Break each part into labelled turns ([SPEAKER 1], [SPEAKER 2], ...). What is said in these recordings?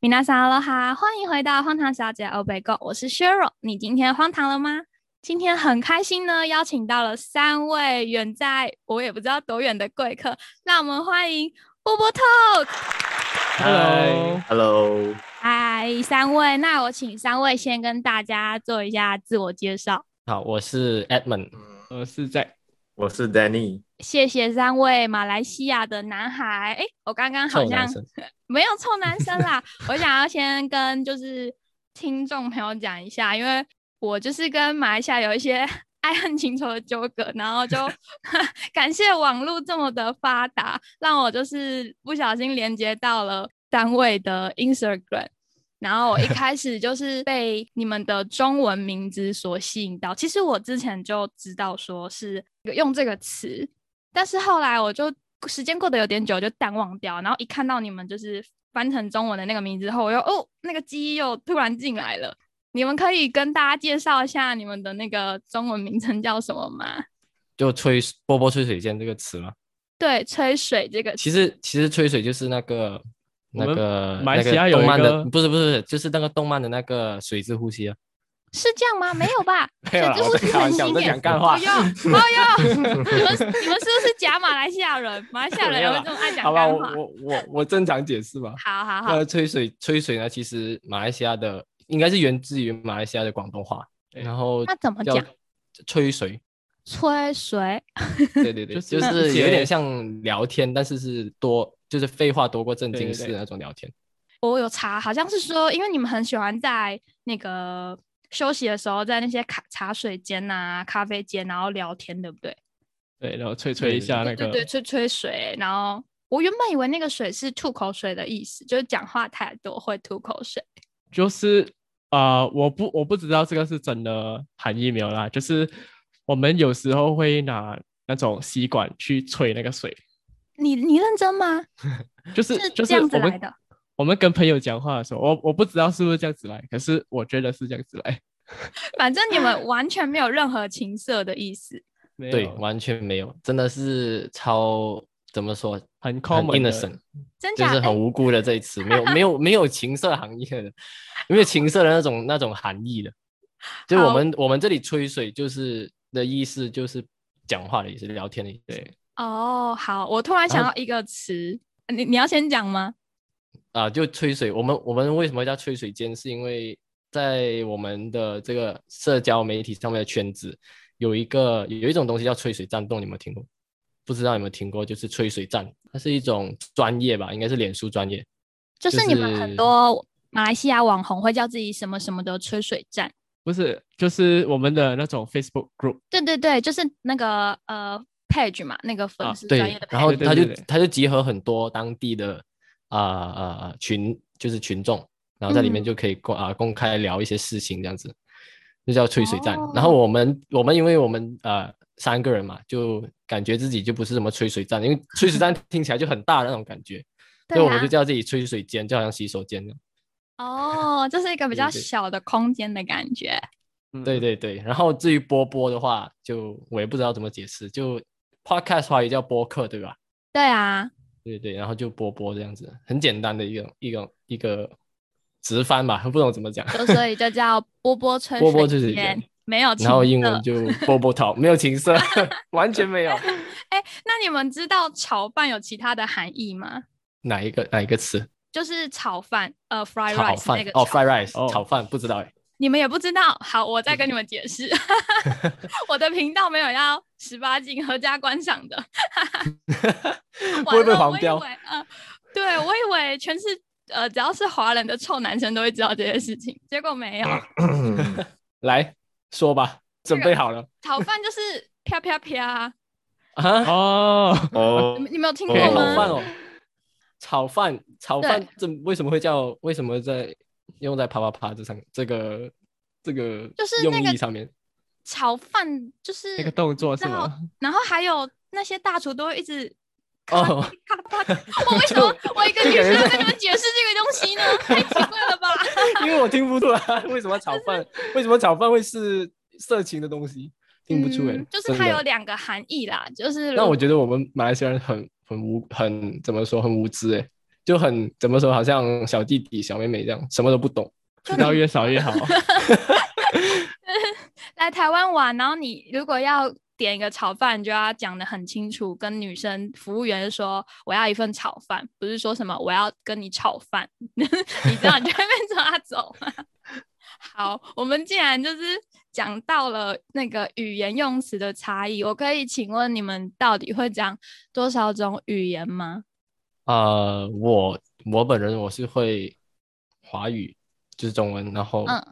[SPEAKER 1] 米娜桑罗哈，欢迎回到荒唐小姐欧北共，我是 Cheryl。你今天荒唐了吗？今天很开心呢，邀请到了三位远在我也不知道多远的贵客，让我们欢迎波波特。
[SPEAKER 2] Hello，
[SPEAKER 3] Hello，
[SPEAKER 1] 嗨，三位，那我请三位先跟大家做一下自我介绍。
[SPEAKER 2] 好，我是 Edmond，我
[SPEAKER 4] 呃
[SPEAKER 2] 是在
[SPEAKER 3] 我 是 Danny。
[SPEAKER 1] 谢谢三位马来西亚的男孩。哎，我刚刚好
[SPEAKER 2] 臭男
[SPEAKER 1] 像
[SPEAKER 2] 生，
[SPEAKER 1] 没有臭男生啦，我想要先跟就是听众朋友讲一下，因为我就是跟马来西亚有一些 爱恨情仇的纠葛，然后就 感谢网络这么的发达，让我就是不小心连接到了单位的 Instagram。然后我一开始就是被你们的中文名字所吸引到，其实我之前就知道说是用这个词，但是后来我就时间过得有点久，就淡忘掉。然后一看到你们就是翻成中文的那个名字后，我又哦，那个记忆又突然进来了。你们可以跟大家介绍一下你们的那个中文名称叫什么吗？
[SPEAKER 2] 就吹波波吹水剑这个词嘛。
[SPEAKER 1] 对，吹水这个
[SPEAKER 2] 其实其实吹水就是那个
[SPEAKER 4] 我
[SPEAKER 2] 那
[SPEAKER 4] 们
[SPEAKER 2] 个
[SPEAKER 4] 马来
[SPEAKER 2] 那
[SPEAKER 4] 西亚有
[SPEAKER 2] 动漫
[SPEAKER 4] 一
[SPEAKER 2] 的，
[SPEAKER 4] 个
[SPEAKER 2] 不是不是，就是那个动漫的那个水之呼吸啊。
[SPEAKER 1] 是这样吗？没有 吧？
[SPEAKER 2] 没有啦
[SPEAKER 1] 水之
[SPEAKER 2] 我
[SPEAKER 1] 呼
[SPEAKER 2] 在
[SPEAKER 1] 吸
[SPEAKER 2] 开
[SPEAKER 1] 很
[SPEAKER 2] 玩
[SPEAKER 1] 新
[SPEAKER 2] 笑我在
[SPEAKER 1] 耶！
[SPEAKER 2] 讲干话
[SPEAKER 1] 哎呦，哎 呦，你们你们是不是假马来西亚人？马来西亚
[SPEAKER 2] 没
[SPEAKER 1] 人
[SPEAKER 2] 有
[SPEAKER 1] 也会
[SPEAKER 2] 啦
[SPEAKER 1] 这么爱讲
[SPEAKER 2] 好吧，
[SPEAKER 1] 干
[SPEAKER 2] 我
[SPEAKER 1] 话？
[SPEAKER 2] 我我我正常解释吧。
[SPEAKER 1] 好好好
[SPEAKER 2] 那，吹水吹水呢，其实马来西亚的应该是源自于马来西亚的广东话，然后
[SPEAKER 1] 那怎么
[SPEAKER 2] 叫
[SPEAKER 1] 讲
[SPEAKER 2] 吹水，
[SPEAKER 1] 吹水
[SPEAKER 2] 对对对，
[SPEAKER 4] 就
[SPEAKER 2] 就是是有
[SPEAKER 4] 一
[SPEAKER 2] 点
[SPEAKER 4] 些
[SPEAKER 2] 像聊天，但是是多就是废话多过正
[SPEAKER 4] 对
[SPEAKER 2] 经
[SPEAKER 4] 对
[SPEAKER 2] 事
[SPEAKER 4] 对
[SPEAKER 2] 的那种聊天。
[SPEAKER 1] 我有查，好像是说，因为你们很喜欢在那个休息的时候，在那些咖茶水间呐、咖啡间，然后聊天，对不对？
[SPEAKER 4] 对，然后吹吹一下那
[SPEAKER 1] 对对
[SPEAKER 4] 个，
[SPEAKER 1] 对，吹吹水。然后我原本以为那个水是吐口水的意思，就是讲话太多会吐口水。
[SPEAKER 4] 就是啊、呃我不我不知道这个是真的含义没有啦，就是我们有时候会拿那种吸管去吹那个水，
[SPEAKER 1] 你你认真吗？
[SPEAKER 4] 就是
[SPEAKER 1] 是这
[SPEAKER 4] 就是
[SPEAKER 1] 样子
[SPEAKER 4] 我
[SPEAKER 1] 来
[SPEAKER 4] 们
[SPEAKER 1] 的。
[SPEAKER 4] 我们跟朋友讲话的时候，我我不知道是不是这样子来，可是我觉得是这样子来，
[SPEAKER 1] 反正你们完全没有任何情色的意思。
[SPEAKER 4] 没
[SPEAKER 2] 对，
[SPEAKER 4] 有
[SPEAKER 2] 完全没有，真的是超怎么说，
[SPEAKER 4] 很
[SPEAKER 2] 很
[SPEAKER 4] common 的
[SPEAKER 2] innocent，
[SPEAKER 1] 真
[SPEAKER 2] 就
[SPEAKER 1] 假？
[SPEAKER 2] 是
[SPEAKER 1] 哎
[SPEAKER 2] 很无辜的这一词，没有没有没有情色行业的，没有情色的那种那种含义的。就我
[SPEAKER 1] 好
[SPEAKER 2] 们我们这里吹水就是的意思就是讲话的意思，聊天的意思。
[SPEAKER 4] 对
[SPEAKER 1] 哦，好，我突然想
[SPEAKER 2] 然
[SPEAKER 1] 到一个词，你你要先讲吗？
[SPEAKER 2] 啊、就吹水。我们我们为什么叫吹水间？是因为在我们的这个社交媒体上面的圈子，有一个有一种东西叫吹水战斗，你有没有听过？不知道有没有听过，就是吹水战，它是一种专业吧，应该是脸书专业。
[SPEAKER 1] 就
[SPEAKER 2] 就是
[SPEAKER 1] 你们很
[SPEAKER 2] 是
[SPEAKER 1] 多马来西亚网红会叫自己什么什么的吹水站。
[SPEAKER 4] 不是就是我们的那种 Facebook group，
[SPEAKER 1] 对对对，就是那个呃 page 嘛，那个粉
[SPEAKER 4] 啊
[SPEAKER 1] 丝专
[SPEAKER 2] 对
[SPEAKER 1] 业的，
[SPEAKER 2] 然后
[SPEAKER 1] page
[SPEAKER 4] 对
[SPEAKER 2] 他就
[SPEAKER 4] 对对
[SPEAKER 2] 他就集合很多当地的啊啊啊群，就是群众，然后在里面
[SPEAKER 1] 嗯
[SPEAKER 2] 就可以公啊、公开聊一些事情，这样子，就叫吹水站。
[SPEAKER 1] 哦
[SPEAKER 2] 然后我们我们因为我们呃三个人嘛，就感觉自己就不是什么吹水站，因为 吹水站听起来就很大的那种感觉，所以我们就
[SPEAKER 1] 对
[SPEAKER 2] 叫自己吹水间，就好像洗手间那样。
[SPEAKER 1] 啊，哦，这是一个比较
[SPEAKER 2] 对对
[SPEAKER 1] 小的空间的感觉。
[SPEAKER 4] 嗯
[SPEAKER 2] 对对对，然后至于波波的话，就我也不知道怎么解释，就 podcast 华语叫播客，对吧？
[SPEAKER 1] 对啊，
[SPEAKER 2] 对对，然后就波波这样子，很简单的一个一个一个直翻吧， 不懂怎么讲。
[SPEAKER 1] 就所以就 叫波波吹
[SPEAKER 2] 波波
[SPEAKER 1] 水
[SPEAKER 2] 吹水
[SPEAKER 1] 间
[SPEAKER 2] 间
[SPEAKER 1] 没有
[SPEAKER 2] 然后
[SPEAKER 1] 情
[SPEAKER 2] 英
[SPEAKER 1] 色
[SPEAKER 2] 文就 Bobo 桃，没有情色， 完全没有。
[SPEAKER 1] 哎，那你们知道炒饭有其他的含义吗？
[SPEAKER 2] 哪一个哪一个词？
[SPEAKER 1] 就是炒饭，呃，fried
[SPEAKER 2] 炒
[SPEAKER 1] rice 那
[SPEAKER 2] 饭
[SPEAKER 1] 个
[SPEAKER 2] 哦
[SPEAKER 1] 炒
[SPEAKER 2] ，fried rice，、
[SPEAKER 4] 哦
[SPEAKER 2] 炒饭不知道哎。
[SPEAKER 1] 你们也不知道。好，我再跟你们解 释， 我的频道没有要十八禁合家观赏的。
[SPEAKER 2] 不会
[SPEAKER 1] 完
[SPEAKER 2] 被
[SPEAKER 1] 了
[SPEAKER 2] 黄
[SPEAKER 1] 我以
[SPEAKER 2] 标
[SPEAKER 1] 为呃，对我以为全是呃，只要是华人的臭男生都会知道这些事情，结果没有。
[SPEAKER 2] 嗯来说吧，准备好了
[SPEAKER 1] 炒饭就是啪啪 啪，
[SPEAKER 2] 啊？
[SPEAKER 4] 哦，
[SPEAKER 3] 哦
[SPEAKER 1] 你，们你们有听过
[SPEAKER 3] 对
[SPEAKER 2] 炒
[SPEAKER 1] 吗？
[SPEAKER 2] 饭哦，炒饭炒饭这为什么会叫为什么在用在啪啪啪这上这个这个
[SPEAKER 1] 就是
[SPEAKER 2] 用
[SPEAKER 1] 那个
[SPEAKER 2] 意上面？
[SPEAKER 1] 炒饭就是
[SPEAKER 4] 那个动作是
[SPEAKER 1] 然后
[SPEAKER 4] 吗？
[SPEAKER 1] 然后还有那些大厨都会一直咔
[SPEAKER 2] 哦
[SPEAKER 1] 咔咔 咔。我为什么我一个
[SPEAKER 2] 就
[SPEAKER 1] 女
[SPEAKER 2] 感觉
[SPEAKER 1] 生要
[SPEAKER 2] 在
[SPEAKER 1] 跟你们解释这个东西呢？太奇怪了吧！
[SPEAKER 2] 因为我听不出来为什么炒饭，为什么炒饭会是色情的东西，听不出来、
[SPEAKER 1] 嗯就是它
[SPEAKER 2] 真的
[SPEAKER 1] 有两个含义啦，就是
[SPEAKER 2] 那
[SPEAKER 1] 如
[SPEAKER 2] 我觉得我们马来西亚人很很无很怎么说很无知哎、就很怎么说，好像小弟弟、小妹妹这样，什么都不懂。
[SPEAKER 4] 知道越 少越好。
[SPEAKER 1] 来台湾玩，然后你如果要点一个炒饭，你就要讲的很清楚，跟女生服务员说我要一份炒饭，不是说什么我要跟你炒饭， 你知道你就会被抓走吗？ 好，我们既然就是讲到了那个语言用词的差异，我可以请问你们到底会讲多少种语言吗？
[SPEAKER 2] 呃，我我本人我是会华语，就是中文，然后
[SPEAKER 1] 嗯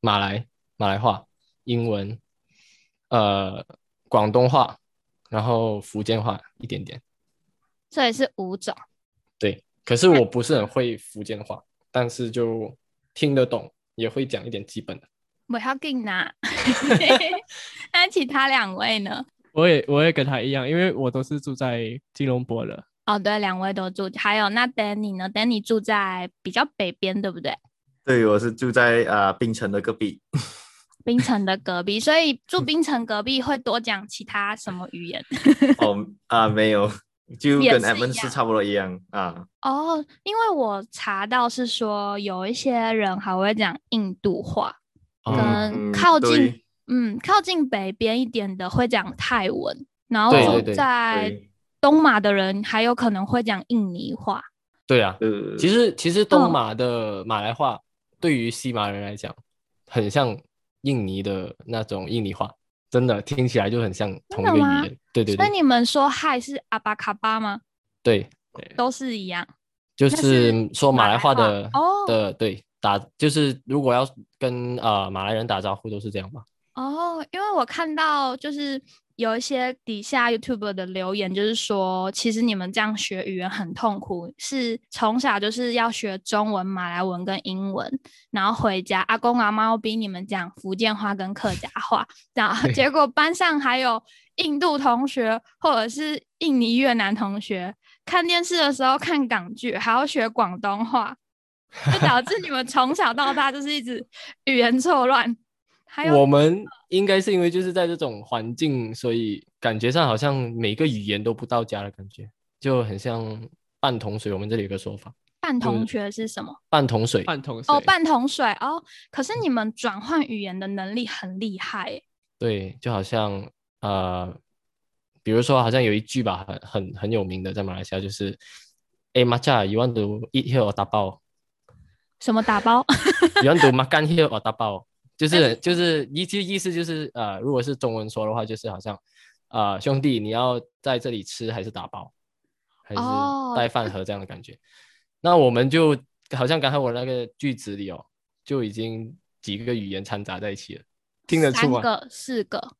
[SPEAKER 2] 马来马来话、英文，呃，广东话，然后福建话一点点。
[SPEAKER 1] 这也是五种。
[SPEAKER 2] 对，可是我不是很会福建话，但是就听得懂，也会讲一点基本的。
[SPEAKER 1] 我要进 拿。 那其他两位呢？
[SPEAKER 4] 我也我也跟他一样，因为我都是住在吉隆坡的，
[SPEAKER 1] 哦，对，两位都住。还有那 Danny 呢？Danny 住在比较北边，对不对？
[SPEAKER 3] 对，我是住在啊槟城的隔 壁。
[SPEAKER 1] 槟城的隔壁，所以住槟城隔壁会多讲其他什么语言？
[SPEAKER 3] 哦啊，没有，就
[SPEAKER 1] 也
[SPEAKER 3] 跟
[SPEAKER 1] 是
[SPEAKER 3] e v a n
[SPEAKER 1] 一
[SPEAKER 3] 是
[SPEAKER 1] 样
[SPEAKER 3] 差不多一样啊。
[SPEAKER 1] 哦，因为我查到是说有一些人还会讲印度话，
[SPEAKER 2] 嗯，
[SPEAKER 1] 跟
[SPEAKER 3] 嗯
[SPEAKER 1] 靠近
[SPEAKER 3] 对
[SPEAKER 1] 嗯靠近北边一点的会讲泰文，然后
[SPEAKER 2] 对
[SPEAKER 1] 住
[SPEAKER 2] 对对
[SPEAKER 1] 在
[SPEAKER 3] 对，
[SPEAKER 1] 东马的人还有可能会讲印尼话。
[SPEAKER 2] 对啊，
[SPEAKER 3] 呃，
[SPEAKER 2] 其
[SPEAKER 3] 实
[SPEAKER 2] 实其实东
[SPEAKER 1] 嗯
[SPEAKER 2] 马的马来话对于西马人来讲，很像印尼的那种印尼话，真的听起来就很像同一
[SPEAKER 1] 的
[SPEAKER 2] 个语
[SPEAKER 1] 吗
[SPEAKER 2] 言。对对
[SPEAKER 1] 所以
[SPEAKER 2] 对
[SPEAKER 1] 你们说嗨是阿巴卡巴吗？
[SPEAKER 2] 对，
[SPEAKER 1] 都是一样。
[SPEAKER 2] 就
[SPEAKER 1] 那
[SPEAKER 2] 是
[SPEAKER 1] 是
[SPEAKER 2] 说
[SPEAKER 1] 马
[SPEAKER 2] 马
[SPEAKER 1] 来
[SPEAKER 2] 来话
[SPEAKER 1] 话
[SPEAKER 2] 的
[SPEAKER 1] 哦
[SPEAKER 2] 的对打，就是如果要跟呃马来人打招呼都是这样吧。
[SPEAKER 1] 哦，因为我看到就是有一些底下 YouTube 的留言，就是说其实你们这样学语言很痛苦，是从小就是要学中文、马来文跟英文，然后回家阿公阿妈又逼你们讲福建话跟客家话，然后
[SPEAKER 2] 对
[SPEAKER 1] 结果班上还有印度同学或者是印尼、越南同学，看电视的时候看港剧还要学广东话。就导致你们从小到大就是一直语言错乱，还有
[SPEAKER 2] 我们应该是因为就是在这种环境，所以感觉上好像每个语言都不到家的感觉，就很像半桶水。我们这里有个说法，
[SPEAKER 1] 半同学是什么？
[SPEAKER 2] 半桶水。
[SPEAKER 4] 半桶水。
[SPEAKER 1] 哦，半桶水哦。可
[SPEAKER 2] 嗯
[SPEAKER 1] 是你们转换语言的能力很厉害耶，
[SPEAKER 2] 对，就好像呃，比如说好像有一句吧，很很很有名的，在马来西亚就是，哎马cha you want to eat here or 打包
[SPEAKER 1] 什么打包？
[SPEAKER 2] ，you want to makan here or 打包，就是就是意思意思就是呃，如果是中文说的话，就是好像呃兄弟你要在这里吃还是打包，还是
[SPEAKER 1] 哦
[SPEAKER 2] 带饭盒这样的感觉。那我们就好像刚才我那个句子里哦，就已经几个语言掺杂在一起了，听得出
[SPEAKER 1] 三
[SPEAKER 2] 吗？
[SPEAKER 1] 个、四个。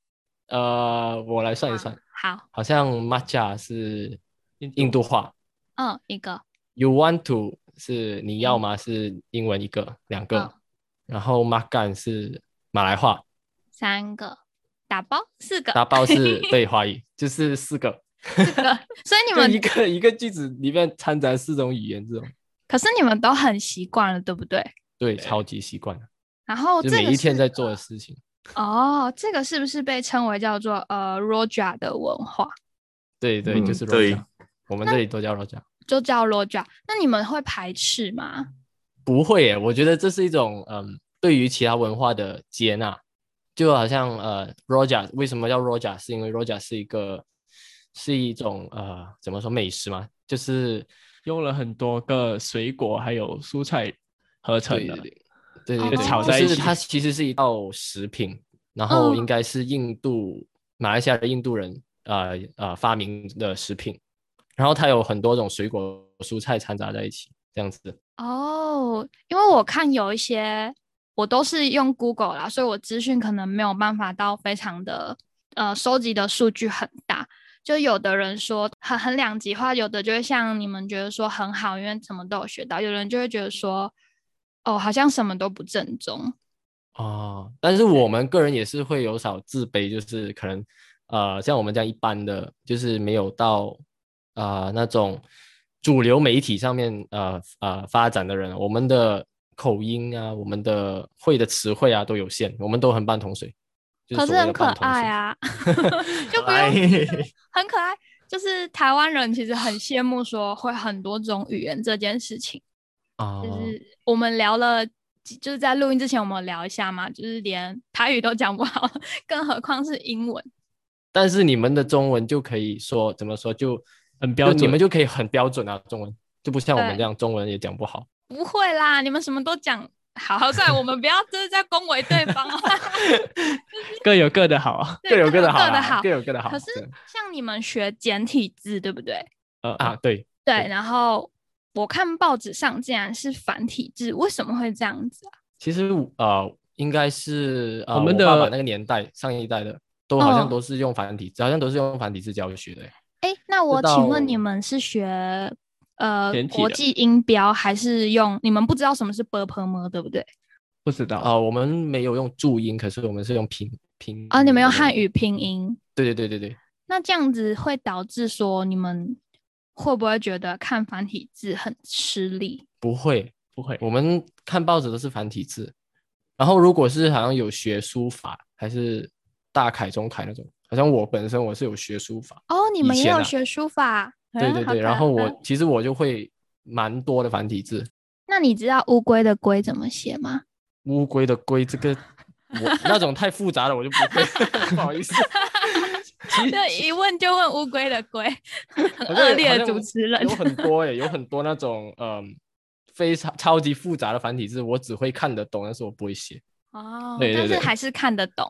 [SPEAKER 2] 呃，我来算一
[SPEAKER 1] 哇
[SPEAKER 2] 算。
[SPEAKER 1] 好，
[SPEAKER 2] 好像 matcha 是
[SPEAKER 4] 印
[SPEAKER 2] 印度话
[SPEAKER 1] 嗯，一个，
[SPEAKER 2] ，you want to 是你要吗？是英文一个、两个，
[SPEAKER 1] 嗯
[SPEAKER 2] 然后 makan 是马来话，
[SPEAKER 1] 三个，打包四个，
[SPEAKER 2] 打 包是对华语，就是四个，
[SPEAKER 1] 四个。所以你
[SPEAKER 2] 就一
[SPEAKER 1] 们，
[SPEAKER 2] 个一个句子里面掺杂四种语言，这种
[SPEAKER 1] 可是你们都很习惯了，对不对？
[SPEAKER 2] 对
[SPEAKER 4] 对
[SPEAKER 2] 超级习惯了，
[SPEAKER 1] 然后
[SPEAKER 2] 就
[SPEAKER 1] 哦这
[SPEAKER 2] 每
[SPEAKER 1] 个
[SPEAKER 2] 一天
[SPEAKER 1] 是
[SPEAKER 2] 在做的事情。
[SPEAKER 1] 哦，这个是不是被称为叫做呃 Roja 的文化？
[SPEAKER 2] 对对，
[SPEAKER 3] 嗯
[SPEAKER 2] 就是罗
[SPEAKER 3] 对
[SPEAKER 2] 家，我们这里都叫罗家。
[SPEAKER 1] 就叫 Roja。那你们会排斥吗？
[SPEAKER 2] 不会耶，我觉得这是一种嗯，对于其他文化的接纳，就好像呃，Roja 为什么叫 Roja，是因为 Roja 是一个是一种呃，怎么说美食嘛，就是
[SPEAKER 4] 用了很多个水果还有蔬菜合成
[SPEAKER 2] 对
[SPEAKER 4] 的，
[SPEAKER 2] 对对对
[SPEAKER 1] 哦
[SPEAKER 2] 对，
[SPEAKER 4] 炒在一
[SPEAKER 2] 就是
[SPEAKER 4] 起
[SPEAKER 2] 它其实是一道食品，然后
[SPEAKER 1] 嗯
[SPEAKER 2] 应该是印度、马来西亚的印度人呃呃发明的食品，然后它有很多种水果蔬菜掺杂在一起，这样子。
[SPEAKER 1] 哦，因为我看有一些，我都是用 Google 啦，所以我资讯可能没有办法到非常的呃，收集的数据很大。就有的人说很很两极化，有的就会像你们觉得说很好，因为什么都有学到；有人就会觉得说，哦，好像什么都不正宗。
[SPEAKER 2] 哦，但是我们个人也是会有少自卑，就是可能呃，像我们这样一般的，就是没有到呃那种主流媒体上面呃呃发展的人，我们的口音啊，我们的会的词汇啊都有限，我们都很半桶水，就
[SPEAKER 1] 可啊
[SPEAKER 2] 所
[SPEAKER 1] 是
[SPEAKER 2] 谓
[SPEAKER 1] 很
[SPEAKER 2] 的
[SPEAKER 1] 可
[SPEAKER 2] 半桶 水
[SPEAKER 3] 哎
[SPEAKER 1] 爱，啊，就不
[SPEAKER 3] 来
[SPEAKER 1] 用很可爱。就是台湾人其实很羡慕说会很多种语言这件事情。
[SPEAKER 2] 啊，
[SPEAKER 1] 就是我们聊了几，就是在录音之前我们有聊一下嘛，就是连台语都讲不好， 更何况是英文。
[SPEAKER 2] 但是你们的中文就可以说怎么说就
[SPEAKER 4] 很标
[SPEAKER 2] 标，
[SPEAKER 4] 准。
[SPEAKER 2] 你们就可以很标准啊，中文就不像我们
[SPEAKER 1] 对
[SPEAKER 2] 这样中文也讲不好。
[SPEAKER 1] 不会啦，你们什么都讲好好算了，我们不要就是在恭维对方哦。
[SPEAKER 4] 各有各的好啊。
[SPEAKER 1] 对
[SPEAKER 2] 各有各的
[SPEAKER 1] 各
[SPEAKER 2] 好
[SPEAKER 1] 的
[SPEAKER 2] 啦，
[SPEAKER 1] 好
[SPEAKER 2] 各。有各的好。
[SPEAKER 1] 可是
[SPEAKER 2] 对
[SPEAKER 1] 像你们学简体字，对不对？
[SPEAKER 4] 呃
[SPEAKER 2] 啊，，对，
[SPEAKER 1] 对，然后我看报纸上竟然是繁体字，为什么会这样子啊？
[SPEAKER 2] 其实呃，应该是呃
[SPEAKER 4] 我们的
[SPEAKER 2] 爸爸那个年代上一代的，都好像
[SPEAKER 1] 嗯
[SPEAKER 2] 都是用繁体字，好像都是用繁体字教学的。欸
[SPEAKER 1] 哎，那我
[SPEAKER 2] 知道
[SPEAKER 1] 请问你们是学呃
[SPEAKER 4] 简体
[SPEAKER 1] 国
[SPEAKER 4] 的
[SPEAKER 1] 际音标，还是用你们不知道什么是 b p m 对不对？
[SPEAKER 4] 不知道。
[SPEAKER 2] 啊，我们没有用注音，可是我们是用拼拼
[SPEAKER 1] 啊，你们用汉
[SPEAKER 2] 语。
[SPEAKER 1] 语拼音，
[SPEAKER 2] 对对对对对，
[SPEAKER 1] 那这样子会导致说你们会不会觉得看繁体字很吃力？
[SPEAKER 2] 不会，
[SPEAKER 4] 不会，
[SPEAKER 2] 我们看报纸都是繁体字，然后如果是好像有学书法，还是大楷、中楷那种，好像我本身我是有学书法，
[SPEAKER 1] 哦，你们
[SPEAKER 2] 以
[SPEAKER 1] 也
[SPEAKER 2] 前
[SPEAKER 1] 有
[SPEAKER 2] 啊
[SPEAKER 1] 学书法？
[SPEAKER 2] 对
[SPEAKER 1] 嗯
[SPEAKER 2] 对
[SPEAKER 1] 好
[SPEAKER 2] 对，然
[SPEAKER 1] 的
[SPEAKER 2] 后我、
[SPEAKER 1] 嗯
[SPEAKER 2] 其实我就会蛮多的繁体字，
[SPEAKER 1] 那你知道乌龟的龟怎么写 吗？
[SPEAKER 2] 乌龟的龟这个我那种太复杂了，我就不会， 不好意思。其
[SPEAKER 1] 这一问就问乌龟的 龟，很
[SPEAKER 2] 好像
[SPEAKER 1] 恶
[SPEAKER 2] 有
[SPEAKER 1] 劣
[SPEAKER 2] 好
[SPEAKER 1] 的
[SPEAKER 2] 像
[SPEAKER 1] 主持人
[SPEAKER 2] 有。很多欸诶，有很多那种嗯非常超级复杂的繁体字，我只会看得懂，但是我不会写。
[SPEAKER 1] 哦，
[SPEAKER 2] 对对
[SPEAKER 1] 但是
[SPEAKER 2] 对
[SPEAKER 1] 还是看得懂。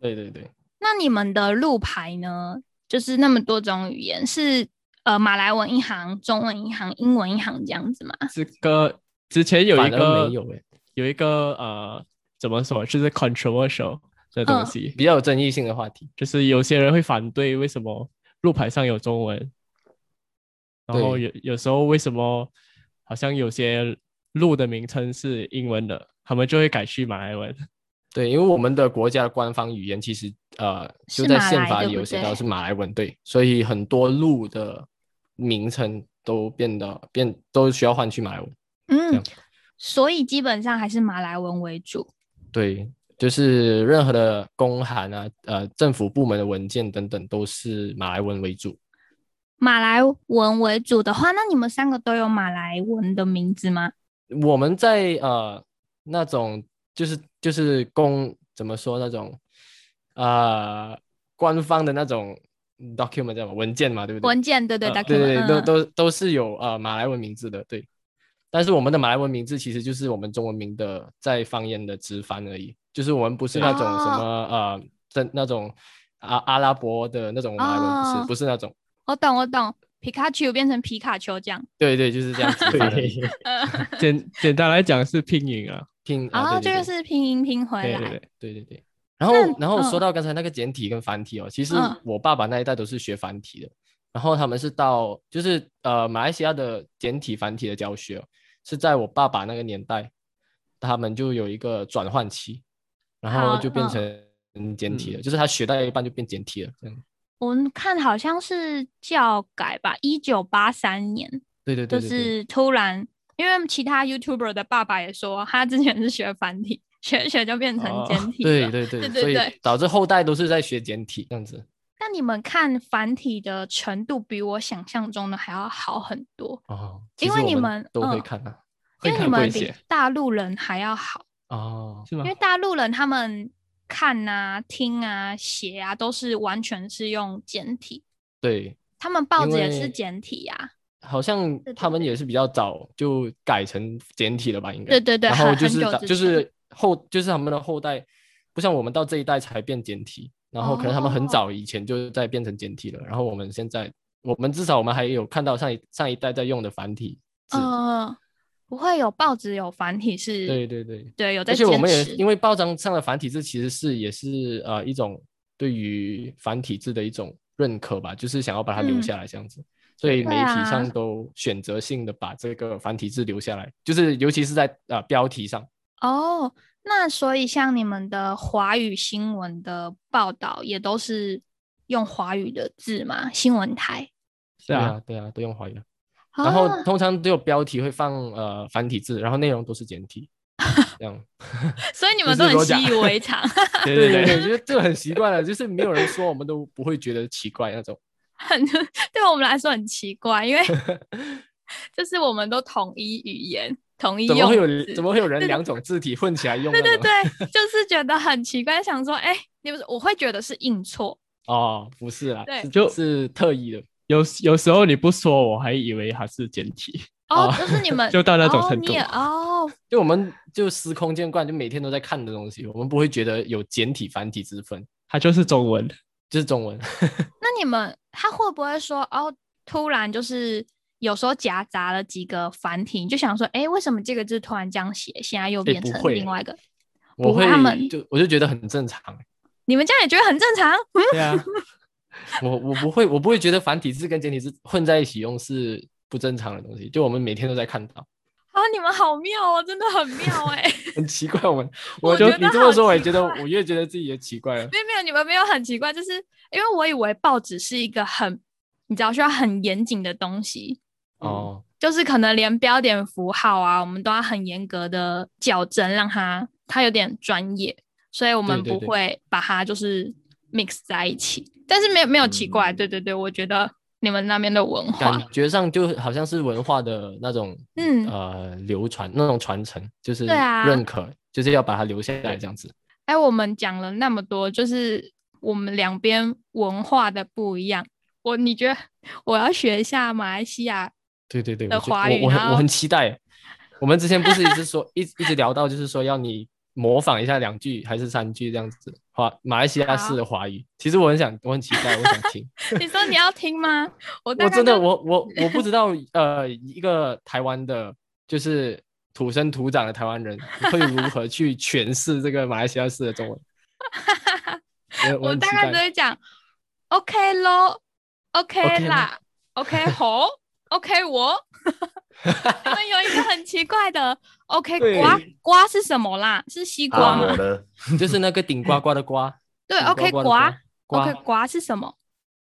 [SPEAKER 2] 对对对，
[SPEAKER 1] 那你们的路牌呢？就是那么多种语言，是呃马来文一行、中文一行、英文一行这样子吗？
[SPEAKER 4] 这个之前有一
[SPEAKER 2] 反而
[SPEAKER 4] 个
[SPEAKER 2] 没有诶，
[SPEAKER 4] 有一个呃，怎么说，就是 controversial 的东
[SPEAKER 1] 嗯
[SPEAKER 4] 西，
[SPEAKER 2] 比较有争议性的话题。
[SPEAKER 4] 就是有些人会反对为什么路牌上有中文，然后
[SPEAKER 2] 对
[SPEAKER 4] 有有时候为什么好像有些路的名称是英文的，他们就会改去马来文。
[SPEAKER 2] 对，因为我们的国家的官方语言其实呃
[SPEAKER 1] 是
[SPEAKER 2] 就在
[SPEAKER 1] 马
[SPEAKER 2] 宪
[SPEAKER 1] 来
[SPEAKER 2] 法
[SPEAKER 1] 对
[SPEAKER 2] 里
[SPEAKER 1] 不
[SPEAKER 2] 有写
[SPEAKER 1] 对
[SPEAKER 2] 到是马来文，对，所以很多路的名称都变得变都需要换去马来文。
[SPEAKER 1] 嗯
[SPEAKER 2] 样，
[SPEAKER 1] 所以基本上还是马来文为主。
[SPEAKER 2] 对，就是任何的公函啊，呃，政府部门的文件等等都是马来文为主。
[SPEAKER 1] 马来文为主的话，那你们三个都有马来文的名字吗？
[SPEAKER 2] 我们在呃那种就是就是公怎么说那种呃官方的那种 document 叫什么文件嘛，对不对？
[SPEAKER 1] 文件对对
[SPEAKER 4] 呃
[SPEAKER 1] ，document，
[SPEAKER 2] 啊对对对，都
[SPEAKER 1] 嗯
[SPEAKER 2] 都都是有呃马来文名字的，对。但是我们的马来文名字其实就是我们中文名的在方言的直翻而已，就是我们不是那种
[SPEAKER 1] 哦
[SPEAKER 2] 什么、呃真那种阿、阿拉伯的那种马来文，不
[SPEAKER 1] 哦
[SPEAKER 2] 是不是那种，
[SPEAKER 1] 我懂我懂，皮卡丘变成皮卡丘这样，
[SPEAKER 2] 对对，就是这样直翻而已
[SPEAKER 1] 呃
[SPEAKER 4] 简简单来讲是拼音啊，
[SPEAKER 2] 拼
[SPEAKER 1] 然
[SPEAKER 2] 啊，
[SPEAKER 1] 后哦
[SPEAKER 2] 对
[SPEAKER 1] 这
[SPEAKER 2] 对
[SPEAKER 1] 个
[SPEAKER 2] 对
[SPEAKER 1] 是拼音拼回
[SPEAKER 4] 对对
[SPEAKER 1] 来。
[SPEAKER 4] 对，
[SPEAKER 2] 对对对。然后，然后说
[SPEAKER 1] 嗯
[SPEAKER 2] 到刚才那个简体跟繁体哦，其实
[SPEAKER 1] 嗯
[SPEAKER 2] 我爸爸那一代都是学繁体的，然后他们是到就是呃马来西亚的简体繁体的教学哦、是在我爸爸那个年代，他们就有一个转换期，然
[SPEAKER 1] 好
[SPEAKER 2] 后就变
[SPEAKER 1] 嗯
[SPEAKER 2] 成简体了，就是他学到一半就变简体了，这样。
[SPEAKER 1] 我们看好像是教改吧，一九八三年，
[SPEAKER 2] 对对
[SPEAKER 1] 就
[SPEAKER 2] 对对对，
[SPEAKER 1] 是突然，因为其他 YouTuber 的爸爸也说，他之前是学繁体， 学一学就变成
[SPEAKER 4] 哦
[SPEAKER 1] 简体了。
[SPEAKER 2] 对对对
[SPEAKER 1] 对对
[SPEAKER 2] 所以
[SPEAKER 1] 对
[SPEAKER 2] 导致后代都是在学简体这样子。
[SPEAKER 1] 那你们看繁体的程度比我想象中的还要好很多，
[SPEAKER 2] 哦，
[SPEAKER 1] 因
[SPEAKER 2] 其实
[SPEAKER 1] 为
[SPEAKER 2] 我
[SPEAKER 1] 你
[SPEAKER 2] 们
[SPEAKER 1] 们
[SPEAKER 2] 都会
[SPEAKER 1] 嗯
[SPEAKER 2] 看啊。
[SPEAKER 1] 因为
[SPEAKER 4] 看
[SPEAKER 1] 你们
[SPEAKER 4] 会
[SPEAKER 1] 比
[SPEAKER 4] 写
[SPEAKER 1] 大陆人还要好，
[SPEAKER 2] 哦，
[SPEAKER 4] 是吗
[SPEAKER 1] 因为？大陆人他们看啊、听啊、写啊都是完全是用简体，
[SPEAKER 2] 对，
[SPEAKER 1] 他们报纸也
[SPEAKER 2] 因
[SPEAKER 1] 是
[SPEAKER 2] 为
[SPEAKER 1] 简体啊呀、
[SPEAKER 2] 好像
[SPEAKER 1] 对
[SPEAKER 2] 他们
[SPEAKER 1] 对
[SPEAKER 2] 也是比较早就改成简体了吧？应该
[SPEAKER 1] 对对对
[SPEAKER 2] 然后
[SPEAKER 1] 很
[SPEAKER 2] 就
[SPEAKER 1] 很
[SPEAKER 2] 是
[SPEAKER 1] 久
[SPEAKER 2] 早
[SPEAKER 1] 之
[SPEAKER 2] 就是后就是他们的后代，不像我们到这一代才变简体，然后可能他们很
[SPEAKER 1] 哦
[SPEAKER 2] 早以前就在变成简体了，然后我们现在我们至少我们还有看到上一上一代在用的繁体字，
[SPEAKER 1] 嗯、不会有报纸有繁体是，
[SPEAKER 2] 对对对，
[SPEAKER 1] 对有在
[SPEAKER 2] 而
[SPEAKER 1] 坚
[SPEAKER 2] 且
[SPEAKER 1] 持。
[SPEAKER 2] 我们也因为报章上的繁体字其实是也是呃一种对于繁体字的一种认可吧，就是想要把它留
[SPEAKER 1] 嗯
[SPEAKER 2] 下来这样子。所以
[SPEAKER 1] 对
[SPEAKER 2] 媒体上
[SPEAKER 1] 啊
[SPEAKER 2] 都选择性的把这个繁体字留下来，就是尤其是在呃标题上，
[SPEAKER 1] 哦，那所以像你们的华语新闻的报道也都是用华语的字嘛？新闻台。哦
[SPEAKER 4] 是啊，
[SPEAKER 2] 啊对啊都用华语啊。然后通常只有标题会放呃繁体字，然后内容都是简体， 这样。
[SPEAKER 1] 所以你们
[SPEAKER 2] 就
[SPEAKER 1] 都很
[SPEAKER 2] 是罗
[SPEAKER 1] 习
[SPEAKER 2] 甲
[SPEAKER 1] 以为常。
[SPEAKER 4] 对对
[SPEAKER 2] 对啊
[SPEAKER 4] 对，
[SPEAKER 2] 我觉得这个很习惯了，就是没有人说我们都不会觉得奇怪那种。
[SPEAKER 1] 很对我们来说很奇怪， 因为就是我们都统一语言、统一
[SPEAKER 2] 怎
[SPEAKER 1] 用
[SPEAKER 2] 么会
[SPEAKER 1] 字
[SPEAKER 2] 有怎么会啊有人两种字体混起来用那
[SPEAKER 1] 对
[SPEAKER 2] 种？
[SPEAKER 1] 对对，就是觉得很奇怪，想说，哎、你不是我会觉得是印错，
[SPEAKER 2] 哦，不是啦，
[SPEAKER 1] 对
[SPEAKER 2] 是
[SPEAKER 4] 就是
[SPEAKER 2] 特意的。
[SPEAKER 4] 有有时候你不说，我还以为它是简体，
[SPEAKER 1] 哦
[SPEAKER 4] 哦，
[SPEAKER 1] 就是你 们
[SPEAKER 4] 就到那种程
[SPEAKER 1] 哦，
[SPEAKER 4] 度
[SPEAKER 1] 你也。哦，
[SPEAKER 2] 就我们就司空见惯，就每天都在看的东西，我们不会觉得有简体繁体之分，
[SPEAKER 4] 它就是中文，
[SPEAKER 2] 就是中文。
[SPEAKER 1] 那你们他会不会说，哦，突然就是有时候夹杂了几个繁体，你就想说，哎、为什么这个字突然这样写，现在又变
[SPEAKER 2] 哎不
[SPEAKER 1] 成
[SPEAKER 2] 会
[SPEAKER 1] 另外一个？
[SPEAKER 2] 我
[SPEAKER 1] 不
[SPEAKER 2] 会
[SPEAKER 1] 会他们
[SPEAKER 2] 就我就觉得很正常，
[SPEAKER 1] 你们这样也觉得很正常？ 嗯
[SPEAKER 4] 对啊，
[SPEAKER 2] 我我不会我不会觉得繁体字跟简体字混在一起用是不正常的东西，就我们每天都在看到，
[SPEAKER 1] 啊，你们好妙哦，真的很 妙哎、
[SPEAKER 2] 很奇怪。我 们
[SPEAKER 1] 我
[SPEAKER 2] 就
[SPEAKER 1] 觉
[SPEAKER 2] 你
[SPEAKER 1] 得
[SPEAKER 2] 这么
[SPEAKER 1] 好
[SPEAKER 2] 说，我也
[SPEAKER 1] 奇
[SPEAKER 2] 觉得
[SPEAKER 1] 怪嗯
[SPEAKER 2] 我越觉得自己也奇怪了。
[SPEAKER 1] 没 有没有，你们没有很奇怪，就是因为我以为报纸是一个很你知道需要很严谨的东西，
[SPEAKER 2] 哦，
[SPEAKER 1] 就是可能连标点符号啊，我们都要很严格的矫正，让它它有点专业，所以我们
[SPEAKER 2] 对对
[SPEAKER 1] 不
[SPEAKER 2] 对
[SPEAKER 1] 会把它就是 mix 在一起。但是没有没有奇怪，
[SPEAKER 3] 嗯
[SPEAKER 1] 对对对，我觉得你们那边的文化
[SPEAKER 2] 感，觉上就好像是文化的那种，
[SPEAKER 1] 嗯
[SPEAKER 2] 呃，流传那种传承，就是
[SPEAKER 1] 对啊
[SPEAKER 2] 认可，就是要把它留下来这样子。
[SPEAKER 1] 哎，我们讲了那么多，就是我们两边文化的不一样。我你觉得我要学一下马来西亚
[SPEAKER 2] 对对对，
[SPEAKER 1] 的
[SPEAKER 2] 我觉
[SPEAKER 1] 华语
[SPEAKER 2] 我我
[SPEAKER 1] 然
[SPEAKER 2] 很
[SPEAKER 1] 后
[SPEAKER 2] 我很期待。我们之前不是一直说一一直聊到，就是说要你模仿一下两句还是三句这样子华马来西亚式的华语。其实我很想，我很期待，我想 听。
[SPEAKER 1] 你说你要听吗？我大
[SPEAKER 2] 我
[SPEAKER 1] 概
[SPEAKER 2] 真的
[SPEAKER 1] 就
[SPEAKER 2] 我 我我不知道，呃，一个台湾的，就是土生土长的台湾人会如何去诠释这个马来西亚式的中 文。我
[SPEAKER 1] 我
[SPEAKER 2] 很期
[SPEAKER 1] 大概
[SPEAKER 2] 待
[SPEAKER 1] 只会讲 OK 咯 o k
[SPEAKER 2] OK
[SPEAKER 1] 啦，OK 吼，OK 我。他们有一个很奇怪的 OK
[SPEAKER 2] 对
[SPEAKER 1] 瓜瓜是什么啦？是西瓜
[SPEAKER 3] 啊，
[SPEAKER 1] 吗
[SPEAKER 3] 我？的
[SPEAKER 2] 就是那个顶呱呱的呱，
[SPEAKER 1] 对
[SPEAKER 2] 顶
[SPEAKER 1] ，OK
[SPEAKER 2] 呱呱的
[SPEAKER 1] 瓜
[SPEAKER 2] 呱
[SPEAKER 1] ，OK 瓜是什么？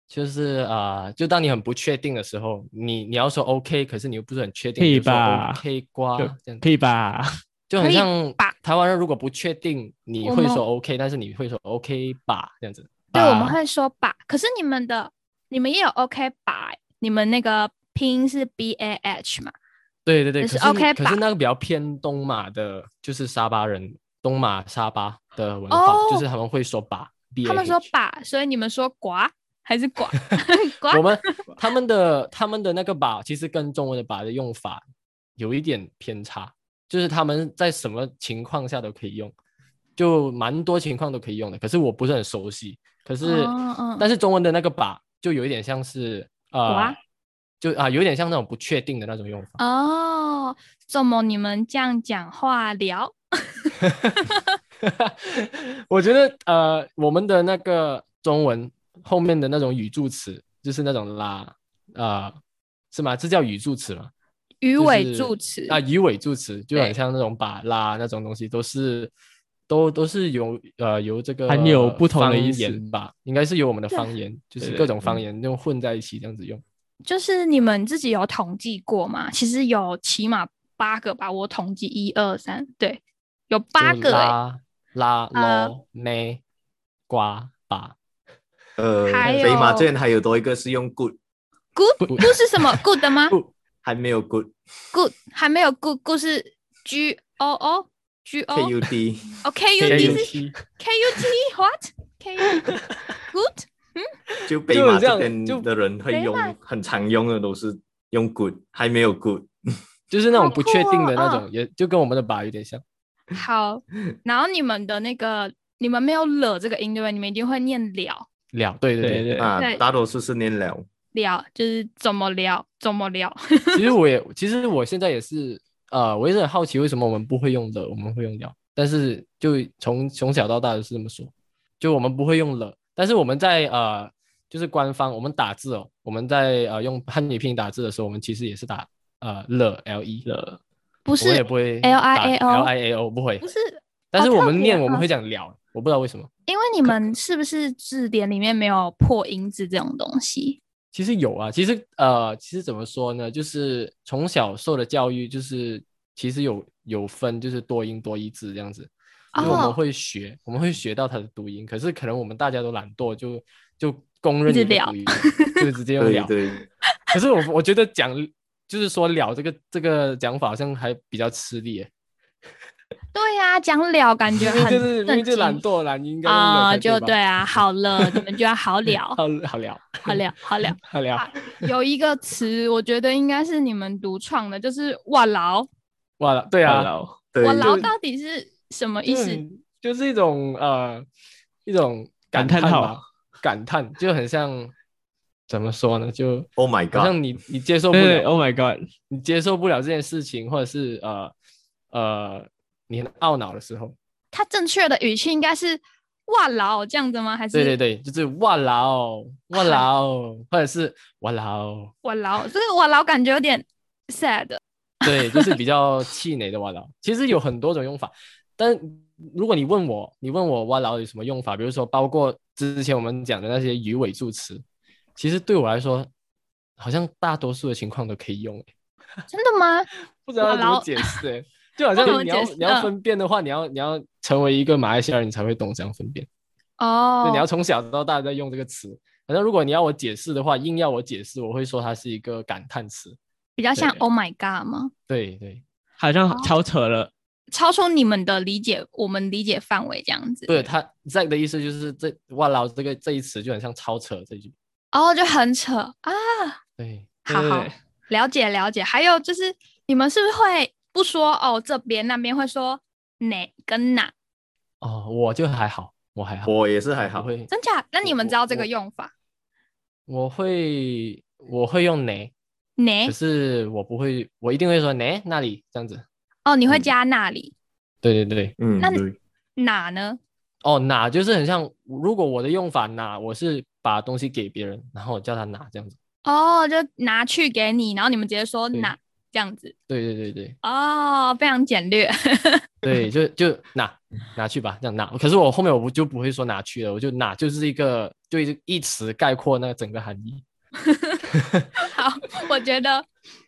[SPEAKER 2] 就是啊、呃就当你很不确定的时候，你你要说 OK，可是你又不是很确定，
[SPEAKER 4] 可以
[SPEAKER 2] 你就说
[SPEAKER 4] 吧
[SPEAKER 2] ？OK 瓜
[SPEAKER 4] 就
[SPEAKER 2] 这样
[SPEAKER 4] 可以吧？
[SPEAKER 2] 就很
[SPEAKER 1] 可以
[SPEAKER 2] 像
[SPEAKER 1] 吧
[SPEAKER 2] 台湾人如果不确定，你
[SPEAKER 1] 我
[SPEAKER 2] 会
[SPEAKER 1] 们
[SPEAKER 2] 说 OK，但是你会说 OK 吧这样子。
[SPEAKER 1] 对，我们
[SPEAKER 4] 吧
[SPEAKER 1] 会说吧。可是你们的你们也有 OK 吧？你们那个拼音是 B A H 嘛？
[SPEAKER 2] 对对对，
[SPEAKER 1] 就
[SPEAKER 2] 可
[SPEAKER 1] 是
[SPEAKER 2] 是
[SPEAKER 1] OK
[SPEAKER 2] 可
[SPEAKER 1] 吧
[SPEAKER 2] 是那个比较偏东马的，就是沙巴人，东马沙巴的文化，
[SPEAKER 1] 哦
[SPEAKER 2] 就是他们会说吧，
[SPEAKER 1] 他们说
[SPEAKER 2] BAH
[SPEAKER 1] 吧，所以你们说瓜还是瓜瓜
[SPEAKER 2] 我？们他们的他们的那个把其实跟中文的把的用法有一点偏差，就是他们在什么情况下都可以用，就蛮多情况都可以用的。可是我不是很熟悉，可是、
[SPEAKER 1] 哦嗯
[SPEAKER 2] 但是中文的那个把就有一点像是呃
[SPEAKER 1] 哇，
[SPEAKER 2] 就啊、有一点像那种不确定的那种用法。
[SPEAKER 1] 哦，怎么你们这样讲话聊？
[SPEAKER 2] 我觉得呃我们的那个中文后面的那种语助词就是那种啦呃是吗？这叫语助词吗？
[SPEAKER 1] 鱼
[SPEAKER 2] 就
[SPEAKER 1] 尾
[SPEAKER 2] 是
[SPEAKER 1] 助词
[SPEAKER 2] 啊，鱼尾助词就
[SPEAKER 1] 对
[SPEAKER 2] 很像那种把拉那种东西，都是都都是由呃由这个
[SPEAKER 4] 含有不同的
[SPEAKER 2] 方
[SPEAKER 4] 意思
[SPEAKER 2] 言吧，应该是由我们的
[SPEAKER 1] 对
[SPEAKER 2] 方言，就是
[SPEAKER 4] 对
[SPEAKER 2] 各种方言用混在一起这样子用。
[SPEAKER 1] 就是你们自己有统计过吗？其实有起码八个吧，我统计一二三，对，有八
[SPEAKER 2] 就
[SPEAKER 1] 个、欸。
[SPEAKER 2] 拉拉
[SPEAKER 1] 呃
[SPEAKER 2] 咯咩瓜把
[SPEAKER 3] 呃
[SPEAKER 1] 还，有
[SPEAKER 3] 飞马卷还有多一个是用 good，
[SPEAKER 1] Good good 是什么 good 的吗
[SPEAKER 2] Good
[SPEAKER 3] 还没有 good，K
[SPEAKER 1] ？Good 还没有 good good 是 G O O G O
[SPEAKER 3] U D，
[SPEAKER 1] 哦 K U
[SPEAKER 2] K
[SPEAKER 1] T
[SPEAKER 2] U
[SPEAKER 1] 是
[SPEAKER 2] T，
[SPEAKER 1] K U T what K good
[SPEAKER 3] 就北马
[SPEAKER 2] 这样
[SPEAKER 3] 这边
[SPEAKER 2] 就
[SPEAKER 3] 的人会用
[SPEAKER 1] 北马，
[SPEAKER 3] 很常用的都是用 good，还没有 good，
[SPEAKER 2] 就是那
[SPEAKER 1] 好
[SPEAKER 2] 种不确
[SPEAKER 1] 酷
[SPEAKER 2] 定的
[SPEAKER 1] 哦
[SPEAKER 2] 那
[SPEAKER 1] 嗯
[SPEAKER 2] 种，也就跟我们的把有点像。
[SPEAKER 1] 好，然后你们的那个你们没有了这个音对不对？你们一定会念了
[SPEAKER 2] 了，对
[SPEAKER 4] 对
[SPEAKER 2] 对
[SPEAKER 4] 对，
[SPEAKER 3] 啊
[SPEAKER 1] 对，
[SPEAKER 3] 大多数是念了，
[SPEAKER 1] 了，就是怎么聊怎么聊。
[SPEAKER 2] 对。其实我也，其实我现在也是，呃，我一直很好奇为什么我们不会用了，我们会用了，但是就从从小到大都是这么说，就我们不会用了，但是我们在呃，就是官方我们打字哦，我们在呃用汉语拼音打字的时候，我们其实也是打呃了 l e 了，
[SPEAKER 1] 不
[SPEAKER 2] 我们
[SPEAKER 1] 是
[SPEAKER 2] 也不会
[SPEAKER 1] L I A O
[SPEAKER 2] l i a o 不会
[SPEAKER 1] 不，是，
[SPEAKER 2] 但是
[SPEAKER 1] 好
[SPEAKER 2] 我
[SPEAKER 1] 特
[SPEAKER 2] 们
[SPEAKER 1] 别
[SPEAKER 2] 念我
[SPEAKER 1] 嗯
[SPEAKER 2] 们会讲了，我不知道为什么。
[SPEAKER 1] 因为你们是不是字典里面没有破音字这种东西？
[SPEAKER 2] 其实有啊，其实呃，其实怎么说呢，就是从小受的教育，就是其实有有分，就是多音多义字这样子。因为我
[SPEAKER 1] 哦
[SPEAKER 2] 们会学，我们会学到它的读音，可是可能我们大家都懒惰，就就公认的一
[SPEAKER 1] 一直
[SPEAKER 2] 个
[SPEAKER 1] 聊
[SPEAKER 2] 古语，就是直接用
[SPEAKER 3] 对
[SPEAKER 2] 聊。
[SPEAKER 3] 对，
[SPEAKER 2] 可是我我觉得讲就是说聊这个这个讲法好像还比较吃力耶，
[SPEAKER 1] 对呀、讲了感 觉
[SPEAKER 2] 明明
[SPEAKER 1] 很
[SPEAKER 2] 就是明明就
[SPEAKER 1] 震
[SPEAKER 2] 懒
[SPEAKER 1] 惊
[SPEAKER 2] 惰啦，你应该用聊
[SPEAKER 1] 啊、
[SPEAKER 2] 才
[SPEAKER 1] 就
[SPEAKER 2] 吧
[SPEAKER 1] 对， 啊，好了，你们就要好聊，
[SPEAKER 2] 好好聊
[SPEAKER 1] 好聊，好 聊。
[SPEAKER 2] 好聊，
[SPEAKER 1] 有一个词，我觉得应该是你们独创的，就是“哇劳
[SPEAKER 2] 哇了，对啊，
[SPEAKER 4] Hello
[SPEAKER 3] 对”。
[SPEAKER 1] 哇劳
[SPEAKER 2] 就
[SPEAKER 1] 到底是什么意
[SPEAKER 2] 就
[SPEAKER 1] 思？
[SPEAKER 2] 很嗯就是一种呃一种
[SPEAKER 4] 感
[SPEAKER 2] 叹
[SPEAKER 4] 叹号
[SPEAKER 2] 吧，感叹就很像怎么说呢？就
[SPEAKER 3] Oh my
[SPEAKER 2] 好
[SPEAKER 3] god！
[SPEAKER 2] 像你你接受不
[SPEAKER 4] 对对
[SPEAKER 2] 了，
[SPEAKER 4] ，Oh my God，
[SPEAKER 2] 你接受不了这件事情，或者是呃呃你很懊恼的时候，
[SPEAKER 1] 它正确的语气应该是“哇劳”这样子吗？还
[SPEAKER 2] 对对
[SPEAKER 1] 是
[SPEAKER 2] 对，就是哇啦哦哇啦 哦，或者是哇啦哦，
[SPEAKER 1] “哇劳”？这个“哇劳”感觉有点 sad。
[SPEAKER 2] 对，就是比较气馁的哇啦哦。其实有很多种用法，但如果你问我，你问我哇啦哦有什么用法，比如说包括之前我们讲的那些鱼尾助词，其实对我来说，好像大多数的情况都可以用，欸
[SPEAKER 1] 真的吗？
[SPEAKER 2] 不知道要怎
[SPEAKER 1] 哇啦
[SPEAKER 2] 么
[SPEAKER 1] 哦
[SPEAKER 2] 解 释欸。就好
[SPEAKER 1] 不知道
[SPEAKER 2] 像
[SPEAKER 1] 怎
[SPEAKER 2] 你
[SPEAKER 1] 么
[SPEAKER 2] 要
[SPEAKER 1] 解释
[SPEAKER 2] 你要
[SPEAKER 1] 嗯
[SPEAKER 2] 分辨的话，你要你要成为一个马来西亚人，你才会懂这样分辨。
[SPEAKER 1] 哦
[SPEAKER 2] 对，你要从小到大在用这个词。反正如果你要我解释的话，硬要我解释，我会说它是一个感叹词。
[SPEAKER 1] 比较像
[SPEAKER 2] 对
[SPEAKER 1] “Oh my God” 吗？
[SPEAKER 2] 对对
[SPEAKER 4] 好像超扯了。
[SPEAKER 1] 超出你们的理解，我们理解范围这样子。
[SPEAKER 2] 对，它 Zack 的意思就是这哇老这个这一词就很像超扯这句。
[SPEAKER 1] 哦，就很扯啊。
[SPEAKER 2] 对，
[SPEAKER 1] 好
[SPEAKER 4] 对对
[SPEAKER 1] 好
[SPEAKER 4] 对哎
[SPEAKER 1] 了解了解。还有就是，你们是不是会不说哦这边那边，会说哪跟哪？
[SPEAKER 2] 哦，我就还好，我还好，
[SPEAKER 3] 我也是还
[SPEAKER 2] 我
[SPEAKER 3] 好，
[SPEAKER 2] 会
[SPEAKER 1] 真假？那你
[SPEAKER 2] 我
[SPEAKER 1] 们知道
[SPEAKER 2] 我
[SPEAKER 1] 这个
[SPEAKER 2] 我
[SPEAKER 1] 用法？
[SPEAKER 2] 我会我会用呢，
[SPEAKER 1] 哪
[SPEAKER 2] 可？是我不会，我一定会说呢那里这样子。
[SPEAKER 1] 哦，你会
[SPEAKER 3] 嗯
[SPEAKER 1] 加那里？
[SPEAKER 2] 对对对，
[SPEAKER 3] 嗯，
[SPEAKER 1] 那你
[SPEAKER 3] 对，
[SPEAKER 1] 哪呢？
[SPEAKER 2] 哦哪就是很像，如果我的用法哪，我是把东西给别人，然后我叫他拿这样子。
[SPEAKER 1] 哦，就拿去给你，然后你们直接说
[SPEAKER 2] 对
[SPEAKER 1] 哪这样子。
[SPEAKER 2] 对对对对。
[SPEAKER 1] 哦，非常简略。
[SPEAKER 2] 对，就就拿拿去吧，这样拿。可是我后面我不就不会说拿去了，我就拿就是一个就一一词概括那个整个含义。
[SPEAKER 1] 好，我觉得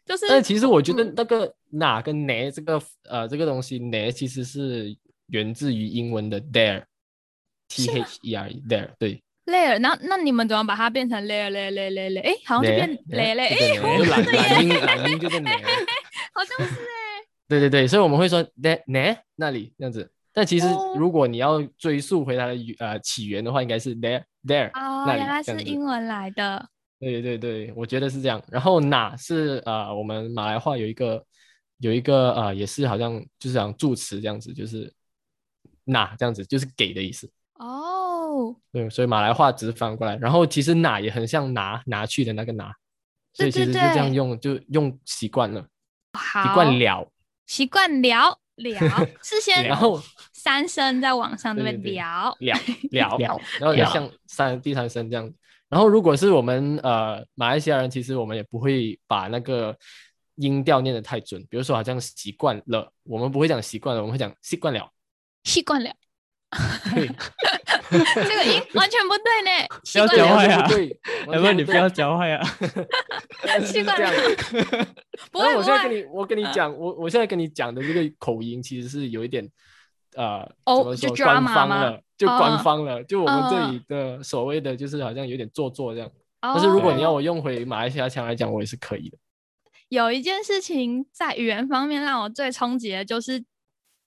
[SPEAKER 1] 就是
[SPEAKER 2] 但是其实我觉得
[SPEAKER 1] 嗯
[SPEAKER 2] 那个哪跟哪这个呃这个东西哪其实是源自于英文的 there，t
[SPEAKER 1] 是
[SPEAKER 2] h e r e there 对
[SPEAKER 1] layer，那那你们怎么把它变成 layer layer layer layer？layer？哎，好像就变
[SPEAKER 2] there，
[SPEAKER 1] layer layer，
[SPEAKER 2] 对
[SPEAKER 1] 哎，
[SPEAKER 2] 就
[SPEAKER 1] 好
[SPEAKER 2] 变 there，就
[SPEAKER 1] 像
[SPEAKER 2] 懒
[SPEAKER 1] 对耶
[SPEAKER 2] 懒音懒音就是哪，
[SPEAKER 1] 好像是哎。
[SPEAKER 2] 对对对，所以我们会说 that 哪那里这样子。但其实
[SPEAKER 1] 哦
[SPEAKER 2] 如果你要追溯回它的语呃起源的话，应该是 there there
[SPEAKER 1] 哦，
[SPEAKER 2] 那里
[SPEAKER 1] 原来
[SPEAKER 2] 这
[SPEAKER 1] 是
[SPEAKER 2] 样子
[SPEAKER 1] 英文来的。
[SPEAKER 2] 对对对，我觉得是这样。然后哪是呃，我们马来话有一个有一个呃，也是好像就是讲助词这样子，就是哪这样子，就是给的意思。
[SPEAKER 1] 哦，
[SPEAKER 2] 对，所以马来话直翻过来，然后其实哪也很像拿拿去的那个拿，所
[SPEAKER 1] 对
[SPEAKER 2] 以其实
[SPEAKER 1] 对
[SPEAKER 2] 就这样
[SPEAKER 1] 对
[SPEAKER 2] 用，就用习惯了，
[SPEAKER 1] 好，
[SPEAKER 2] 习惯了。
[SPEAKER 1] 习惯聊 聊，是先
[SPEAKER 2] 然后
[SPEAKER 1] 三声在网上这边
[SPEAKER 2] 对对对
[SPEAKER 1] 聊
[SPEAKER 2] 了了
[SPEAKER 4] 了，
[SPEAKER 2] 然后也
[SPEAKER 4] 了
[SPEAKER 2] 像三第三声这样。然后如果是我们呃马来西亚人，其实我们也不会把那个音调念得太准，比如说好像习惯了，我们不会讲习惯了，我们会讲习惯 了。
[SPEAKER 1] 习惯聊，
[SPEAKER 2] 对，
[SPEAKER 1] 这个 音完全不对呢。习
[SPEAKER 4] 要
[SPEAKER 1] 惯
[SPEAKER 4] 讲
[SPEAKER 1] 聊
[SPEAKER 4] 话
[SPEAKER 2] 完
[SPEAKER 4] 呀
[SPEAKER 2] 全不对，
[SPEAKER 4] 哎
[SPEAKER 2] 完
[SPEAKER 4] 不，
[SPEAKER 2] 全
[SPEAKER 4] 你不
[SPEAKER 2] 对
[SPEAKER 4] 要教坏啊！
[SPEAKER 2] 但是
[SPEAKER 1] 习
[SPEAKER 2] 就是
[SPEAKER 1] 惯
[SPEAKER 2] 这样。
[SPEAKER 1] 不会
[SPEAKER 2] 然后
[SPEAKER 1] 不
[SPEAKER 2] 我现在跟
[SPEAKER 1] 会，
[SPEAKER 2] 你，我跟你讲，我我现在跟你讲的这个口音其实是有一点，呃，
[SPEAKER 1] 哦
[SPEAKER 2] 怎么说
[SPEAKER 1] 就
[SPEAKER 2] 官
[SPEAKER 1] drama
[SPEAKER 2] 方
[SPEAKER 1] 吗
[SPEAKER 2] 了，就
[SPEAKER 1] 嗯
[SPEAKER 2] 官
[SPEAKER 1] 嗯
[SPEAKER 2] 方了，就我们这
[SPEAKER 1] 嗯嗯
[SPEAKER 2] 里的所谓的就是好像有点做作这样。
[SPEAKER 1] 但
[SPEAKER 2] 但是如
[SPEAKER 1] 哦
[SPEAKER 2] 果你要我用回马来西亚腔来讲，我也是可以的。
[SPEAKER 1] 有一件事情在语言方面让我最冲击的就是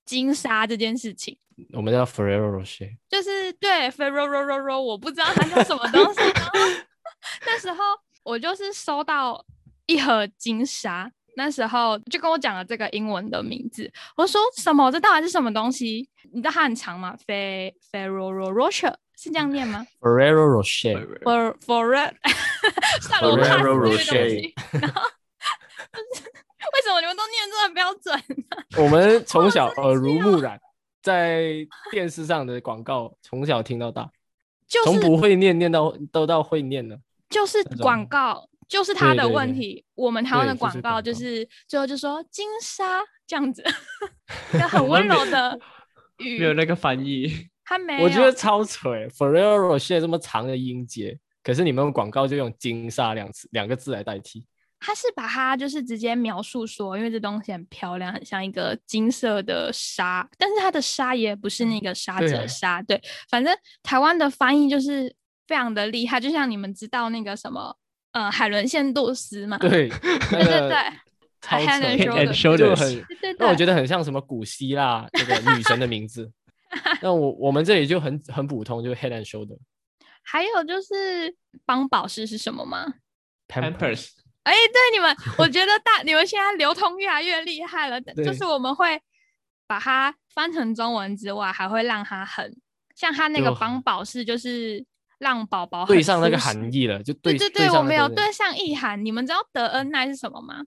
[SPEAKER 1] 金沙这件事情。
[SPEAKER 2] 我们叫 Ferrero Rocher，
[SPEAKER 1] 就是对 f e r r o r o r o r o 我不知道它叫什么东西。然后 那时候我就是收到一盒金沙，那时候就跟我讲了这个英文的名字，我说什么？这到底是什么东西？你知道它很长吗 f e f e r r o r o r o s h e r 是这样念吗
[SPEAKER 2] Ferrero Rocher，
[SPEAKER 1] ？For for it，算了，我
[SPEAKER 3] Ferrero
[SPEAKER 1] 怕死这个东
[SPEAKER 3] Rocher
[SPEAKER 1] 西。然后 为什么你们都念这么标准？
[SPEAKER 2] 我们从小
[SPEAKER 1] 好
[SPEAKER 2] 耳
[SPEAKER 1] 生气
[SPEAKER 2] 濡
[SPEAKER 1] 哦
[SPEAKER 2] 目染，在电视上的广告从小听到大，
[SPEAKER 1] 就
[SPEAKER 2] 从
[SPEAKER 1] 是
[SPEAKER 2] 不会念念到都到会念了。
[SPEAKER 1] 就是
[SPEAKER 2] 那种
[SPEAKER 1] 广告，就是他
[SPEAKER 2] 对
[SPEAKER 1] 的
[SPEAKER 2] 对
[SPEAKER 1] 问
[SPEAKER 2] 对
[SPEAKER 1] 题。我们台湾
[SPEAKER 2] 对
[SPEAKER 1] 的
[SPEAKER 2] 就是
[SPEAKER 1] 广告
[SPEAKER 2] 广
[SPEAKER 1] 就
[SPEAKER 2] 告
[SPEAKER 1] 是最后就说金沙这样 子，就很温柔的语，
[SPEAKER 4] 没有那个翻译，
[SPEAKER 1] 他没有。
[SPEAKER 2] 我觉得超扯欸，Ferrero Rocher 这么长的音节，可是你们广告就用金沙两字两个字来代替。
[SPEAKER 1] 他是把它就是直接描述说，因为这东西很漂亮，很像一个金色的沙，但是它的沙也不是那个沙子
[SPEAKER 2] 嗯对
[SPEAKER 1] 的
[SPEAKER 2] 啊
[SPEAKER 1] 沙，对，反正台湾的翻译就是非常的厉害，就像你们知道那个什么，呃，海伦线杜斯嘛，
[SPEAKER 2] 对，
[SPEAKER 1] 对
[SPEAKER 2] 对
[SPEAKER 1] 对对，
[SPEAKER 2] 超扯
[SPEAKER 1] Head and
[SPEAKER 4] Head and
[SPEAKER 1] Shoulders
[SPEAKER 2] 就
[SPEAKER 4] Shoulders，
[SPEAKER 2] 很
[SPEAKER 1] 对对
[SPEAKER 2] 那我
[SPEAKER 1] 对，
[SPEAKER 2] 觉得很像什么古希腊这个女神的名 字。那我我们这里就很很普通，就是 head and shoulder
[SPEAKER 1] 还有就是邦宝适是什么吗？
[SPEAKER 4] Pampers
[SPEAKER 1] 哎、对你们， 我觉得大你们现在流通越来越厉害了，就
[SPEAKER 2] 对
[SPEAKER 1] 是我们会把它翻成中文之外，还会让它很像它那
[SPEAKER 2] 就
[SPEAKER 1] 个
[SPEAKER 2] 很
[SPEAKER 1] 邦宝适，就是让宝宝哦
[SPEAKER 2] 对
[SPEAKER 1] 很
[SPEAKER 2] 上那
[SPEAKER 1] 舒
[SPEAKER 2] 个
[SPEAKER 1] 适
[SPEAKER 2] 含义了，就
[SPEAKER 1] 对
[SPEAKER 2] 对
[SPEAKER 1] 对
[SPEAKER 2] 对
[SPEAKER 1] 对，
[SPEAKER 2] 上
[SPEAKER 1] 我们有
[SPEAKER 2] 那个
[SPEAKER 1] 对上意涵。你们知道德恩奈是什么吗？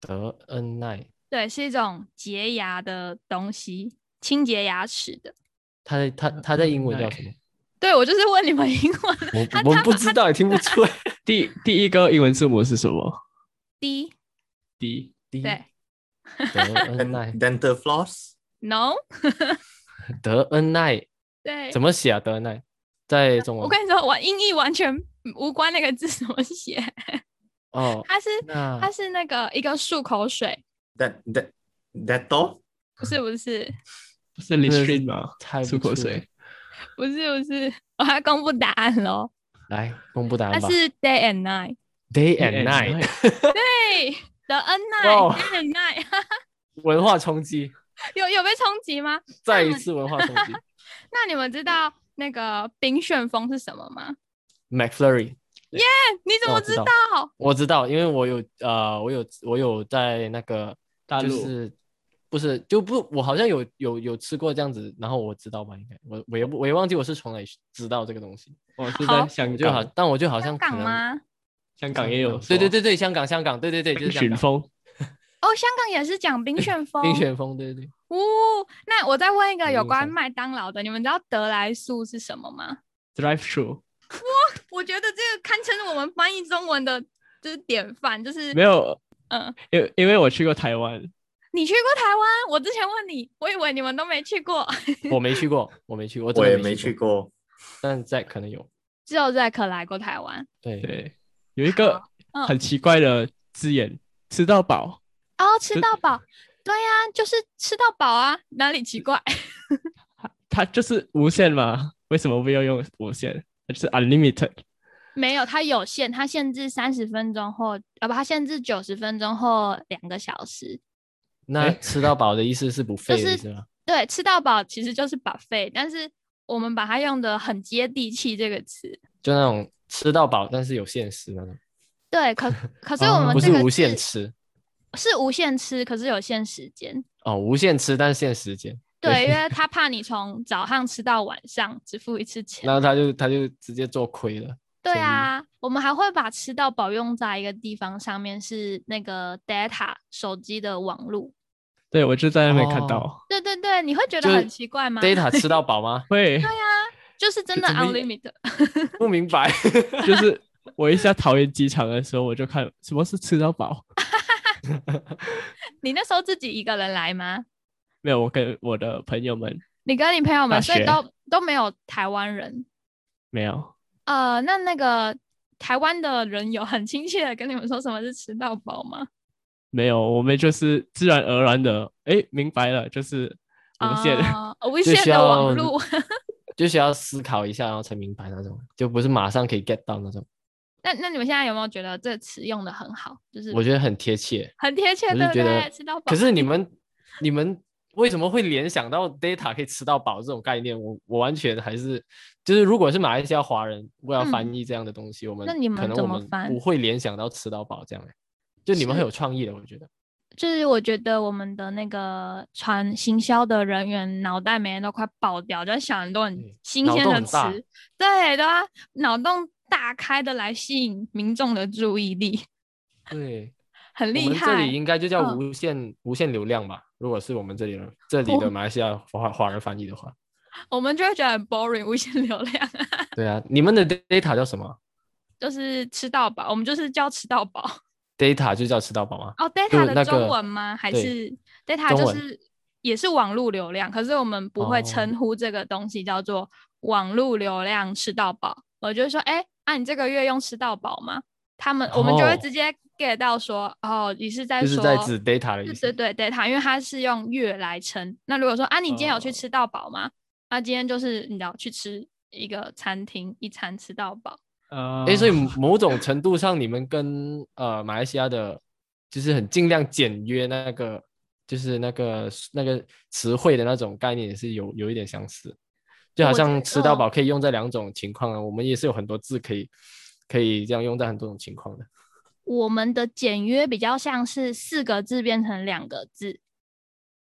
[SPEAKER 2] 德恩奈，
[SPEAKER 1] 对，是一种洁牙的东西，清洁牙齿的。
[SPEAKER 2] 他在他他在英文叫
[SPEAKER 4] 奈
[SPEAKER 2] 什么？
[SPEAKER 1] 对我就是问你们 英文
[SPEAKER 2] 我
[SPEAKER 1] 他他
[SPEAKER 2] 我们不
[SPEAKER 1] 把
[SPEAKER 2] 知道，也听不出来。
[SPEAKER 4] 第第一个英文字母是什么
[SPEAKER 1] D
[SPEAKER 4] ？D
[SPEAKER 1] 对
[SPEAKER 2] 德 恩
[SPEAKER 3] Oh,
[SPEAKER 2] 奈，
[SPEAKER 3] dental floss
[SPEAKER 1] no
[SPEAKER 2] 德恩奈
[SPEAKER 1] 对，
[SPEAKER 2] 怎么写啊？德恩奈在中
[SPEAKER 1] 我
[SPEAKER 2] 文
[SPEAKER 1] 跟你说，我音译完全无关那个字怎么写，
[SPEAKER 2] 哦，
[SPEAKER 1] 它是
[SPEAKER 2] 那
[SPEAKER 1] 它是那个一个漱口水，
[SPEAKER 3] that that that all
[SPEAKER 1] 不是不是
[SPEAKER 4] 不是 Listerine 吗？
[SPEAKER 2] 猜不
[SPEAKER 4] 漱口
[SPEAKER 2] 出
[SPEAKER 4] 水。
[SPEAKER 1] 不是不是，我要公布答案喽，
[SPEAKER 2] 来公布答
[SPEAKER 1] 它
[SPEAKER 2] 案吧。
[SPEAKER 1] 是 day and night，
[SPEAKER 2] Day
[SPEAKER 4] Day
[SPEAKER 2] and
[SPEAKER 4] and
[SPEAKER 2] night，
[SPEAKER 1] 对，德恩奈
[SPEAKER 2] 哇
[SPEAKER 1] day and night，
[SPEAKER 2] 文化冲击，
[SPEAKER 1] 有有被冲击吗？
[SPEAKER 2] 再一
[SPEAKER 1] 们
[SPEAKER 2] 次文化冲击。
[SPEAKER 1] 那你们知道那个冰旋风是什么吗？
[SPEAKER 2] McFlurry，
[SPEAKER 1] 你怎
[SPEAKER 2] 那
[SPEAKER 1] 么
[SPEAKER 2] 我知道
[SPEAKER 1] 道？
[SPEAKER 2] 我知道，因为我有呃，我有我有在那个
[SPEAKER 4] 大
[SPEAKER 2] 就
[SPEAKER 4] 陆
[SPEAKER 2] 是不是就不我好像有有有吃过这样子，然后我知道吧，应该我我也不我也忘记我是从哪里知道这个东西，
[SPEAKER 4] 我是
[SPEAKER 1] 好
[SPEAKER 4] 在香
[SPEAKER 2] 我就好
[SPEAKER 4] 港，，
[SPEAKER 2] 但我就好像
[SPEAKER 1] 香
[SPEAKER 2] 可
[SPEAKER 1] 港
[SPEAKER 2] 能
[SPEAKER 1] 吗？
[SPEAKER 4] 香港也有。
[SPEAKER 2] 对对，对对，香港香港，对对对，就是香
[SPEAKER 4] 旋
[SPEAKER 2] 港
[SPEAKER 4] 风
[SPEAKER 1] 哦，香港也是讲冰 旋风。
[SPEAKER 2] 冰旋风，对对对，
[SPEAKER 1] 哦，那我再问一个
[SPEAKER 2] 有
[SPEAKER 1] 有
[SPEAKER 2] 印
[SPEAKER 1] 关
[SPEAKER 2] 象
[SPEAKER 1] 麦当劳的，你们知道德来素是什么吗？
[SPEAKER 4] Drive Through
[SPEAKER 1] 我觉得这个堪称我们翻译中文的，就是典范。就是
[SPEAKER 4] 没有，
[SPEAKER 1] 嗯，
[SPEAKER 4] 因因为我去过台湾，
[SPEAKER 1] 你去过台湾？我之前问你，我以为你们都没去过，
[SPEAKER 2] 我没去过，我没去过，真
[SPEAKER 3] 我
[SPEAKER 2] 的
[SPEAKER 3] 也没去
[SPEAKER 2] 去过，
[SPEAKER 3] 过。
[SPEAKER 2] 但 Zack 可能有，
[SPEAKER 1] 只有 Zack 来过台湾。
[SPEAKER 2] 对，
[SPEAKER 4] 对，有一个
[SPEAKER 1] 嗯
[SPEAKER 4] 很奇怪的字眼，吃到饱。
[SPEAKER 1] 哦，吃
[SPEAKER 4] 就
[SPEAKER 1] 到饱，对呀、就是吃到饱啊，哪里奇怪？
[SPEAKER 4] 它就是无限嘛？为什么不要用无限？它就是 unlimited。
[SPEAKER 1] 没有，它有限，它限制三十分钟或啊不，它限制九十分钟或两个小时。
[SPEAKER 2] 那
[SPEAKER 4] 诶
[SPEAKER 2] 吃到饱的意思是不费
[SPEAKER 1] 是
[SPEAKER 2] 的意思吗？
[SPEAKER 1] 对，吃到饱其实就是 buffet，但是我们把它用的很接地气这个词。
[SPEAKER 2] 就那种吃到饱，但是有限时那种，
[SPEAKER 1] 对， 可可是
[SPEAKER 4] 哦
[SPEAKER 1] 我们
[SPEAKER 2] 不
[SPEAKER 1] 这
[SPEAKER 2] 是
[SPEAKER 1] 啊个
[SPEAKER 2] 无限
[SPEAKER 1] 字
[SPEAKER 2] 吃
[SPEAKER 1] 是无限吃，可是有限时间。
[SPEAKER 2] 哦，无限吃但是限时间。
[SPEAKER 1] 对，因为他怕你从早上吃到晚上，只付一次钱
[SPEAKER 2] 然。后他就他就直接做亏了。
[SPEAKER 1] 对
[SPEAKER 2] 便宜
[SPEAKER 1] 啊，我们还会把吃到饱用在一个地方上面，是那个 data 手机的网路。
[SPEAKER 4] 对我就在那边看
[SPEAKER 2] 哦
[SPEAKER 4] 到，？
[SPEAKER 1] 对对对，你会觉得
[SPEAKER 2] 就是
[SPEAKER 1] 很奇怪吗？
[SPEAKER 2] Data 吃到饱吗
[SPEAKER 4] 会
[SPEAKER 1] 就是真的
[SPEAKER 4] 怎么
[SPEAKER 1] unlimited。
[SPEAKER 2] 不明 白。
[SPEAKER 4] 就是我一下桃园机场的时候，我就看什么是吃到饱。
[SPEAKER 1] 你那时候自己一个人来吗？
[SPEAKER 4] 没有，我跟我的朋友们
[SPEAKER 1] 你跟你朋友们，
[SPEAKER 4] 大
[SPEAKER 1] 所以
[SPEAKER 4] 学
[SPEAKER 1] 都都没有台湾人。
[SPEAKER 4] 没有。
[SPEAKER 1] 呃，那那个台湾的人有很亲切的跟你们说什么是吃到饱吗？
[SPEAKER 4] 没有，我们就是自然而然的，哎，明白了，就是无限。
[SPEAKER 1] 啊 无
[SPEAKER 2] 就
[SPEAKER 1] 限
[SPEAKER 2] 需
[SPEAKER 1] 的网
[SPEAKER 2] 要
[SPEAKER 1] 路。
[SPEAKER 2] 就需要思考一下，然后才明白那种，就不是马上可以 get 到那种。
[SPEAKER 1] 那那你们现在有没有觉得这个词用的很好？就是
[SPEAKER 2] 我觉得很贴切。
[SPEAKER 1] 很贴切，
[SPEAKER 2] 我
[SPEAKER 1] 对
[SPEAKER 2] 是
[SPEAKER 1] 不
[SPEAKER 2] 觉
[SPEAKER 1] 对？
[SPEAKER 2] 得
[SPEAKER 1] 吃到，饱。
[SPEAKER 2] 可是你们你们为什么会联想到 data 可以吃到饱这种概念？我我完全还是就是，如果是马来西亚华人，如果要翻译这样的东西，我们
[SPEAKER 1] 嗯那你们
[SPEAKER 2] 可能
[SPEAKER 1] 怎
[SPEAKER 2] 我
[SPEAKER 1] 么
[SPEAKER 2] 们
[SPEAKER 1] 翻
[SPEAKER 2] 不会联想到吃到饱这样。欸就你们
[SPEAKER 1] 是
[SPEAKER 2] 很有创意的，我觉得。
[SPEAKER 1] 就是我觉得我们的那个传行销的人员脑袋每天都快爆掉，就在想很多很
[SPEAKER 2] 对
[SPEAKER 1] 新
[SPEAKER 2] 嗯脑
[SPEAKER 1] 鲜
[SPEAKER 2] 洞
[SPEAKER 1] 的
[SPEAKER 2] 很大
[SPEAKER 1] 词，对对啊，脑洞大开的来吸引民众的注意力，
[SPEAKER 2] 对，
[SPEAKER 1] 很
[SPEAKER 2] 我
[SPEAKER 1] 厉
[SPEAKER 2] 们这
[SPEAKER 1] 害
[SPEAKER 2] 里。应该就叫
[SPEAKER 1] 嗯
[SPEAKER 2] 无限、无限流量吧。如果是我们这里人这里的马来西亚华华人翻译的话，
[SPEAKER 1] 我们就会觉得很 boring，无限流量，
[SPEAKER 2] 对啊，你们的 data 叫什么
[SPEAKER 1] 就是吃到饱，我们就是叫吃到饱。
[SPEAKER 2] ？data 就叫吃到饱吗？
[SPEAKER 1] 哦
[SPEAKER 2] 就
[SPEAKER 1] ，data 的
[SPEAKER 2] 那
[SPEAKER 1] 中
[SPEAKER 2] 个
[SPEAKER 1] 文吗？还
[SPEAKER 2] 对
[SPEAKER 1] 是 data
[SPEAKER 2] 中
[SPEAKER 1] 就
[SPEAKER 2] 文
[SPEAKER 1] 是也是网络流量，可是我们不会
[SPEAKER 2] 哦
[SPEAKER 1] 称呼这个东西叫做网络流量吃到饱，我就会说，哎、啊，你这个月用吃到饱吗？他们我们就会
[SPEAKER 2] 哦
[SPEAKER 1] 直接 get 到说，哦，你是在
[SPEAKER 2] 就
[SPEAKER 1] 说，
[SPEAKER 2] 是在指 data 的意
[SPEAKER 1] 对
[SPEAKER 2] 思。
[SPEAKER 1] 对对 data，因为它是用月来称。那如果说啊，你今天有去
[SPEAKER 4] 哦
[SPEAKER 1] 吃到饱吗？那今天就是你知道去吃一个餐厅一餐吃到饱。
[SPEAKER 4] 呃，
[SPEAKER 2] 哦诶，所以某种程度上，你们跟呃马来西亚的，就是很尽量简约那个，就是那个那个词汇的那种概念，也是有有一点相似。就好
[SPEAKER 1] 我觉
[SPEAKER 2] 像
[SPEAKER 1] 得
[SPEAKER 2] 吃到
[SPEAKER 1] 嗯
[SPEAKER 2] 饱可以用在两种情况啊，我们也是有很多字可以可以这样用在很多种情况的。
[SPEAKER 1] 我们的简约比较像是四个字变成两个字，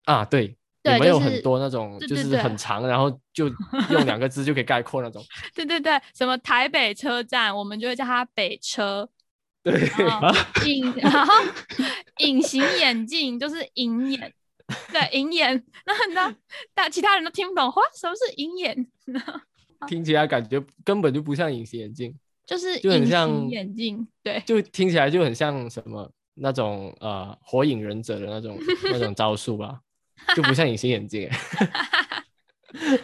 [SPEAKER 2] 啊，对，
[SPEAKER 1] 对
[SPEAKER 2] 你们
[SPEAKER 1] 就
[SPEAKER 2] 有很
[SPEAKER 1] 是
[SPEAKER 2] 多那种
[SPEAKER 1] 对
[SPEAKER 2] 就
[SPEAKER 1] 对
[SPEAKER 2] 是
[SPEAKER 1] 对
[SPEAKER 2] 很长，然后就用两个字就可以概 括那种。
[SPEAKER 1] 对对对，什么台北车站，我们就会叫它北车。
[SPEAKER 2] 对，
[SPEAKER 1] 然后 隐， 然后隐形眼镜就是隐眼，对隐眼。那很多但其他人都听不懂，哇，什么是隐眼？
[SPEAKER 2] 听起来感觉根本就不像隐形眼镜，
[SPEAKER 1] 就是
[SPEAKER 2] 就很
[SPEAKER 1] 隐
[SPEAKER 2] 像
[SPEAKER 1] 形眼镜，对
[SPEAKER 2] 就听起来就很像什么那种呃火影忍者的 那种那种招数吧，就不像隐形眼镜欸。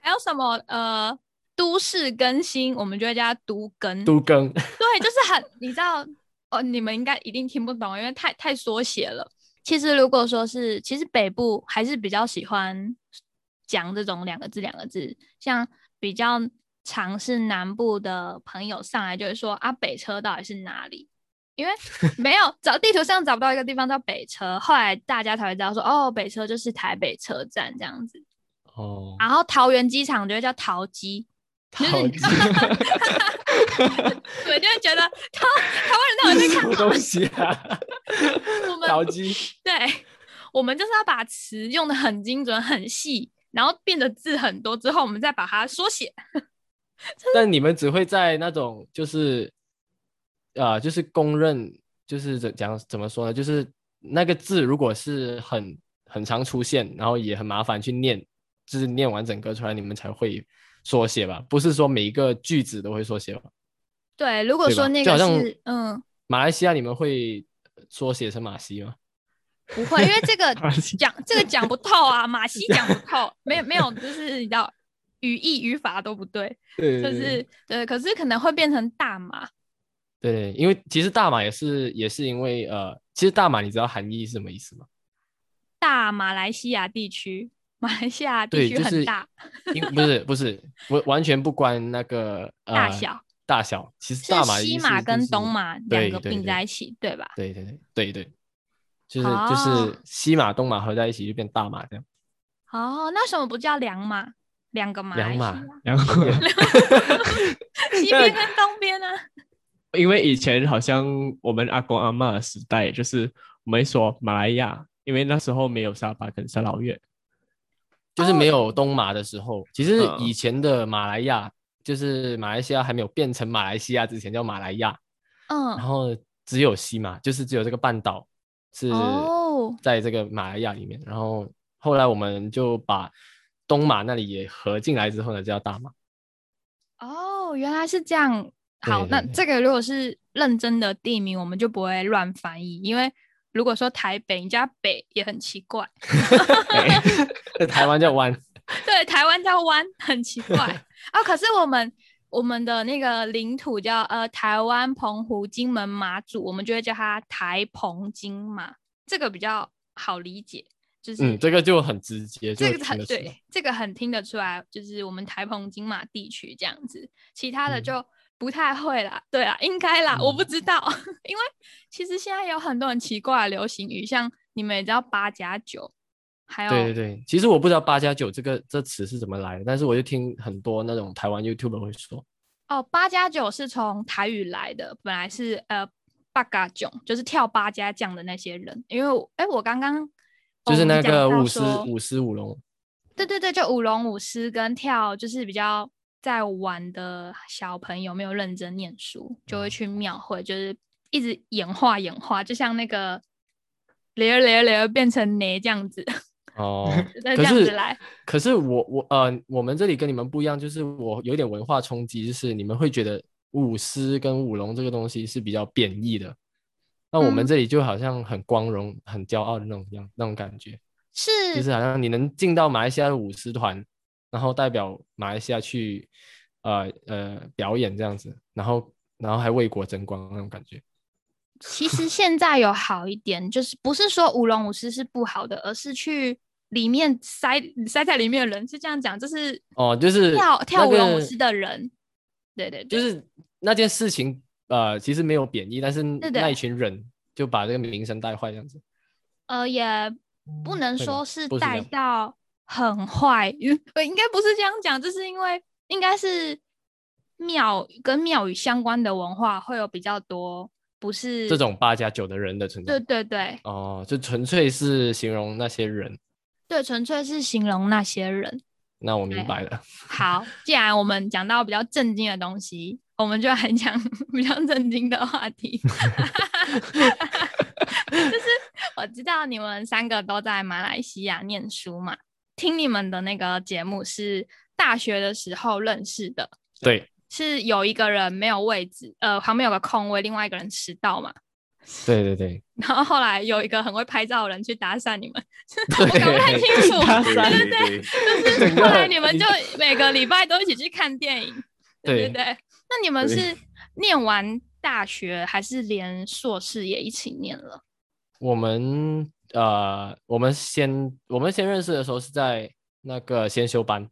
[SPEAKER 1] 还有什么呃，都市更新，我们就会叫它都更。
[SPEAKER 2] 都 更
[SPEAKER 1] 对，就是很，你知道，哦，你们应该一定听不懂，因为太太缩写了。其实如果说是，其实北部还是比较喜欢讲这种两个字两个字，像比较常是南部的朋友上来就会说啊，北车到底是哪里？因为没有找地图上找不到一个地方叫北车，后来大家才会知道说哦，北车就是台北车站这样子。
[SPEAKER 2] 哦，
[SPEAKER 1] 然后桃园机场就会叫桃机，就是
[SPEAKER 2] 好
[SPEAKER 1] 你知道我就会觉得 台台湾人到底在
[SPEAKER 2] 什
[SPEAKER 1] 看
[SPEAKER 2] 么
[SPEAKER 1] 什么
[SPEAKER 2] 东？西啊？
[SPEAKER 1] 我们
[SPEAKER 2] 劳机
[SPEAKER 1] 对，我们就是要把词用的很精准、很细，然后变得字很多之后，我们再把它缩写。
[SPEAKER 2] 但你们只会在那种就是，呃，就是公认，就是怎讲怎么说呢？就是那个字如果是很很常出现，然后也很麻烦去念，就是念完整个出来，你们才会缩写吧？不是说每一个句子都会缩写吧？
[SPEAKER 1] 对，如果
[SPEAKER 2] 对吧？
[SPEAKER 1] 说那
[SPEAKER 2] 就好
[SPEAKER 1] 个
[SPEAKER 2] 像
[SPEAKER 1] 是嗯，
[SPEAKER 2] 马来西亚你们会缩写成马西吗？
[SPEAKER 1] 不会，因为这 个
[SPEAKER 4] 马西
[SPEAKER 1] 讲这个讲不透啊，马西讲不透，没有没有，就是你知道语义语法都不对，
[SPEAKER 2] 对
[SPEAKER 1] 就是对，可是可能会变成大马。
[SPEAKER 2] 对，因为其实大马也是也是因为呃，其实大马你知道含义是什么意思吗？
[SPEAKER 1] 大马来西亚地区，马来西亚地
[SPEAKER 2] 对，
[SPEAKER 1] 区
[SPEAKER 2] 就
[SPEAKER 1] 很
[SPEAKER 2] 是
[SPEAKER 1] 大，
[SPEAKER 2] 因不是不是不完全不关那个、呃、
[SPEAKER 1] 大小
[SPEAKER 2] 大小，其实大马
[SPEAKER 1] 是
[SPEAKER 2] 的
[SPEAKER 1] 西
[SPEAKER 2] 意思
[SPEAKER 1] 马
[SPEAKER 2] 就
[SPEAKER 1] 跟
[SPEAKER 2] 是
[SPEAKER 1] 东马两
[SPEAKER 2] 对
[SPEAKER 1] 个
[SPEAKER 2] 对
[SPEAKER 1] 并
[SPEAKER 2] 对
[SPEAKER 1] 在一起，对吧？
[SPEAKER 2] 对对对对对，就是、
[SPEAKER 1] 哦
[SPEAKER 2] 就是西马东马合在一起就变大马这样，
[SPEAKER 1] 哦，那为什么不叫两马？两个马来
[SPEAKER 2] 两
[SPEAKER 1] 西亚，
[SPEAKER 2] 马
[SPEAKER 4] 然后
[SPEAKER 1] 西边跟东边呢、啊
[SPEAKER 4] 因为以前好像我们阿公阿嬷的时代，就是我们说马来亚，因为那时候没有沙巴跟沙捞越，
[SPEAKER 2] 就是没
[SPEAKER 1] 哦
[SPEAKER 2] 有东马的时候，其实
[SPEAKER 4] 嗯
[SPEAKER 2] 以前的马来亚、就是马来西亚还没有变成马来西亚之前叫马来亚，然
[SPEAKER 1] 嗯，
[SPEAKER 2] 后只有西马，就是只有这个半岛是
[SPEAKER 1] 哦
[SPEAKER 2] 在这个马来亚里面。然后后来我们就把东马那里也合进来之后呢，就叫大马。
[SPEAKER 1] 哦，原来是这样。好，
[SPEAKER 2] 对对
[SPEAKER 1] 那
[SPEAKER 2] 对
[SPEAKER 1] 这个如果是认真的地名，我们就不会乱翻译，因为如果说台北，你加北也很奇怪，
[SPEAKER 2] 在台湾叫湾，
[SPEAKER 1] 对，台湾叫湾，很奇 怪哦。可是我们我们的那个领土叫呃台湾澎湖金门马祖，我们就会叫它台澎金马，这个比较好理解，就是、
[SPEAKER 2] 嗯，这个就很直接，就
[SPEAKER 1] 这个
[SPEAKER 2] 听
[SPEAKER 1] 很
[SPEAKER 2] 得出来
[SPEAKER 1] 对，这个很听得出来，就是我们台澎金马地区这样子，其他的
[SPEAKER 2] 嗯
[SPEAKER 1] 就不太会啦。对啊，应该啦，我不
[SPEAKER 2] 嗯
[SPEAKER 1] 知道， 因为其实现在有很多很奇怪的流行语，像你们也知道八加九，还有
[SPEAKER 2] 对对对，其实我不知道“八加九”这个这词是怎么来的，但是我就听很多那种台湾 YouTube 会说，
[SPEAKER 1] 哦，八加九是从台语来的，本来是呃八嘎囧，就是跳八家将的那些人。因为我哎，我刚哦刚
[SPEAKER 2] 就是那个舞狮
[SPEAKER 1] 狮
[SPEAKER 2] 舞狮舞龙，
[SPEAKER 1] 对对对，就舞龙舞狮跟跳，就是比较在玩的小朋友没有认真念书，就
[SPEAKER 2] 嗯
[SPEAKER 1] 会去庙会，就是一直演化演化，就像那个雷儿雷儿雷儿变成雷这样子，
[SPEAKER 2] 哦，
[SPEAKER 1] 就这
[SPEAKER 2] 可
[SPEAKER 1] 样子
[SPEAKER 2] 是
[SPEAKER 1] 来。
[SPEAKER 2] 可是我我呃，我们这里跟你们不一样，就是我有点文化冲击，就是你们会觉得舞狮跟舞龙这个东西是比较贬义的，那我们
[SPEAKER 1] 嗯
[SPEAKER 2] 这里就好像很光荣、很骄傲的那种样那种感觉，
[SPEAKER 1] 是，
[SPEAKER 2] 就是好像你能进到马来西亚的舞狮团，然后代表马来西亚去呃呃表演这样子，然后然后还为国争光那种感觉。
[SPEAKER 1] 其实现在有好一点，就是不是说舞龙舞狮是不好的，而是去里面塞塞在里面的人是这样讲，就是
[SPEAKER 2] 哦，就是
[SPEAKER 1] 跳跳舞
[SPEAKER 2] 那
[SPEAKER 1] 龙舞
[SPEAKER 2] 个
[SPEAKER 1] 狮的人，对对
[SPEAKER 2] 就
[SPEAKER 1] 对，
[SPEAKER 2] 是那件事情，呃，其实没有贬义，但是
[SPEAKER 1] 的
[SPEAKER 2] 那一群人就把这个名声带坏，这样子。
[SPEAKER 1] 呃，也不能
[SPEAKER 2] 对吗
[SPEAKER 1] 说是
[SPEAKER 2] 不是这
[SPEAKER 1] 带
[SPEAKER 2] 样
[SPEAKER 1] 到很坏，因为呃应该不是这样讲，就是因为应该是庙跟庙宇相关的文化会有比较多，不是
[SPEAKER 2] 这种八加九的人的存
[SPEAKER 1] 对
[SPEAKER 2] 在。
[SPEAKER 1] 对对
[SPEAKER 2] 哦，就纯粹是形容那些人。
[SPEAKER 1] 对，纯粹是形容那些人。
[SPEAKER 2] 那我
[SPEAKER 1] 对
[SPEAKER 2] 明白了。
[SPEAKER 1] 好，既然我们讲到比较震惊的东西，我们就来讲 比较震惊的话题。 就是我知道你们三个都在马来西亚念书嘛，听你们的那个节目是大学的时候认识的，
[SPEAKER 2] 对
[SPEAKER 1] 是有一个人没有位置，呃，旁边有个空位，另外一个人迟到嘛，
[SPEAKER 2] 对对对
[SPEAKER 1] 然后后来有一个很会拍照的人去搭讪你 们， 我搞不 太
[SPEAKER 2] 对，
[SPEAKER 1] 清楚，
[SPEAKER 4] 搭
[SPEAKER 3] 对
[SPEAKER 4] 讪
[SPEAKER 3] 对对，
[SPEAKER 1] 就是
[SPEAKER 2] 整个
[SPEAKER 1] 后来你们
[SPEAKER 2] 已
[SPEAKER 1] 就每个礼拜都一起去看电影，对
[SPEAKER 2] 对
[SPEAKER 1] 不对？那你们
[SPEAKER 3] 对
[SPEAKER 1] 是念完大学还是连硕士也一起念了？
[SPEAKER 2] 我们呃，我们先我们先认识的时候是在那个先修班，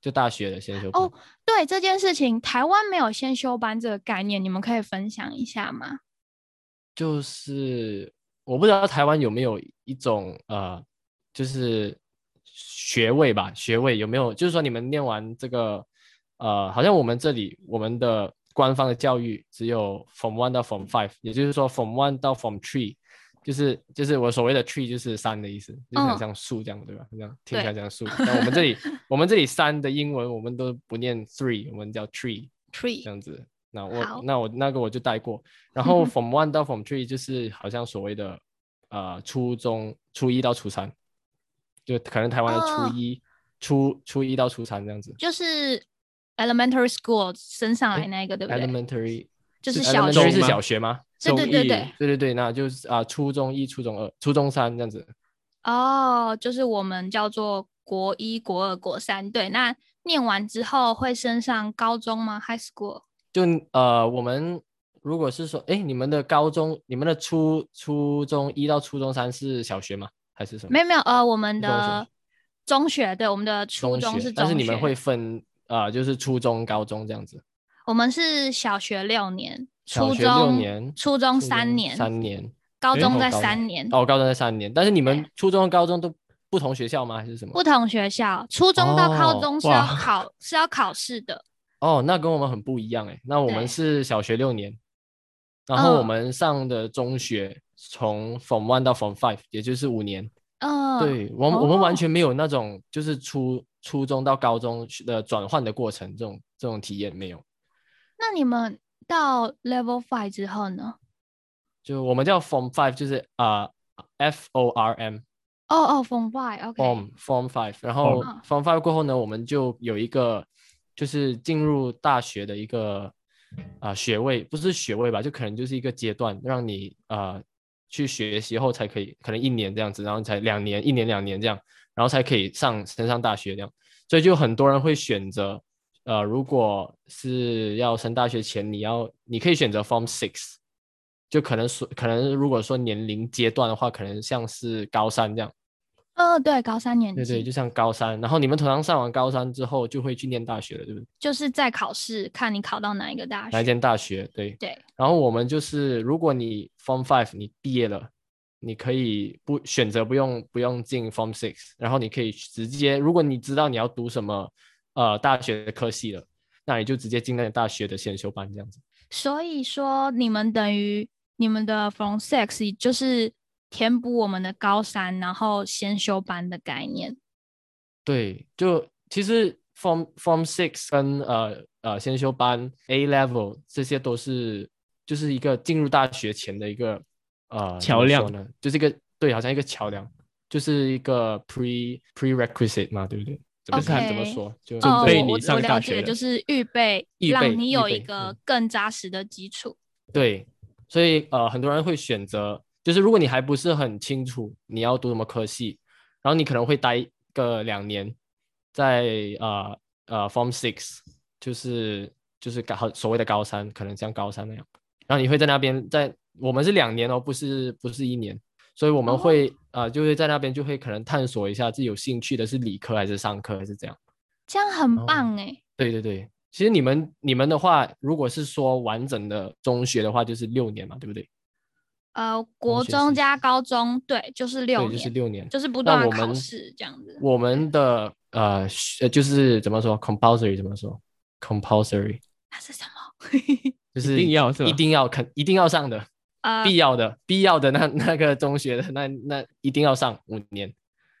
[SPEAKER 2] 就大学的先修班。
[SPEAKER 1] 哦，对这件事情，台湾没有先修班这个概念，你们可以分享一下吗？
[SPEAKER 2] 就是我不知道台湾有没有一种呃，就是学位吧，学位有没有？就是说你们念完这个，呃，好像我们这里我们的官方的教育只有 Form One 到 Form Five，也就是说 Form One 到 Form Three，就是就是我所谓的 Three 就是三的意思，就是
[SPEAKER 1] 嗯
[SPEAKER 2] 很像数这样、对吧？很像听起来
[SPEAKER 1] 对
[SPEAKER 2] 像数。但我们这里我们这里三的英文我们都不念 Three，我们叫 Three。这
[SPEAKER 1] Tree，
[SPEAKER 2] 样子。那
[SPEAKER 1] 好
[SPEAKER 2] 我那我那个我就带过，然后
[SPEAKER 1] 嗯
[SPEAKER 2] from one 到 from three 就是好像所谓的呃初中初一到初三，就可能台湾的
[SPEAKER 1] 哦
[SPEAKER 2] 初一、初初一到初三这样子。
[SPEAKER 1] 就是 elementary school 升上来那一个，对不对？
[SPEAKER 2] 哎 elementary
[SPEAKER 1] 就是小
[SPEAKER 2] elementary
[SPEAKER 1] 学
[SPEAKER 2] 是
[SPEAKER 4] 吗
[SPEAKER 2] 小学吗？
[SPEAKER 1] 对对
[SPEAKER 2] 中
[SPEAKER 1] 对
[SPEAKER 2] 一
[SPEAKER 1] 对
[SPEAKER 2] 对对对，那就是啊、初中一、初中二、初中三这样子。
[SPEAKER 1] 哦，就是我们叫做国一、国二、国三。对，那念完之后会升上高中吗？High school？
[SPEAKER 2] 就呃，我们如果是说，哎，你们的高中、你们的初初中一到初中三是小学吗？还是什么？
[SPEAKER 1] 没有没有，呃，我们
[SPEAKER 2] 是中
[SPEAKER 1] 的中学，
[SPEAKER 2] 学
[SPEAKER 1] 对，我们的初
[SPEAKER 2] 中
[SPEAKER 1] 中
[SPEAKER 2] 学
[SPEAKER 1] 是中学，
[SPEAKER 2] 但是你们会分啊、呃就是初中、高中这样子。
[SPEAKER 1] 我们是小学六年，
[SPEAKER 2] 小
[SPEAKER 1] 初
[SPEAKER 2] 学六
[SPEAKER 1] 中
[SPEAKER 2] 年
[SPEAKER 1] 初中三年，
[SPEAKER 2] 三年，
[SPEAKER 1] 高
[SPEAKER 4] 诶
[SPEAKER 1] 中
[SPEAKER 2] 哦
[SPEAKER 1] 在
[SPEAKER 2] 高
[SPEAKER 1] 三
[SPEAKER 2] 中
[SPEAKER 1] 年，
[SPEAKER 2] 哦，高中在三年，但是你们
[SPEAKER 1] 对
[SPEAKER 2] 初中、高中都不同学校吗？还是什么
[SPEAKER 1] 不？同学校，初中到高
[SPEAKER 2] 哦
[SPEAKER 1] 中是要
[SPEAKER 4] 哇
[SPEAKER 1] 考 是要考试的，
[SPEAKER 2] 哦，那跟我们很不一样哎。那我
[SPEAKER 1] 对
[SPEAKER 2] 们是小学六年，然后我
[SPEAKER 1] 嗯
[SPEAKER 2] 们上的中学从 Form One 到 Form Five，也就是五年。
[SPEAKER 1] 嗯，
[SPEAKER 2] 对我们，我们
[SPEAKER 1] 哦
[SPEAKER 2] 完全没有那种就是初初中到高中的转换的过程，这种这种体验没有。
[SPEAKER 1] 那你们到 Level Five 之后呢？
[SPEAKER 2] 就我们叫 Form Five，就是啊、F O R M
[SPEAKER 1] 哦哦，Form Five，OK，、
[SPEAKER 2] Form Form Five，然后
[SPEAKER 1] 嗯
[SPEAKER 2] Form Five 过后呢，我们就有一个就是进入大学的一个啊、学位，不是学位吧，就可能就是一个阶段，让你啊、去学习后才可以，可能一年这样子，然后才两年，一年两年这样，然后才可以上升上大学这样，所以就很多人会选择。呃，如果是要升大学前，你要你可以选择 Form Six，就可能说可能如果说年龄阶段的话，可能像是高三这样，
[SPEAKER 1] 呃，对，高三年级，
[SPEAKER 2] 对对，就像高三，然后你们通常上完高三之后就会去念大学了，对不对？
[SPEAKER 1] 就是在考试，看你考到哪一个大
[SPEAKER 2] 哪一
[SPEAKER 1] 学，
[SPEAKER 2] 间大学？对。
[SPEAKER 1] 对，
[SPEAKER 2] 然后我们就是，如果你 Form Five 你毕业了，你可以不选择不用不用进 Form Six，然后你可以直接，如果你知道你要读什么呃大学的科系了，那你就直接进那个大学的先修班这样子。
[SPEAKER 1] 所以说你们等于你们的 From Six 就是填补我们的高三，然后先修班的概念。
[SPEAKER 2] 对，就其实 Form Form Six 跟呃呃先修班 A Level 这些都是就是一个进入大学前的一个呃
[SPEAKER 4] 桥梁
[SPEAKER 2] 怎么说呢，就是一个对，好像一个桥梁，就是一个 pre prerequisite 嘛，对不对？怎么看怎么
[SPEAKER 1] OK
[SPEAKER 2] 说？就
[SPEAKER 4] 准
[SPEAKER 1] 哦，
[SPEAKER 4] 备
[SPEAKER 1] 我
[SPEAKER 4] 你
[SPEAKER 1] 我
[SPEAKER 4] 上
[SPEAKER 1] 我
[SPEAKER 4] 大
[SPEAKER 1] 了解，
[SPEAKER 4] 学的
[SPEAKER 1] 就是预备，
[SPEAKER 2] 预备
[SPEAKER 1] 让你
[SPEAKER 2] 预
[SPEAKER 1] 有
[SPEAKER 2] 备
[SPEAKER 1] 一个
[SPEAKER 2] 嗯
[SPEAKER 1] 更扎实的基础。
[SPEAKER 2] 对，所以呃，很多人会选择，就是如果你还不是很清楚你要读什么科系，然后你可能会待个两年，在呃呃 Form Six，就是就是高所谓的高三，可能像高三那样，然后你会在那边在我们是两年哦，不是不是一年，所以我们
[SPEAKER 1] 哦
[SPEAKER 2] 会啊、呃就会在那边就会可能探索一下自己有兴趣的是理科还是商科还是这样。
[SPEAKER 1] 这样很
[SPEAKER 2] 哦
[SPEAKER 1] 棒哎、
[SPEAKER 2] 对对对，其实你们你们的话，如果是说完整的中学的话，就是六年嘛，对不对？
[SPEAKER 1] 呃，国
[SPEAKER 2] 学
[SPEAKER 1] 中
[SPEAKER 2] 习
[SPEAKER 1] 加高中，对，就是六
[SPEAKER 2] 对，
[SPEAKER 1] 年，
[SPEAKER 2] 就是六年。
[SPEAKER 1] 就是不
[SPEAKER 2] 那
[SPEAKER 1] 断
[SPEAKER 2] 我
[SPEAKER 1] 地考
[SPEAKER 2] 们
[SPEAKER 1] 试这样子。
[SPEAKER 2] 我们的呃学呃就是怎么说 compulsory 怎么说 compulsory
[SPEAKER 1] 那是什么？
[SPEAKER 2] 就是
[SPEAKER 4] 一定要是吧
[SPEAKER 2] 一定要肯一定要上的
[SPEAKER 1] 呃，
[SPEAKER 2] 必要的必要的那那个中学的那那一定要上五年。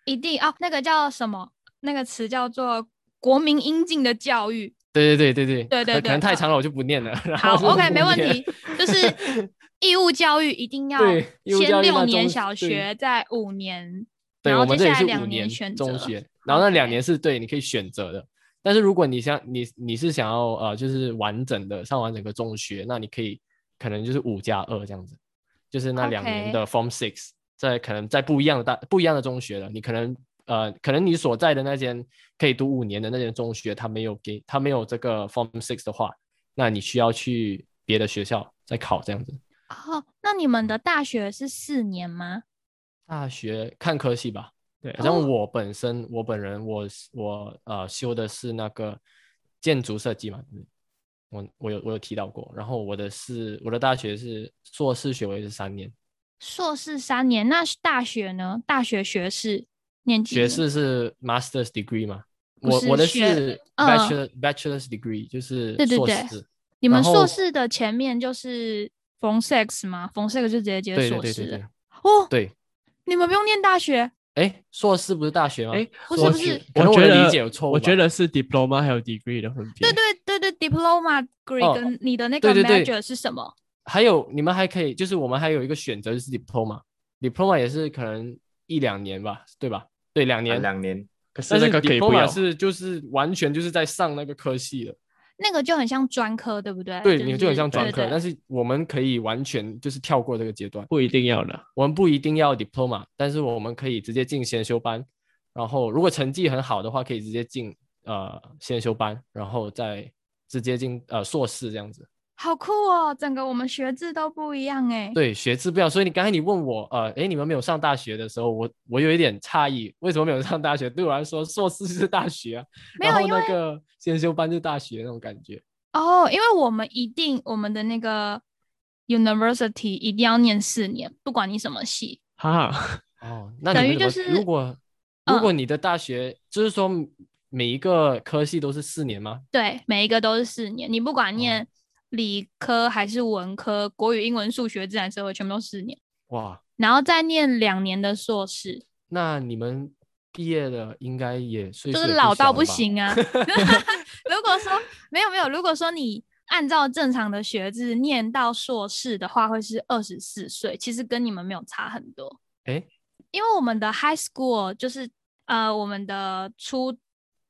[SPEAKER 1] 一定哦，那个叫什么？那个词叫做国民应尽的教育。
[SPEAKER 2] 对对对对对
[SPEAKER 1] 对对
[SPEAKER 2] 可可能
[SPEAKER 1] 对
[SPEAKER 2] 太
[SPEAKER 1] 好
[SPEAKER 2] 长了，我就不念了。然
[SPEAKER 1] 好
[SPEAKER 2] 后就
[SPEAKER 1] ，OK，
[SPEAKER 2] 不
[SPEAKER 1] 没问
[SPEAKER 2] 念
[SPEAKER 1] 题。就是义务教育一定要
[SPEAKER 2] 对义务
[SPEAKER 1] 先
[SPEAKER 2] 教育
[SPEAKER 1] 六
[SPEAKER 2] 到
[SPEAKER 1] 年
[SPEAKER 2] 中
[SPEAKER 1] 小
[SPEAKER 2] 对
[SPEAKER 1] 学，再五年，
[SPEAKER 2] 对，
[SPEAKER 1] 然后
[SPEAKER 2] 我
[SPEAKER 1] 接下
[SPEAKER 2] 们这里
[SPEAKER 1] 来
[SPEAKER 2] 是
[SPEAKER 1] 两
[SPEAKER 2] 五年
[SPEAKER 1] 选择
[SPEAKER 2] 中学，然后那两
[SPEAKER 1] OK
[SPEAKER 2] 年是对你可以选择的。但是如果你想你你是想要呃就是完整的上完整个中学，那你可以可能就是五加二这样子，就是那两年
[SPEAKER 1] OK
[SPEAKER 2] 的 Form Six，在可能在不一样的大不一样的中学了，你可能呃可能你所在的那间可以读五年的那间中学，它没有给它没有这个 Form Six 的话，那你需要去别的学校再考这样子。
[SPEAKER 1] 哦，那你们的大学是四年吗？
[SPEAKER 2] 大学看科系吧，
[SPEAKER 4] 对
[SPEAKER 2] 好
[SPEAKER 1] 哦
[SPEAKER 2] 像我本身我本人我是我呃修的是那个建筑设计嘛，对不对我我有我有提到过，然后我的是我的大学是硕士学位是三年，
[SPEAKER 1] 硕士三年，那大学呢？大学学士念几
[SPEAKER 2] 学
[SPEAKER 1] 年？
[SPEAKER 2] 士是 master's degree 嘛，
[SPEAKER 1] 不
[SPEAKER 2] 我
[SPEAKER 1] 是
[SPEAKER 2] 我的
[SPEAKER 1] 学
[SPEAKER 2] 是
[SPEAKER 1] 嗯
[SPEAKER 2] bachelor、bachelor's degree 就是
[SPEAKER 1] 对对
[SPEAKER 2] 硕
[SPEAKER 1] 对
[SPEAKER 2] 士，
[SPEAKER 1] 你们
[SPEAKER 2] 然
[SPEAKER 1] 硕
[SPEAKER 2] 后
[SPEAKER 1] 士的前面就是 Form Six 吗？Form Six 就直接接
[SPEAKER 2] 对对
[SPEAKER 1] 硕
[SPEAKER 2] 对
[SPEAKER 1] 士了
[SPEAKER 2] 对对
[SPEAKER 1] 哦，
[SPEAKER 2] 对，
[SPEAKER 1] 你们不用念大学
[SPEAKER 2] 哎，硕士不是大学吗？
[SPEAKER 4] 哎，
[SPEAKER 1] 不是
[SPEAKER 4] 我
[SPEAKER 1] 不
[SPEAKER 4] 觉
[SPEAKER 1] 是
[SPEAKER 2] 可能
[SPEAKER 4] 我
[SPEAKER 2] 我
[SPEAKER 4] 觉
[SPEAKER 2] 的
[SPEAKER 4] 得
[SPEAKER 2] 理解有错误
[SPEAKER 4] 我
[SPEAKER 2] 吧
[SPEAKER 4] 觉得是 diploma 还有 degree 的分别。
[SPEAKER 1] 对对对对，diploma degree
[SPEAKER 2] 哦
[SPEAKER 1] 跟你的那个
[SPEAKER 2] 对对对
[SPEAKER 1] major 是什么？
[SPEAKER 2] 还有你们还可以，就是我们还有一个选择就是 diploma，diploma 也是可能一两年吧，对吧？对，两年。
[SPEAKER 3] 两年，
[SPEAKER 4] 可是
[SPEAKER 2] 但
[SPEAKER 4] 那
[SPEAKER 2] 是
[SPEAKER 4] 啊个可以不要
[SPEAKER 2] diploma。是就是完全就是在上那个科系的，
[SPEAKER 1] 那个就很像专科，对不对？
[SPEAKER 2] 对，你就很像
[SPEAKER 1] 是
[SPEAKER 2] 专
[SPEAKER 1] 对
[SPEAKER 2] 科，
[SPEAKER 1] 对
[SPEAKER 2] 但是我们可以完全就是跳过这个阶段，
[SPEAKER 4] 不一定要的，
[SPEAKER 2] 我们不一定要 diploma，但是我们可以直接进先修班，然后如果成绩很好的话，可以直接进呃先修班，然后再直接进呃硕士这样子。
[SPEAKER 1] 好酷哦！整个我们学制都不一样哎。
[SPEAKER 2] 对，学制不一样，所以你刚才你问我，呃，诶，你们没有上大学的时候，我我有一点诧异，为什么没有上大学？对我来说，硕士是大学啊，
[SPEAKER 1] 没
[SPEAKER 2] 然
[SPEAKER 1] 有
[SPEAKER 2] 后
[SPEAKER 1] 因
[SPEAKER 2] 那个先修班就大学那种感觉。
[SPEAKER 1] 哦，因为我们一定我们的那个 university 一定要念四年，不管你什么系。
[SPEAKER 4] 哈，
[SPEAKER 2] 哦，那
[SPEAKER 1] 等
[SPEAKER 2] 你
[SPEAKER 1] 于
[SPEAKER 2] 们
[SPEAKER 1] 就
[SPEAKER 2] 怎么
[SPEAKER 1] 是嗯
[SPEAKER 2] 如果如果你的大学、就是说每一个科系都是四年吗？
[SPEAKER 1] 对，每一个都是四年，你不管
[SPEAKER 2] 哦
[SPEAKER 1] 念理科还是文科，国语、英文、数学、自然、社会，全部都四年，
[SPEAKER 2] 哇，
[SPEAKER 1] 然后再念两年的硕士，
[SPEAKER 2] 那你们毕业了应该也岁
[SPEAKER 1] 就
[SPEAKER 2] 数
[SPEAKER 1] 是
[SPEAKER 2] 也
[SPEAKER 1] 老
[SPEAKER 2] 小
[SPEAKER 1] 到
[SPEAKER 2] 了
[SPEAKER 1] 不
[SPEAKER 2] 吧。
[SPEAKER 1] 行 啊。如果说没有没有，如果说你按照正常的学制念到硕士的话，会是二十四岁，其实跟你们没有差很多。
[SPEAKER 2] 诶，
[SPEAKER 1] 因为我们的 high school 就是呃我们的初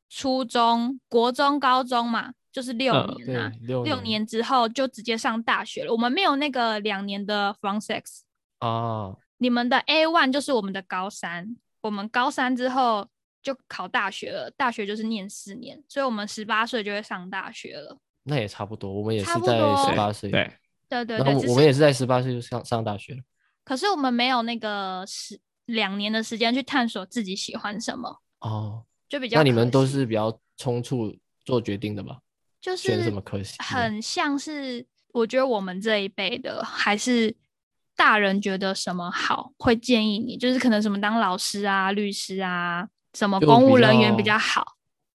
[SPEAKER 1] 初中、国中、高中嘛，就是六
[SPEAKER 4] 嗯
[SPEAKER 1] 年啊，
[SPEAKER 2] 呃对，六
[SPEAKER 1] 六年之后就直接上大学了。我们没有那个两年的 From Six，
[SPEAKER 2] 啊，
[SPEAKER 1] 你们的 A one 就是我们的高三，我们高三之后就考大学了，大学就是念四年，所以我们十八岁就会上大学了。
[SPEAKER 2] 那也差不多，我们也
[SPEAKER 1] 差
[SPEAKER 2] 是
[SPEAKER 1] 不
[SPEAKER 2] 在
[SPEAKER 1] 多
[SPEAKER 2] 十八岁，
[SPEAKER 4] 对，
[SPEAKER 1] 对对
[SPEAKER 2] 然后
[SPEAKER 1] 对，
[SPEAKER 2] 我
[SPEAKER 1] 只
[SPEAKER 2] 我们也
[SPEAKER 1] 是
[SPEAKER 2] 是在十八岁就上上大学了。
[SPEAKER 1] 可是我们没有那个十两年的时间去探索自己喜欢什么，
[SPEAKER 2] 哦，
[SPEAKER 1] 就比较
[SPEAKER 2] 那你们
[SPEAKER 1] 可
[SPEAKER 2] 都
[SPEAKER 1] 惜
[SPEAKER 2] 是比较冲促做决定的吧？
[SPEAKER 1] 就
[SPEAKER 2] 选
[SPEAKER 1] 是
[SPEAKER 2] 什么科系？嗯
[SPEAKER 1] 很像是我觉得我们这一辈的还是大人觉得什么好，会建议你，就是可能什么当老师啊、律师啊，什么
[SPEAKER 2] 就
[SPEAKER 1] 公
[SPEAKER 2] 比
[SPEAKER 1] 务人员比
[SPEAKER 2] 较
[SPEAKER 1] 较好。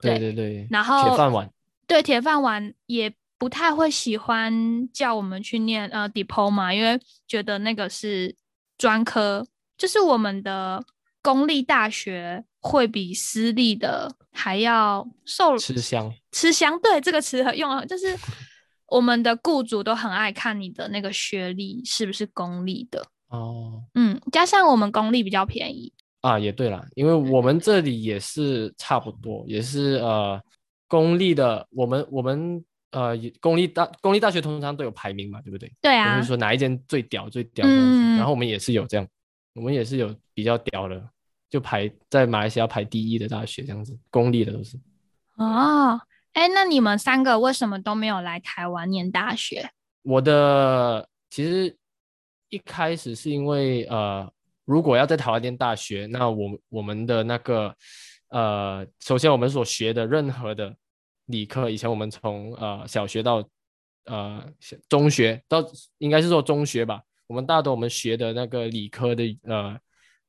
[SPEAKER 2] 对
[SPEAKER 1] 对
[SPEAKER 2] 对对，
[SPEAKER 1] 然
[SPEAKER 2] 铁
[SPEAKER 1] 后
[SPEAKER 2] 饭碗。
[SPEAKER 1] 对铁饭碗也不太会喜欢叫我们去念呃 diploma，因为觉得那个是专科，就是我们的公立大学会比私立的还要受
[SPEAKER 2] 吃香。
[SPEAKER 1] 吃香，对这个词很用，啊就是我们的雇主都很爱看你的那个学历是不是公立的，
[SPEAKER 2] 哦，
[SPEAKER 1] 嗯，加上我们公立比较便宜，
[SPEAKER 2] 啊，也对啦，因为我们这里也是差不多，也是呃公立的，我们我们呃也公立大公立大学通常都有排名嘛，对不对？
[SPEAKER 1] 对
[SPEAKER 2] 我
[SPEAKER 1] 啊
[SPEAKER 2] 会，说哪一间最屌最屌这样子，
[SPEAKER 1] 嗯
[SPEAKER 2] 然后我们也是有这样，我们也是有比较屌的，就排在马来西亚排第一的大学这样子，公立的都是。
[SPEAKER 1] 哦，哎，那你们三个为什么都没有来台湾念大学？
[SPEAKER 2] 我的其实一开始是因为呃，如果要在台湾念大学，那我我们的那个呃，首先我们所学的任何的理科，以前我们从呃小学到呃小中学到应该是说中学吧，我们大多我们学的那个理科的呃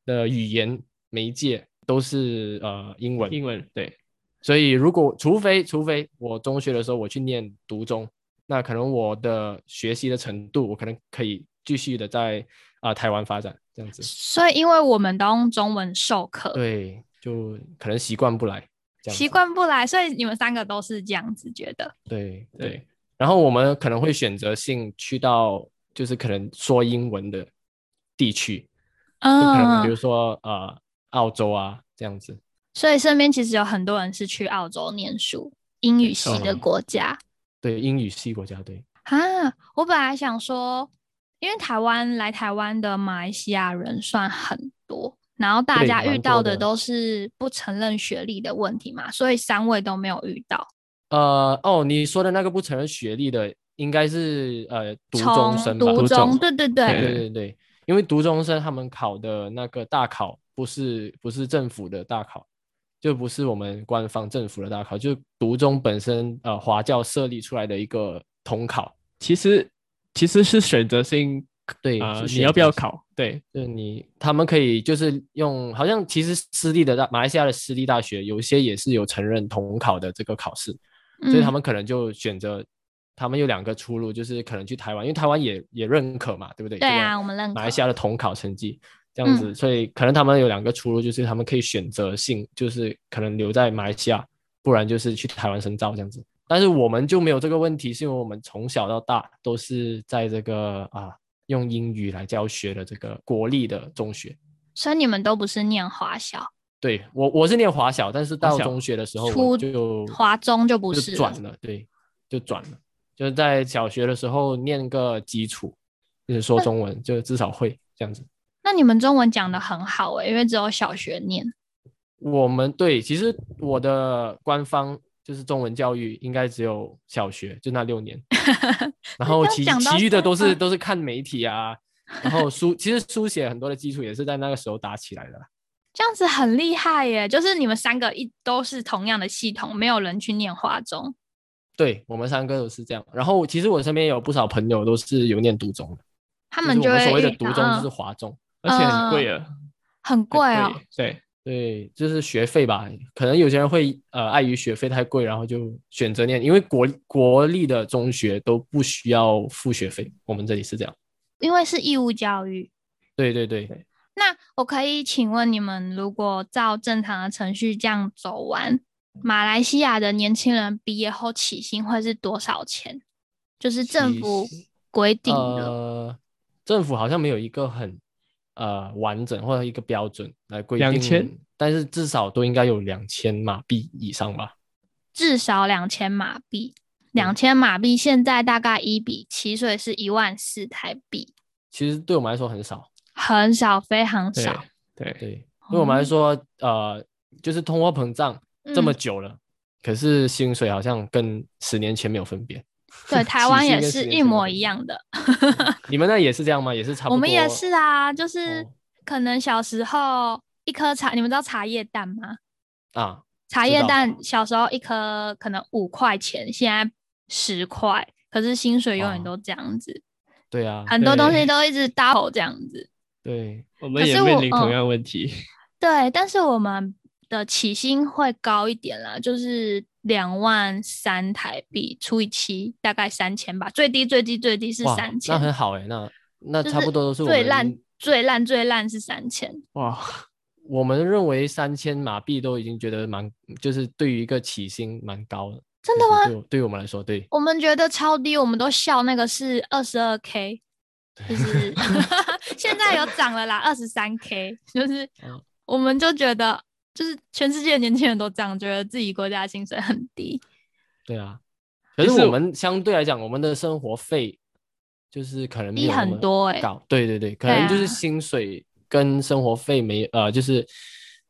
[SPEAKER 2] 的语言媒介都是呃英文，
[SPEAKER 4] 英文
[SPEAKER 2] 对，所以如果除非除非我中学的时候我去念读中，那可能我的学习的程度，我可能可以继续的在啊、台湾发展这样子。
[SPEAKER 1] 所以因为我们都用中文授课，
[SPEAKER 2] 对，就可能习惯不来，这样
[SPEAKER 1] 习
[SPEAKER 2] 子
[SPEAKER 1] 惯不来，所以你们三个都是这样子觉得。
[SPEAKER 2] 对对
[SPEAKER 4] 对
[SPEAKER 2] 然后我们可能会选择性去到就是可能说英文的地区，就可能比如
[SPEAKER 1] 嗯，
[SPEAKER 2] 说呃澳洲啊这样子。
[SPEAKER 1] 所以身边其实有很多人是去澳洲念书，英语系的
[SPEAKER 2] 嗯
[SPEAKER 1] 国家。
[SPEAKER 2] 对英语系国家，对，
[SPEAKER 1] 啊，我本来想说，因为台湾来台湾的马来西亚人算很多，然后大
[SPEAKER 2] 对
[SPEAKER 1] 家遇
[SPEAKER 2] 蛮
[SPEAKER 1] 到
[SPEAKER 2] 多
[SPEAKER 1] 的
[SPEAKER 2] 的
[SPEAKER 1] 都是不承认学历的问题嘛，所以三位都没有遇到。
[SPEAKER 2] 呃，哦，你说的那个不承认学历的，应该是呃读
[SPEAKER 1] 从
[SPEAKER 2] 中生吧？
[SPEAKER 1] 读
[SPEAKER 4] 读
[SPEAKER 1] 中，
[SPEAKER 4] 中
[SPEAKER 1] 对对
[SPEAKER 2] 对
[SPEAKER 1] 对，
[SPEAKER 2] 对对对，因为读中生他们考的那个大考不是不是政府的大考，就不是我们官方政府的大考，就是读中本身呃华教设立出来的一个统考，
[SPEAKER 4] 其实其实是选择性
[SPEAKER 2] 对
[SPEAKER 4] 啊、
[SPEAKER 2] 是
[SPEAKER 4] 你
[SPEAKER 2] 选
[SPEAKER 4] 要不要
[SPEAKER 2] 择性
[SPEAKER 4] 考？对，
[SPEAKER 2] 就是你他们可以就是用，好像其实私立的大马来西亚的私立大学有一些也是有承认统考的这个考试，所以他
[SPEAKER 1] 嗯
[SPEAKER 2] 们可能就选择。他们有两个出路，就是可能去台湾，因为台湾也也认可嘛，对不对？
[SPEAKER 1] 对
[SPEAKER 2] 这个
[SPEAKER 1] 啊，我们认可嗯
[SPEAKER 2] 马来西亚的统考成绩这样子，所以可能他们有两个出路，就是他们可以选择性，就是可能留在马来西亚，不然就是去台湾深造这样子。但是我们就没有这个问题，是因为我们从小到大都是在这个啊用英语来教学的这个国立的中学。
[SPEAKER 1] 所以你们都不是念华小，
[SPEAKER 2] 对我我是念华小，但是到
[SPEAKER 4] 华小
[SPEAKER 2] 中学的时候
[SPEAKER 1] 初
[SPEAKER 2] 我就
[SPEAKER 1] 华中就不
[SPEAKER 2] 就是
[SPEAKER 1] 了
[SPEAKER 2] 转了，对，就转了，就是在小学的时候念个基础，就是说中文，就至少会这样子。
[SPEAKER 1] 那你们中文讲的很好欸诶、因为只有小学念。
[SPEAKER 2] 我们对，其实我的官方就是中文教育应该只有小学，就那六 年，然后
[SPEAKER 1] 刚
[SPEAKER 2] 其
[SPEAKER 1] 讲到
[SPEAKER 2] 其余的
[SPEAKER 1] 官
[SPEAKER 2] 都是
[SPEAKER 1] 方
[SPEAKER 2] 都是看媒体啊，然后书其实书写很多的基础也是在那个时候打起来的啦。
[SPEAKER 1] 这样子很厉害耶！就是你们三个一都是同样的系统，没有人去念华中。
[SPEAKER 2] 对我们三个都是这样，然后其实我身边有不少朋友都是有念读中的，
[SPEAKER 1] 他
[SPEAKER 2] 就
[SPEAKER 1] 们
[SPEAKER 2] 是我们
[SPEAKER 1] 会
[SPEAKER 2] 所谓的
[SPEAKER 1] 遇
[SPEAKER 2] 读
[SPEAKER 1] 到
[SPEAKER 2] 中哎
[SPEAKER 1] 嗯
[SPEAKER 2] 就是华中，
[SPEAKER 4] 而且
[SPEAKER 1] 嗯
[SPEAKER 4] 很贵啊，
[SPEAKER 1] 很
[SPEAKER 4] 很
[SPEAKER 1] 贵哦，，
[SPEAKER 4] 对，
[SPEAKER 2] 对，就是学费吧，可能有些人会呃碍于学费太贵，然后就选择念，因为国国立的中学都不需要付学费，我们这里是这样。
[SPEAKER 1] 因为是义务教育。
[SPEAKER 2] 对对对，
[SPEAKER 1] 那我可以请问你们，如果照正常的程序这样走完，马来西亚的年轻人毕业后起薪会是多少钱？就是政
[SPEAKER 2] 起
[SPEAKER 1] 府
[SPEAKER 2] 薪
[SPEAKER 1] 规定的，
[SPEAKER 2] 呃，政府好像没有一个很呃完整或者一个标准来规定，
[SPEAKER 4] 2000
[SPEAKER 2] 但是至少都应该有两千马币以上吧。
[SPEAKER 1] 至少两千马
[SPEAKER 2] 嗯
[SPEAKER 1] 币。两千马币现在大概一比七，所以是一万四台币，
[SPEAKER 2] 其实对我们来说很少，
[SPEAKER 1] 很少，非常
[SPEAKER 4] 对
[SPEAKER 1] 少。
[SPEAKER 4] 对，
[SPEAKER 2] 对，对我们来
[SPEAKER 1] 哦
[SPEAKER 2] 说，呃，就是通货膨胀这么
[SPEAKER 1] 嗯
[SPEAKER 2] 久了，可是薪水好像跟十年前没有分别。
[SPEAKER 1] 对，台湾
[SPEAKER 2] 薪
[SPEAKER 1] 也
[SPEAKER 2] 跟
[SPEAKER 1] 是
[SPEAKER 2] 十年
[SPEAKER 1] 一
[SPEAKER 2] 前没有
[SPEAKER 1] 模
[SPEAKER 2] 分
[SPEAKER 1] 一
[SPEAKER 2] 别
[SPEAKER 1] 样的。
[SPEAKER 2] 你们那也是这样吗？也是差不多。
[SPEAKER 1] 我们也是啊，就是
[SPEAKER 2] 哦
[SPEAKER 1] 可能小时候一颗茶，你们知道茶叶蛋吗？
[SPEAKER 2] 啊，
[SPEAKER 1] 茶
[SPEAKER 2] 知
[SPEAKER 1] 叶
[SPEAKER 2] 道
[SPEAKER 1] 蛋小时候一颗可能五块钱，现在十块，可是薪水永远
[SPEAKER 2] 哦
[SPEAKER 1] 都这样子，
[SPEAKER 2] 对啊，
[SPEAKER 1] 很多东西
[SPEAKER 4] 对
[SPEAKER 1] 都一直 double 这样子。
[SPEAKER 2] 对，
[SPEAKER 4] 我
[SPEAKER 1] 可
[SPEAKER 4] 们也
[SPEAKER 1] 是
[SPEAKER 4] 面
[SPEAKER 1] 我
[SPEAKER 4] 临
[SPEAKER 1] 嗯
[SPEAKER 4] 同样问题，
[SPEAKER 1] 对，但是我们的起薪会高一点啦，就是两万三台币除以七，大概三千吧，最低最低最低是
[SPEAKER 2] 哇
[SPEAKER 1] 三，
[SPEAKER 2] 那很
[SPEAKER 1] 千，
[SPEAKER 2] 好哎、那那
[SPEAKER 1] 就
[SPEAKER 2] 差不多都是我
[SPEAKER 1] 最
[SPEAKER 2] 们
[SPEAKER 1] 烂最烂最烂是三千。
[SPEAKER 4] 哇，
[SPEAKER 2] 我们认为三千马币都已经觉得蛮，就是对于一个起薪蛮高的。
[SPEAKER 1] 真的
[SPEAKER 2] 就是
[SPEAKER 1] 吗
[SPEAKER 2] 对我对于我们来说，对，
[SPEAKER 1] 我们觉得超低，我们都笑那个是二十二 k，就是 现在有涨了啦，二十三 k，就是
[SPEAKER 2] 嗯
[SPEAKER 1] 我们就觉得就是全世界的年轻人都这样，觉得自己国家薪水很低。
[SPEAKER 2] 对啊。可
[SPEAKER 4] 其
[SPEAKER 2] 是
[SPEAKER 4] 实
[SPEAKER 2] 我们相对来讲，我们的生活费就是可能没
[SPEAKER 1] 低
[SPEAKER 2] 有那
[SPEAKER 1] 很
[SPEAKER 2] 么
[SPEAKER 1] 多欸
[SPEAKER 2] 高，对对对，可
[SPEAKER 1] 对
[SPEAKER 2] 能就是
[SPEAKER 1] 啊
[SPEAKER 2] 薪水跟生活费没呃，就是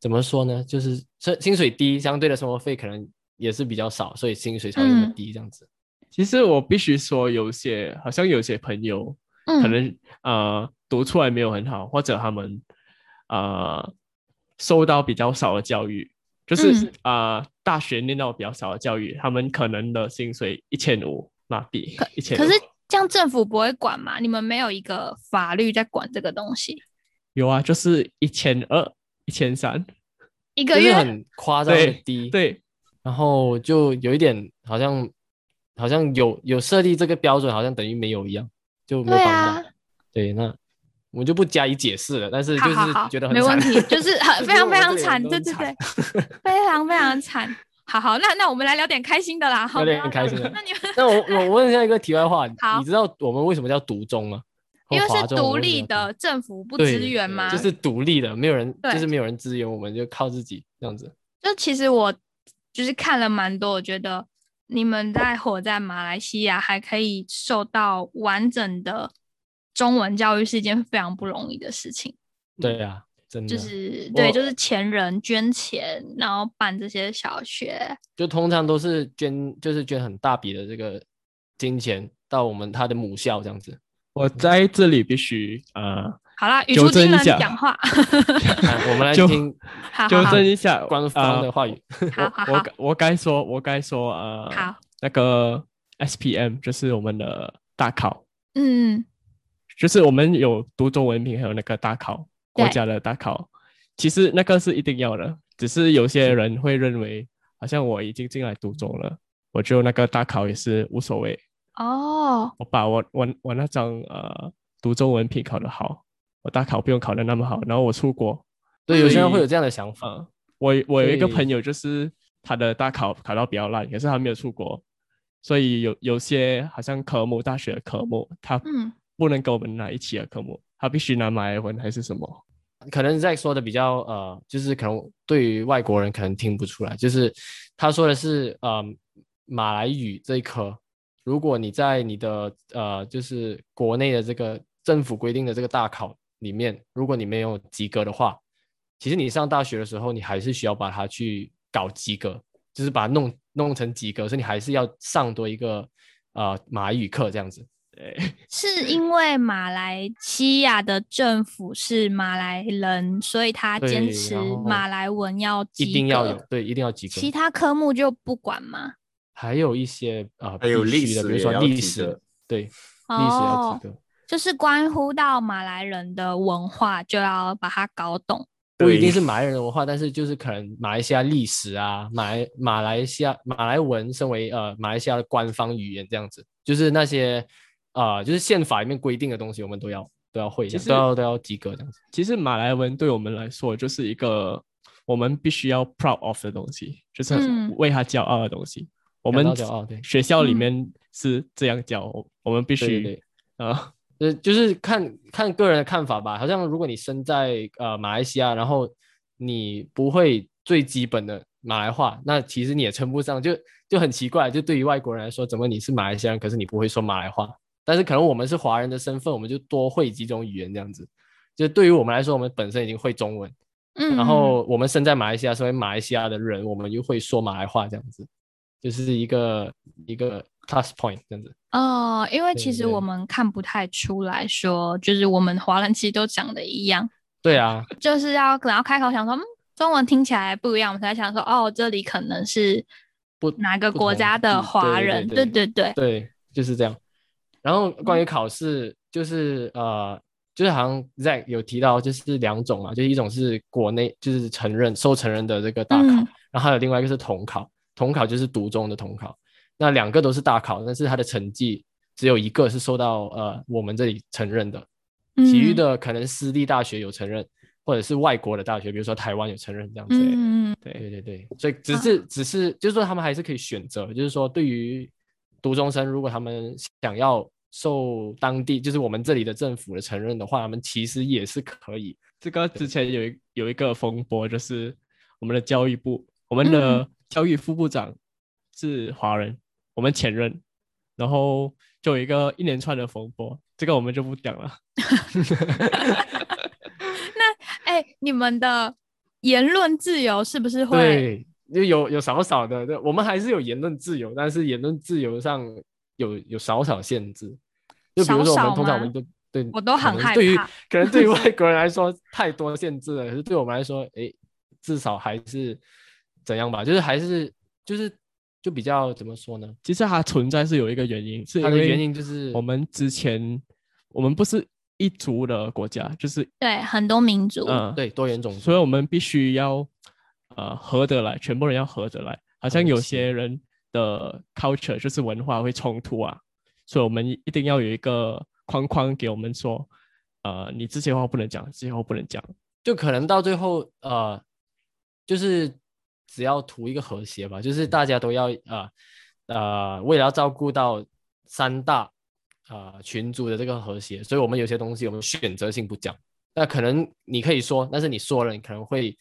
[SPEAKER 2] 怎么说呢？就是薪薪水低，相对的生活费可能也是比较少，所以薪水才会那么
[SPEAKER 1] 嗯
[SPEAKER 2] 低这样子。
[SPEAKER 4] 其实我必须说，有些好像有些朋友
[SPEAKER 1] 嗯，
[SPEAKER 4] 可能、呃读出来没有很好，或者他们呃受到比较少的教育，就是
[SPEAKER 1] 嗯
[SPEAKER 4] 啊、呃大学念到比较少的教育，他们可能的薪水一千五马币，一千。
[SPEAKER 1] 可是这样政府不会管嘛？你们没有一个法律在管这个东西，
[SPEAKER 4] 有啊，就是一千二、一千三，
[SPEAKER 1] 一
[SPEAKER 2] 就
[SPEAKER 1] 个
[SPEAKER 2] 是
[SPEAKER 1] 月
[SPEAKER 2] 很夸张的低，，
[SPEAKER 4] 对，
[SPEAKER 2] 然后就有一点好像好像有有设立这个标准，好像等于没有一样，就没有
[SPEAKER 1] 对
[SPEAKER 2] 帮
[SPEAKER 1] 啊
[SPEAKER 2] 到。，对，那我们就不加以解释了，但是就
[SPEAKER 1] 好
[SPEAKER 2] 是
[SPEAKER 1] 好好
[SPEAKER 2] 觉得，很
[SPEAKER 1] 没问
[SPEAKER 2] 惨
[SPEAKER 1] 题，就是很
[SPEAKER 2] 就
[SPEAKER 1] 非
[SPEAKER 2] 觉得
[SPEAKER 1] 常非
[SPEAKER 2] 我们
[SPEAKER 1] 常
[SPEAKER 2] 这里人
[SPEAKER 1] 惨，
[SPEAKER 2] 都
[SPEAKER 1] 对
[SPEAKER 2] 很
[SPEAKER 1] 对对
[SPEAKER 2] 惨，
[SPEAKER 1] 非常非常惨。好好，那那我们来聊点开心的 啦，好，
[SPEAKER 2] 有
[SPEAKER 1] 不
[SPEAKER 2] 点
[SPEAKER 1] 要
[SPEAKER 2] 开心 了
[SPEAKER 1] 那 你们
[SPEAKER 2] 那我我问一下一个题外话，
[SPEAKER 1] 好
[SPEAKER 2] 你知道我们为什么叫独中吗？
[SPEAKER 1] 因为
[SPEAKER 2] 华
[SPEAKER 1] 是
[SPEAKER 2] 中我
[SPEAKER 1] 独
[SPEAKER 2] 们为什
[SPEAKER 1] 立
[SPEAKER 2] 么叫
[SPEAKER 1] 的，政府不
[SPEAKER 2] 独
[SPEAKER 1] 支
[SPEAKER 2] 对
[SPEAKER 1] 援
[SPEAKER 2] 对
[SPEAKER 1] 吗？
[SPEAKER 2] 就是独立的，没有人
[SPEAKER 1] 对
[SPEAKER 2] 就是没有人支援，我们就靠自己这样子。
[SPEAKER 1] 就其实我就是看了蛮多，我觉得你们在活在马来西亚还可以受到完整的中文教育是一件非常不容易的事情。
[SPEAKER 2] 对啊，真
[SPEAKER 1] 嗯
[SPEAKER 2] 的
[SPEAKER 1] 就是对，
[SPEAKER 2] 我
[SPEAKER 1] 就是前人捐钱，然后办这些小学，
[SPEAKER 2] 就通常都是捐，就是捐很大笔的这个金钱到我们他的母校这样 子。
[SPEAKER 4] 我在这里必须呃
[SPEAKER 1] 好啦，语
[SPEAKER 4] 纠
[SPEAKER 1] 出
[SPEAKER 4] 正
[SPEAKER 1] 惊
[SPEAKER 4] 一
[SPEAKER 1] 人
[SPEAKER 4] 下
[SPEAKER 1] 讲 话，
[SPEAKER 2] 啊我们来
[SPEAKER 4] 就
[SPEAKER 2] 听
[SPEAKER 1] 好好
[SPEAKER 4] 纠
[SPEAKER 1] 好
[SPEAKER 4] 正一下
[SPEAKER 2] 官方的话语。
[SPEAKER 1] 好好
[SPEAKER 4] 呃我我
[SPEAKER 1] 好
[SPEAKER 4] 该我该说，我该说呃，
[SPEAKER 1] 好，
[SPEAKER 4] 那个 SPM 就是我们的大考，
[SPEAKER 1] 嗯，
[SPEAKER 4] 就是我们有读中文凭，还有那个大考，国
[SPEAKER 1] 对
[SPEAKER 4] 家的大考，其实那个是一定要的，只是有些人会认为，好像我已经进来读中了，我就那个大考也是无所谓，
[SPEAKER 1] 哦，
[SPEAKER 4] 我把我我我那张呃读中文凭考得好，我大考不用考得那么好，然后我出国，
[SPEAKER 2] 对，有些人会
[SPEAKER 4] 嗯
[SPEAKER 2] 有这样的想法。
[SPEAKER 4] 呃，我我有一个
[SPEAKER 2] 对
[SPEAKER 4] 朋友就是他的大考考到比较烂，可是他没有出国，所以有有些好像科目大学的科目他
[SPEAKER 1] 嗯，
[SPEAKER 4] 不能跟我们拿一起的科目，他必须拿马来文还是什么？
[SPEAKER 2] 可能在说的比较呃，就是可能对于外国人可能听不出来，就是他说的是呃马来语这一科，如果你在你的呃就是国内的这个政府规定的这个大考里面，如果你没有及格的话，其实你上大学的时候你还是需要把它去搞及格，就是把它弄弄成及格，所以你还是要上多一个呃马来语课这样子。
[SPEAKER 4] 对，
[SPEAKER 1] 是因为马来西亚的政府是马来人，所以他坚
[SPEAKER 2] 对
[SPEAKER 1] 持
[SPEAKER 2] 然后
[SPEAKER 1] 马来文要及
[SPEAKER 2] 一定要有
[SPEAKER 1] 格，
[SPEAKER 2] 对，一定要及格。
[SPEAKER 1] 其他科目就不管嘛。
[SPEAKER 2] 还有一些呃，
[SPEAKER 3] 还有
[SPEAKER 2] 必
[SPEAKER 3] 历
[SPEAKER 2] 须的，
[SPEAKER 3] 史
[SPEAKER 2] 比如
[SPEAKER 3] 也
[SPEAKER 2] 说
[SPEAKER 3] 要
[SPEAKER 2] 历
[SPEAKER 3] 及
[SPEAKER 2] 史
[SPEAKER 3] 格，
[SPEAKER 2] 对，历史要
[SPEAKER 1] 哦
[SPEAKER 2] 及，格，
[SPEAKER 1] 就是关乎到马来人的文化，就要把它搞懂。
[SPEAKER 2] 不一定
[SPEAKER 3] 对
[SPEAKER 2] 是马来人的文化，但是就是可能马来西亚历史啊，马来马来西亚马来文身为呃马来西亚的官方语言这样子，就是那些啊、呃就是宪法里面规定的东西，我们都要都要会这样，
[SPEAKER 4] 其实
[SPEAKER 2] 都要都要及格这样子。
[SPEAKER 4] 其实马来文对我们来说就是一个我们必须要 proud of 的东西，就是
[SPEAKER 1] 嗯
[SPEAKER 4] 为他骄傲的东西。我
[SPEAKER 2] 感到
[SPEAKER 4] 们
[SPEAKER 2] 骄傲对
[SPEAKER 4] 学校里
[SPEAKER 1] 嗯
[SPEAKER 4] 面是这样教，我们必
[SPEAKER 2] 对
[SPEAKER 4] 须
[SPEAKER 2] 对对
[SPEAKER 4] 呃
[SPEAKER 2] 呃，就是看看个人的看法吧。好像如果你生在呃马来西亚，然后你不会最基本的马来话，那其实你也称不上，就就很奇怪。就对于外国人来说，怎么你是马来西亚人，可是你不会说马来话？但是可能我们是华人的身份，我们就多会几种语言这样子。就对于我们来说，我们本身已经会中文，
[SPEAKER 1] 嗯，
[SPEAKER 2] 然后我们生在马来西亚，身为马来西亚的人，我们又会说马来话这样子，就是一个一个 plus point 这样子。
[SPEAKER 1] 哦，因为
[SPEAKER 2] 对
[SPEAKER 1] 其实
[SPEAKER 2] 对
[SPEAKER 1] 我们看不太出来说，就是我们华人其实都长得一样，
[SPEAKER 2] 对啊，
[SPEAKER 1] 就是要然后开口想说，嗯，中文听起来不一样，我们才想说，哦，这里可能是
[SPEAKER 2] 不
[SPEAKER 1] 哪个
[SPEAKER 2] 不
[SPEAKER 1] 国
[SPEAKER 2] 同
[SPEAKER 1] 家的
[SPEAKER 2] 地
[SPEAKER 1] 华
[SPEAKER 2] 对对
[SPEAKER 1] 人，
[SPEAKER 2] 对
[SPEAKER 1] 对对，
[SPEAKER 2] 对，就是这样。然后关
[SPEAKER 1] 嗯
[SPEAKER 2] 于考试，就是呃，就是好像 Zack 有提到，就是两种嘛，就是一种是国内就是承认受承认的这个大考，
[SPEAKER 1] 嗯
[SPEAKER 2] 然后还有另外一个是统考，统考就是独中的统考。那两个都是大考，但是它的成绩只有一个是受到呃我们这里承认的，其余
[SPEAKER 1] 嗯
[SPEAKER 2] 的可能私立大学有承认，或者是外国的大学，比如说台湾有承认这样子。
[SPEAKER 1] 嗯，
[SPEAKER 2] 对
[SPEAKER 4] 对
[SPEAKER 2] 对对，所以只是、只是就是说他们还是可以选择，就是说对于独中生，如果他们想要受当地就是我们这里的政府的承认的话，他们其实也是可以。
[SPEAKER 4] 这个之前有一有一个风波，就是我们的教育部，我们
[SPEAKER 2] 嗯
[SPEAKER 4] 的教育副部长是华人，我们前任，然后就有一个一连串的风波，这个我们就不讲了。
[SPEAKER 1] 哎、你们的言论自由是不是会？
[SPEAKER 2] 对，就有有少少的，对，我们还是有言论自由，但是言论自由上有有少少限制。就比如说我
[SPEAKER 1] 少
[SPEAKER 2] 们
[SPEAKER 1] 少
[SPEAKER 2] 通常我
[SPEAKER 1] 吗
[SPEAKER 2] 们就对，
[SPEAKER 1] 我都
[SPEAKER 2] 可
[SPEAKER 1] 很
[SPEAKER 2] 能
[SPEAKER 1] 害
[SPEAKER 2] 对于
[SPEAKER 1] 怕
[SPEAKER 2] 可能对于外国人来说太多限制了，可是对我们来说，诶，至少还是怎样吧，就是还是就是就比较怎么说呢？
[SPEAKER 4] 其实它存在是有一个原因，是
[SPEAKER 2] 它的
[SPEAKER 4] 因为
[SPEAKER 2] 原因就是
[SPEAKER 4] 我们之前我们不是一族的国家，就是
[SPEAKER 1] 对很多民族，
[SPEAKER 4] 嗯，
[SPEAKER 2] 对多元种族
[SPEAKER 4] 所以我们必须要呃合得来，全部人要合得来。好像
[SPEAKER 2] 嗯
[SPEAKER 4] 有
[SPEAKER 2] 是
[SPEAKER 4] 些人的 culture 就是文化会冲突啊，所以我们一定要有一个框框给我们说，呃，你这些话不能讲，这些话不能讲。
[SPEAKER 2] 就可能到最后呃，就是只要图一个和谐吧，就是大家都要呃呃，为了要照顾到三大呃群族的这个和谐，所以我们有些东西我们选择性不讲。那可能你可以说，但是你说了，你可能会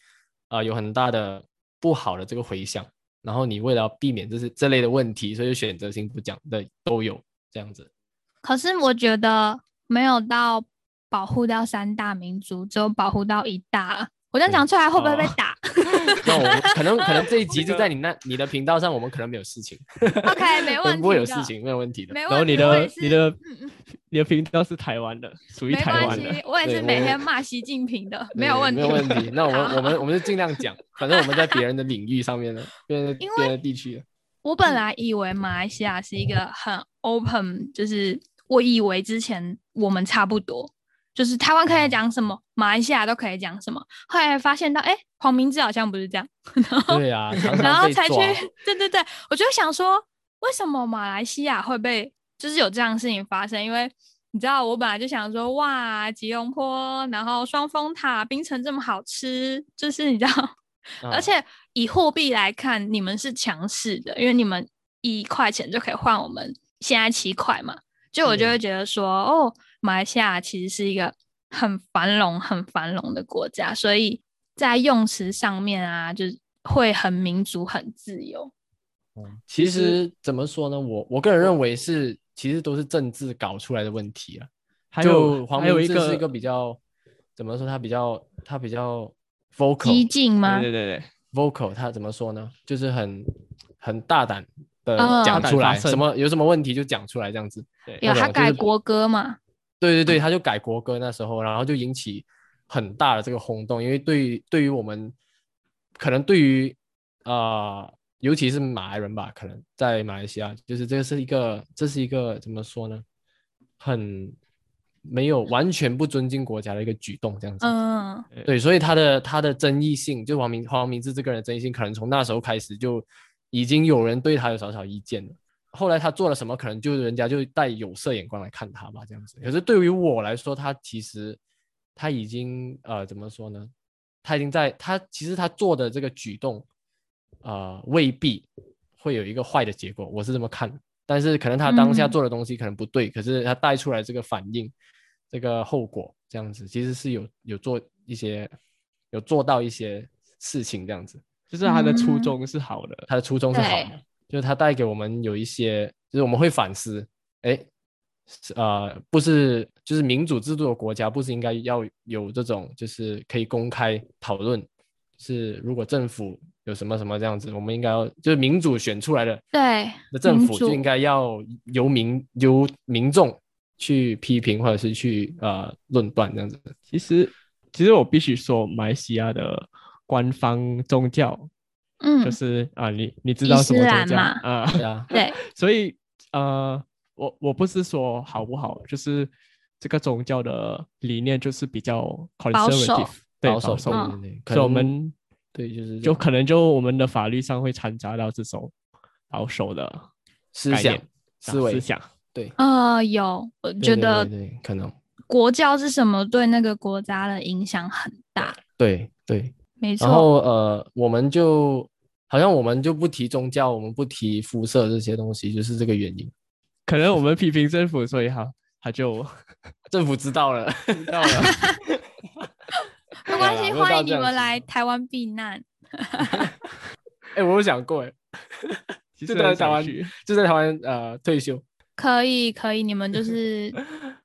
[SPEAKER 2] 呃有很大的不好的这个回响。然后你为了要避免这是这类的问题，所以就选择性不讲的都有这样子。
[SPEAKER 1] 可是我觉得没有到保护到三大民族，只有保护到一大。我这样讲出来会不会被
[SPEAKER 4] 哦
[SPEAKER 1] 打、
[SPEAKER 2] 那我们可能可能这一集就在你那你的频道上，我们可能没有事情，
[SPEAKER 1] o k 没
[SPEAKER 2] 我
[SPEAKER 1] 问
[SPEAKER 2] 们
[SPEAKER 1] 题，
[SPEAKER 2] 不会有事，情，没有问题的。
[SPEAKER 1] 没
[SPEAKER 4] 然后
[SPEAKER 1] 问
[SPEAKER 4] 你
[SPEAKER 1] 题。我也
[SPEAKER 4] 的
[SPEAKER 1] 是
[SPEAKER 4] 你的
[SPEAKER 1] 嗯嗯
[SPEAKER 4] 你的频道是台湾的，属于
[SPEAKER 1] 没
[SPEAKER 4] 台湾
[SPEAKER 1] 关
[SPEAKER 4] 的，
[SPEAKER 1] 系，我也
[SPEAKER 2] 对
[SPEAKER 1] 是每
[SPEAKER 2] 我
[SPEAKER 1] 天骂习近平的，
[SPEAKER 2] 对
[SPEAKER 1] 没有问题，
[SPEAKER 2] 没有问题。那我们
[SPEAKER 1] 好
[SPEAKER 2] 我们我们就尽量讲，反正我们在别人的领域上面呢，别人的
[SPEAKER 1] 因
[SPEAKER 2] 别人的地区了，
[SPEAKER 1] 我本来以为马来西亚是一个很 open，就是我以为之前我们差不多，就是台湾可
[SPEAKER 2] 嗯
[SPEAKER 1] 以讲什么，马来西亚都可以讲什么。后来发现到，哎、黄明志好像不是这样，
[SPEAKER 2] 对啊，常
[SPEAKER 1] 然
[SPEAKER 2] 常
[SPEAKER 1] 后
[SPEAKER 2] 被
[SPEAKER 1] 才去
[SPEAKER 2] 抓。，
[SPEAKER 1] 对对对，我就想说，为什么马来西亚会被就是有这样的事情发生？因为你知道，我本来就想说，哇，吉隆坡，然后双峰塔、槟城这么好吃，就是你知道。而
[SPEAKER 2] 啊
[SPEAKER 1] 且以货币来看，你们是强势的，因为你们一块钱就可以换我们现在七块嘛。就我就
[SPEAKER 2] 嗯
[SPEAKER 1] 会觉得说，哦，马来西亚其实是一个很繁荣、很繁荣的国家，所以在用词上面啊，就是会很民主、很自由。
[SPEAKER 2] 其实怎么说呢，我我个人认为是，其实都是政治搞出来的问题啊。
[SPEAKER 4] 还
[SPEAKER 2] 就
[SPEAKER 4] 有
[SPEAKER 2] 黄
[SPEAKER 4] 还有
[SPEAKER 2] 明
[SPEAKER 4] 一
[SPEAKER 2] 志
[SPEAKER 4] 个
[SPEAKER 2] 是一个比较怎么说，他比较他比较 vocal，
[SPEAKER 1] 激进吗？
[SPEAKER 4] 对对对对，
[SPEAKER 2] vocal，他怎么说呢？就是很很大胆的
[SPEAKER 1] 嗯
[SPEAKER 2] 讲出来，
[SPEAKER 4] 大胆发声
[SPEAKER 2] 什么有什么问题就讲出来这样子。
[SPEAKER 4] 对
[SPEAKER 1] 有
[SPEAKER 2] 那
[SPEAKER 1] 他
[SPEAKER 2] 种就
[SPEAKER 1] 改
[SPEAKER 2] 是
[SPEAKER 1] 国歌嘛？
[SPEAKER 2] 对对对，他就改国歌那时候，然后就引起很大的这个轰动，因为对于对于我们，可能对于啊、呃尤其是马来人吧，可能在马来西亚，就是这个是一个这是一个怎么说呢？很没有完全不尊敬国家的一个举动，这样子。
[SPEAKER 1] 嗯，
[SPEAKER 2] 对，所以他的他的争议性，就黄明黄明志这个人的争议性，可能从那时候开始就已经有人对他有少少意见了。后来他做了什么，可能就人家就带有色眼光来看他吧，这样子。可是对于我来说，他其实他已经呃怎么说呢？他已经呃在他其实他做的这个举动，呃，未必会有一个坏的结果，我是这么看的。但是可能他当下
[SPEAKER 1] 嗯
[SPEAKER 2] 做的东西可能不对，可是他带出来这个反应，这个后果这样子，其实是有有做一些有做到一些事情这样子。
[SPEAKER 4] 就是他的初
[SPEAKER 1] 嗯
[SPEAKER 4] 衷是好的，
[SPEAKER 2] 他的初衷是好
[SPEAKER 1] 对
[SPEAKER 2] 的，就是他带给我们有一些，就是我们会反思，哎，是呃，不是，就是民主制度的国家，不是应该要有这种，就是可以公开讨论，是如果政府有什么什么这样子，我们应该要就是民主选出来的
[SPEAKER 1] 对，
[SPEAKER 2] 那政
[SPEAKER 1] 民
[SPEAKER 2] 府就
[SPEAKER 1] 主
[SPEAKER 2] 应该要由民由民众去批评或者是去呃论断这样子。
[SPEAKER 4] 其实，其实我必须说，马来西亚的官方宗教
[SPEAKER 1] 嗯，
[SPEAKER 4] 就是、啊，你你知
[SPEAKER 1] 伊
[SPEAKER 4] 道
[SPEAKER 1] 斯
[SPEAKER 4] 什么宗
[SPEAKER 1] 兰
[SPEAKER 4] 教
[SPEAKER 1] 嘛
[SPEAKER 4] 啊？
[SPEAKER 2] 对啊，
[SPEAKER 1] 对，
[SPEAKER 4] 所以呃，我我不是说好不好，就是这个宗教的理念就是比较
[SPEAKER 1] 保守
[SPEAKER 4] conservative，对
[SPEAKER 2] 保守
[SPEAKER 4] 守，
[SPEAKER 2] 对
[SPEAKER 1] 嗯
[SPEAKER 2] 对对，可
[SPEAKER 4] 所以我
[SPEAKER 2] 能
[SPEAKER 4] 们
[SPEAKER 2] 对就是这
[SPEAKER 4] 就
[SPEAKER 2] 种
[SPEAKER 4] 可能就我们的法律上会掺杂到这种保守的啊
[SPEAKER 2] 思
[SPEAKER 4] 概
[SPEAKER 2] 想
[SPEAKER 4] 念啊
[SPEAKER 2] 思维
[SPEAKER 4] 思想。
[SPEAKER 2] 对。
[SPEAKER 1] 呃，有，我觉
[SPEAKER 2] 对对
[SPEAKER 1] 得
[SPEAKER 2] 对对可能
[SPEAKER 1] 国教是什么对那个国家的影响很大，
[SPEAKER 2] 对对，
[SPEAKER 1] 没错。
[SPEAKER 2] 然后呃，我们就好像我们就不提宗教，我们不提肤色这些东西，就是这个原因。
[SPEAKER 4] 可能我们批评政府，所以他 他就
[SPEAKER 2] 政府知道了，
[SPEAKER 4] 知道了。
[SPEAKER 1] 没关系，
[SPEAKER 2] 没有
[SPEAKER 1] 欢
[SPEAKER 2] 到
[SPEAKER 1] 迎
[SPEAKER 2] 这
[SPEAKER 1] 你
[SPEAKER 2] 样
[SPEAKER 1] 们
[SPEAKER 2] 子
[SPEAKER 1] 来台湾避难。
[SPEAKER 2] 哎，我有想过，哎，
[SPEAKER 4] 其
[SPEAKER 2] 就
[SPEAKER 4] 实
[SPEAKER 2] 在
[SPEAKER 4] 很
[SPEAKER 2] 台湾
[SPEAKER 4] 想去
[SPEAKER 2] 就在台湾呃退休，
[SPEAKER 1] 可以，可以，你 们就是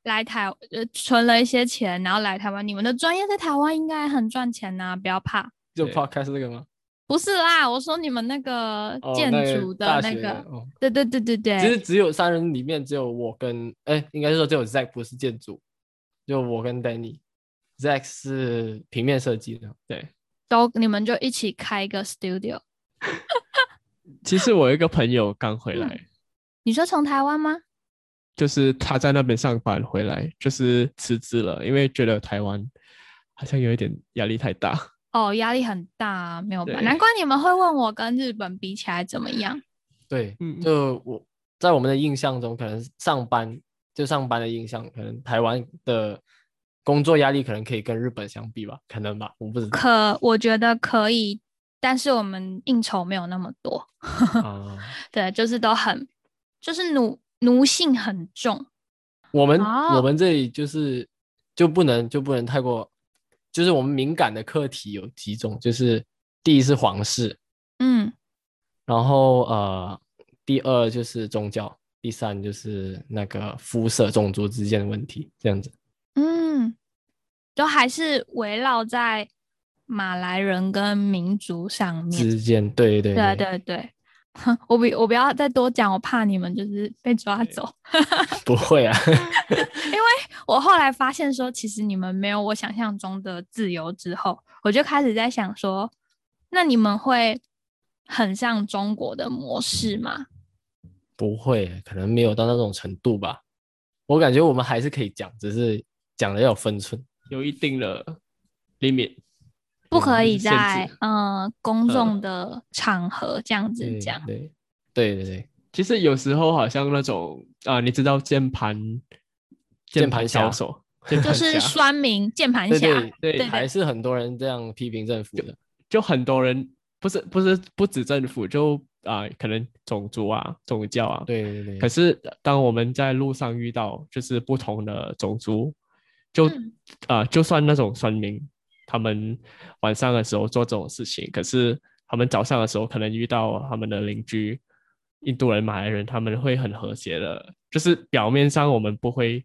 [SPEAKER 1] 来台呃存了一些钱，然后来台湾。你们的专业在台湾应该很赚钱呐、不要怕。
[SPEAKER 2] 就
[SPEAKER 4] 对
[SPEAKER 2] podcast 这个吗？
[SPEAKER 1] 不是啦，我说你们那个
[SPEAKER 2] 哦
[SPEAKER 1] 建
[SPEAKER 2] 那个
[SPEAKER 1] 筑的
[SPEAKER 2] 大
[SPEAKER 1] 那
[SPEAKER 2] 学
[SPEAKER 1] 个，
[SPEAKER 2] 哦
[SPEAKER 1] 对对对对
[SPEAKER 2] 其实
[SPEAKER 1] 对，
[SPEAKER 2] 只有三人里面只有我跟哎，应该是说只有 Zack 不是建筑，就我跟 Danny，Zack 是平面设计的，
[SPEAKER 4] 对，
[SPEAKER 1] 都你们就一起开一个 studio。
[SPEAKER 4] 其实我有一个朋友刚回来，
[SPEAKER 1] 嗯你说从台湾吗？
[SPEAKER 4] 就是他在那边上班回来，就是辞职了，因为觉得台湾好像有一点压力太大。
[SPEAKER 1] 哦，压力很大、啊，没有办法，
[SPEAKER 4] 对
[SPEAKER 1] 难怪你们会问我跟日本比起来怎么样。
[SPEAKER 2] 对，
[SPEAKER 4] 嗯
[SPEAKER 2] 就我在我们的印象中，可能上班就上班的印象，可能台湾的工作压力可能可以跟日本相比吧，可能吧，我不知道
[SPEAKER 1] 可我觉得可以，但是我们应酬没有那么多，
[SPEAKER 2] 啊。
[SPEAKER 1] 对，就是都很，就是奴奴性很重。
[SPEAKER 2] 我们
[SPEAKER 1] 哦
[SPEAKER 2] 我们这里就是就不能就不能太过，就是我们敏感的课题有几种，就是第一是皇室，
[SPEAKER 1] 嗯，
[SPEAKER 2] 然后呃，第二就是宗教，第三就是那个肤色、种族之间的问题，这样子。
[SPEAKER 1] 嗯，都还是围绕在马来人跟民族上面。
[SPEAKER 2] 之间，对对
[SPEAKER 1] 嗯对啊对对， 哼我比我不要再多讲，我怕你们就是被抓走。
[SPEAKER 2] 不会啊，
[SPEAKER 1] 我后来发现说，其实你们没有我想象中的自由之后，我就开始在想说，那你们会很像中国的模式吗？
[SPEAKER 2] 不会，可能没有到那种程度吧。我感觉我们还是可以讲，只是讲的要有分寸。
[SPEAKER 4] 有一定的 limit，
[SPEAKER 1] 不可
[SPEAKER 4] 嗯
[SPEAKER 1] 以
[SPEAKER 4] 限制
[SPEAKER 1] 在嗯、呃公
[SPEAKER 4] 呃
[SPEAKER 1] 众的场合这样子
[SPEAKER 2] 对
[SPEAKER 1] 讲。
[SPEAKER 2] 对对对对，
[SPEAKER 4] 其实有时候好像那种啊，你知道键盘
[SPEAKER 2] 键盘
[SPEAKER 4] 销
[SPEAKER 2] 侠
[SPEAKER 4] 售，键
[SPEAKER 1] 就
[SPEAKER 4] 盘
[SPEAKER 1] 是
[SPEAKER 4] 侠
[SPEAKER 1] 酸民键盘
[SPEAKER 2] 对
[SPEAKER 1] 侠，
[SPEAKER 2] 对
[SPEAKER 4] 对对
[SPEAKER 2] 还是很多人这样批评政府的。
[SPEAKER 4] 就很多人不是不是不止政府，就啊、可能种族啊、宗教啊。。
[SPEAKER 2] 对对对，
[SPEAKER 4] 可是当我们在路上遇到就是不同的种族，就啊、
[SPEAKER 1] 嗯
[SPEAKER 4] 就算那种村民，他们晚上的时候做这种事情，可是他们早上的时候可能遇到他们的邻居印度人、马来人，他们会很和谐的，就是表面上我们不会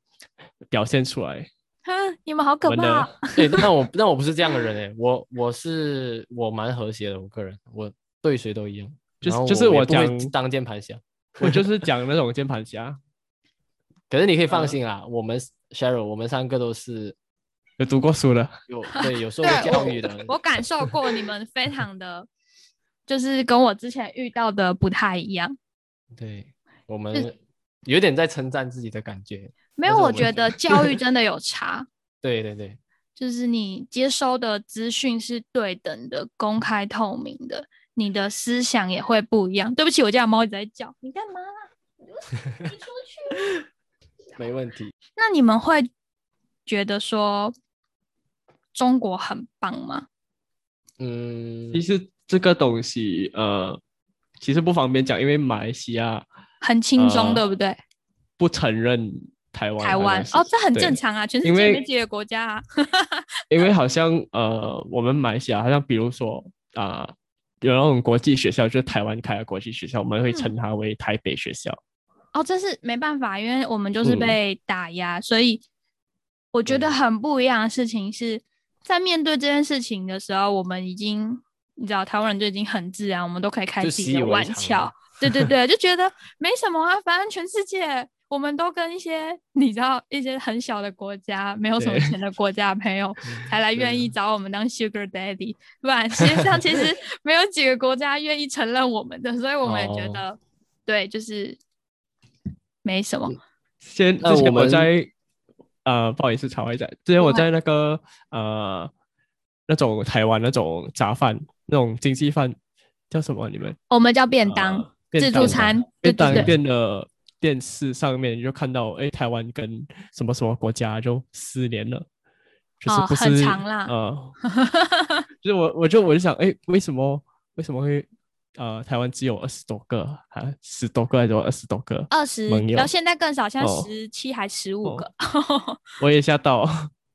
[SPEAKER 4] 表现出来。
[SPEAKER 1] 哼，你们好
[SPEAKER 4] 我
[SPEAKER 1] 可
[SPEAKER 4] 们
[SPEAKER 1] 怕
[SPEAKER 4] 的
[SPEAKER 1] 哦！
[SPEAKER 2] 对，但哎我但我不是这样的人哎、我我是我蛮和谐的，我个人我对谁都一样，
[SPEAKER 4] 就是
[SPEAKER 2] 然后
[SPEAKER 4] 就是
[SPEAKER 2] 我
[SPEAKER 4] 我
[SPEAKER 2] 也不会
[SPEAKER 4] 讲
[SPEAKER 2] 当键盘侠，
[SPEAKER 4] 我就是讲那种键盘 侠，
[SPEAKER 2] 可是你可以放心啦，我们 Cheryl 我们三个都是
[SPEAKER 4] 有读过书的。
[SPEAKER 2] 有对有受过
[SPEAKER 1] 对
[SPEAKER 2] 教育的，
[SPEAKER 1] 我感受过你们非常的，就是跟我之前遇到的不太一样。
[SPEAKER 2] 对，我们有点在称赞自己的感觉，
[SPEAKER 1] 没
[SPEAKER 2] 那
[SPEAKER 1] 有，
[SPEAKER 2] 是
[SPEAKER 1] 我
[SPEAKER 2] 我
[SPEAKER 1] 觉
[SPEAKER 2] 们
[SPEAKER 1] 得教育真的有差，
[SPEAKER 2] 对对对，
[SPEAKER 1] 就是你接收的资讯是对等的、公开透明的，你的思想也会不一样。对不起，我家的猫一直在叫，你干嘛啦？你出去。
[SPEAKER 2] 没问题。
[SPEAKER 1] 那你们会觉得说中国很棒吗？
[SPEAKER 2] 嗯
[SPEAKER 4] 其，实这个东西，呃，其实不方便讲，因为马来西亚
[SPEAKER 1] 很轻松，
[SPEAKER 4] 呃
[SPEAKER 1] 对不对？
[SPEAKER 4] 不承认台湾。
[SPEAKER 1] 台湾哦，这很
[SPEAKER 4] 对
[SPEAKER 1] 正。常啊，全世
[SPEAKER 4] 因
[SPEAKER 1] 界
[SPEAKER 4] 为
[SPEAKER 1] 没几个国家啊。
[SPEAKER 4] 因为好像呃，我们马来西亚好像比如说啊、有那种国际学校，就是台湾开的国际学校，我们会称它为台北学校。
[SPEAKER 1] 哦，这是没办法，因为我们就是
[SPEAKER 4] 嗯
[SPEAKER 1] 被打压，所以我觉得
[SPEAKER 2] 对
[SPEAKER 1] 很不一样的事情是在面对这件事情的时候，我们已经你知道，台湾人就已经很自然，我们都可以开
[SPEAKER 2] 就
[SPEAKER 1] 自己
[SPEAKER 2] 习以
[SPEAKER 1] 的
[SPEAKER 2] 为
[SPEAKER 1] 玩
[SPEAKER 2] 常
[SPEAKER 1] 笑
[SPEAKER 2] 了，
[SPEAKER 1] 对 对对，就觉得没什么啊，反正全世界我们都跟一些你知道一些很小的国家、没有什么
[SPEAKER 4] 对
[SPEAKER 1] 钱的国家朋友才来愿意找我们当 Sugar Daddy，不然实际上其 实没有几个国家愿意承认我们的，所以我们也觉
[SPEAKER 2] 哦
[SPEAKER 1] 得、对，就是没什么。
[SPEAKER 4] 先
[SPEAKER 2] 那
[SPEAKER 4] 之前
[SPEAKER 2] 我
[SPEAKER 4] 我
[SPEAKER 2] 们
[SPEAKER 4] 在呃，不好意思吵一下，之前我
[SPEAKER 1] 不会
[SPEAKER 4] 在那个呃那种台湾那种杂饭那种经济饭叫什么？你们
[SPEAKER 1] 我们叫便当、
[SPEAKER 2] 啊
[SPEAKER 4] 呃
[SPEAKER 1] 自
[SPEAKER 4] 便
[SPEAKER 1] 助
[SPEAKER 4] 当
[SPEAKER 1] 餐，对
[SPEAKER 4] 便当
[SPEAKER 1] 对对，
[SPEAKER 4] 店的电视上面，你就看到，哎，台湾跟什么什么国家就失联了，就是
[SPEAKER 1] 哦
[SPEAKER 4] 不是、
[SPEAKER 1] 很长啦
[SPEAKER 4] 呃， 就是我我就我就想，哎，为什么为什么会呃台湾只有二十多个啊，十多个还是二十多个？
[SPEAKER 1] 二十
[SPEAKER 4] 盟，友
[SPEAKER 1] 然后现在更少，现在
[SPEAKER 4] 哦
[SPEAKER 1] 十七还十五
[SPEAKER 4] 哦
[SPEAKER 1] 个，
[SPEAKER 4] 我也吓到，
[SPEAKER 1] 哦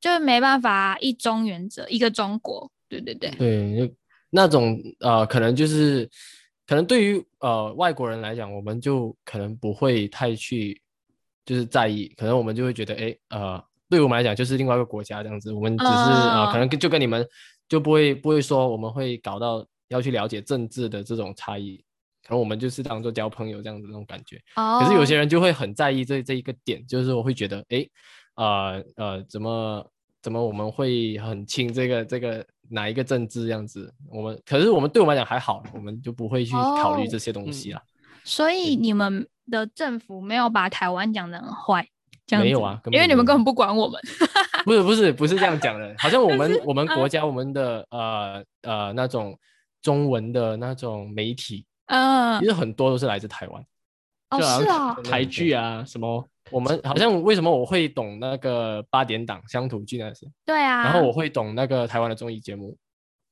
[SPEAKER 1] 就是没办法一中原则，一个中国。对对对，
[SPEAKER 2] 对，就那种呃，可能就是可能对于呃外国人来讲，我们就可能不会太去就是在意，可能我们就会觉得，哎，呃，对我们来讲就是另外一个国家这样子，我们只是啊、
[SPEAKER 4] 哦
[SPEAKER 2] 呃可
[SPEAKER 1] 嗯
[SPEAKER 2] 能跟就跟你们就不会不会说我们会搞到要去了解政治的这种差异，可能我们就是当做交朋友这样子那种感觉。
[SPEAKER 1] 哦
[SPEAKER 2] 可是有些人就会很在意这这一个点，就是我会觉得，哎，呃呃怎么怎么我们会很亲这个这个哪一个政治这样子，我们可是我们对我们来讲还好，我们就不会去考虑
[SPEAKER 1] 哦
[SPEAKER 2] 这些东西
[SPEAKER 4] 嗯
[SPEAKER 2] 啊。
[SPEAKER 1] 所以
[SPEAKER 2] 嗯
[SPEAKER 1] 你们的政府没有把台湾讲的很坏，这样
[SPEAKER 2] 没有
[SPEAKER 1] 子
[SPEAKER 2] 啊根
[SPEAKER 1] 因为
[SPEAKER 2] 本
[SPEAKER 1] 你们
[SPEAKER 2] 没有
[SPEAKER 1] 根本不管我们。
[SPEAKER 2] 不是 不是不是这样讲的，好像我们我们
[SPEAKER 1] 啊
[SPEAKER 2] 国家我们的呃呃那种中文的那种媒体，
[SPEAKER 1] 嗯
[SPEAKER 2] 其，实很多都是来啊自台湾。
[SPEAKER 1] 哦，
[SPEAKER 4] 就好
[SPEAKER 1] 是
[SPEAKER 4] 像
[SPEAKER 1] 啊，
[SPEAKER 4] 台剧啊什么，
[SPEAKER 2] 我们好像为什么我会懂那个八点档乡土剧那些，
[SPEAKER 1] 对啊。
[SPEAKER 2] 然后我会懂那个台湾的综艺节目，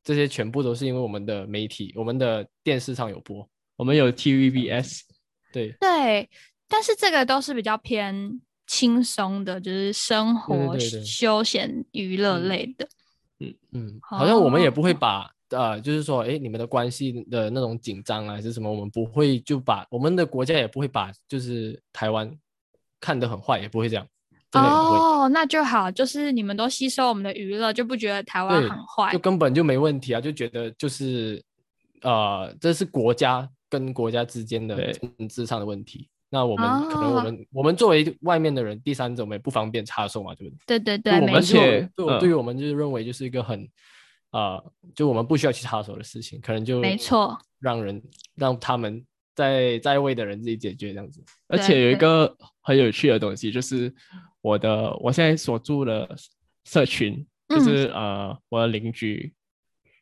[SPEAKER 2] 这些全部都是因为我们的媒体，我们的电视上有播。
[SPEAKER 4] 我们有 TVBS，
[SPEAKER 2] 对，
[SPEAKER 1] 对，但是这个都是比较偏轻松的，就是生
[SPEAKER 2] 对对
[SPEAKER 1] 活、
[SPEAKER 2] 对对
[SPEAKER 1] 休闲、娱乐
[SPEAKER 4] 嗯
[SPEAKER 1] 类的。
[SPEAKER 2] 嗯，好像我们也不会
[SPEAKER 1] 哦
[SPEAKER 2] 把、呃，就是说，哎，你们的关系的那种紧张啊，还是什么，我们不会就把我们的国家也不会把就是台湾看得很坏，也不会这样，真的也不会，
[SPEAKER 1] 哦，那就好，就是你们都吸收我们的娱乐，就不觉得台湾
[SPEAKER 2] 对
[SPEAKER 1] 很坏
[SPEAKER 2] 就。根本就没问题啊，就觉得就是呃，这是国家跟国家之间的
[SPEAKER 4] 对
[SPEAKER 2] 政治上的问题。那我们、可能
[SPEAKER 1] 哦
[SPEAKER 2] 我们我们作为外面的人，第三者我们也不方便插手嘛，对不对？
[SPEAKER 1] 对对
[SPEAKER 2] 对
[SPEAKER 1] 对，
[SPEAKER 2] 我
[SPEAKER 1] 没
[SPEAKER 2] 们
[SPEAKER 4] 而
[SPEAKER 1] 错
[SPEAKER 2] 对我们
[SPEAKER 4] 且
[SPEAKER 2] 对我
[SPEAKER 4] 嗯
[SPEAKER 2] 对于我们就是认为就是一个很呃，就我们不需要去插手的事情，可能就
[SPEAKER 1] 没错，
[SPEAKER 2] 让人让他们在在位的人自己解决这样子。
[SPEAKER 4] 而
[SPEAKER 1] 对
[SPEAKER 4] 且有一
[SPEAKER 1] 对
[SPEAKER 4] 个很有趣的东西，就是我的我现在所住的社群，就
[SPEAKER 1] 嗯
[SPEAKER 4] 是、呃我的邻居，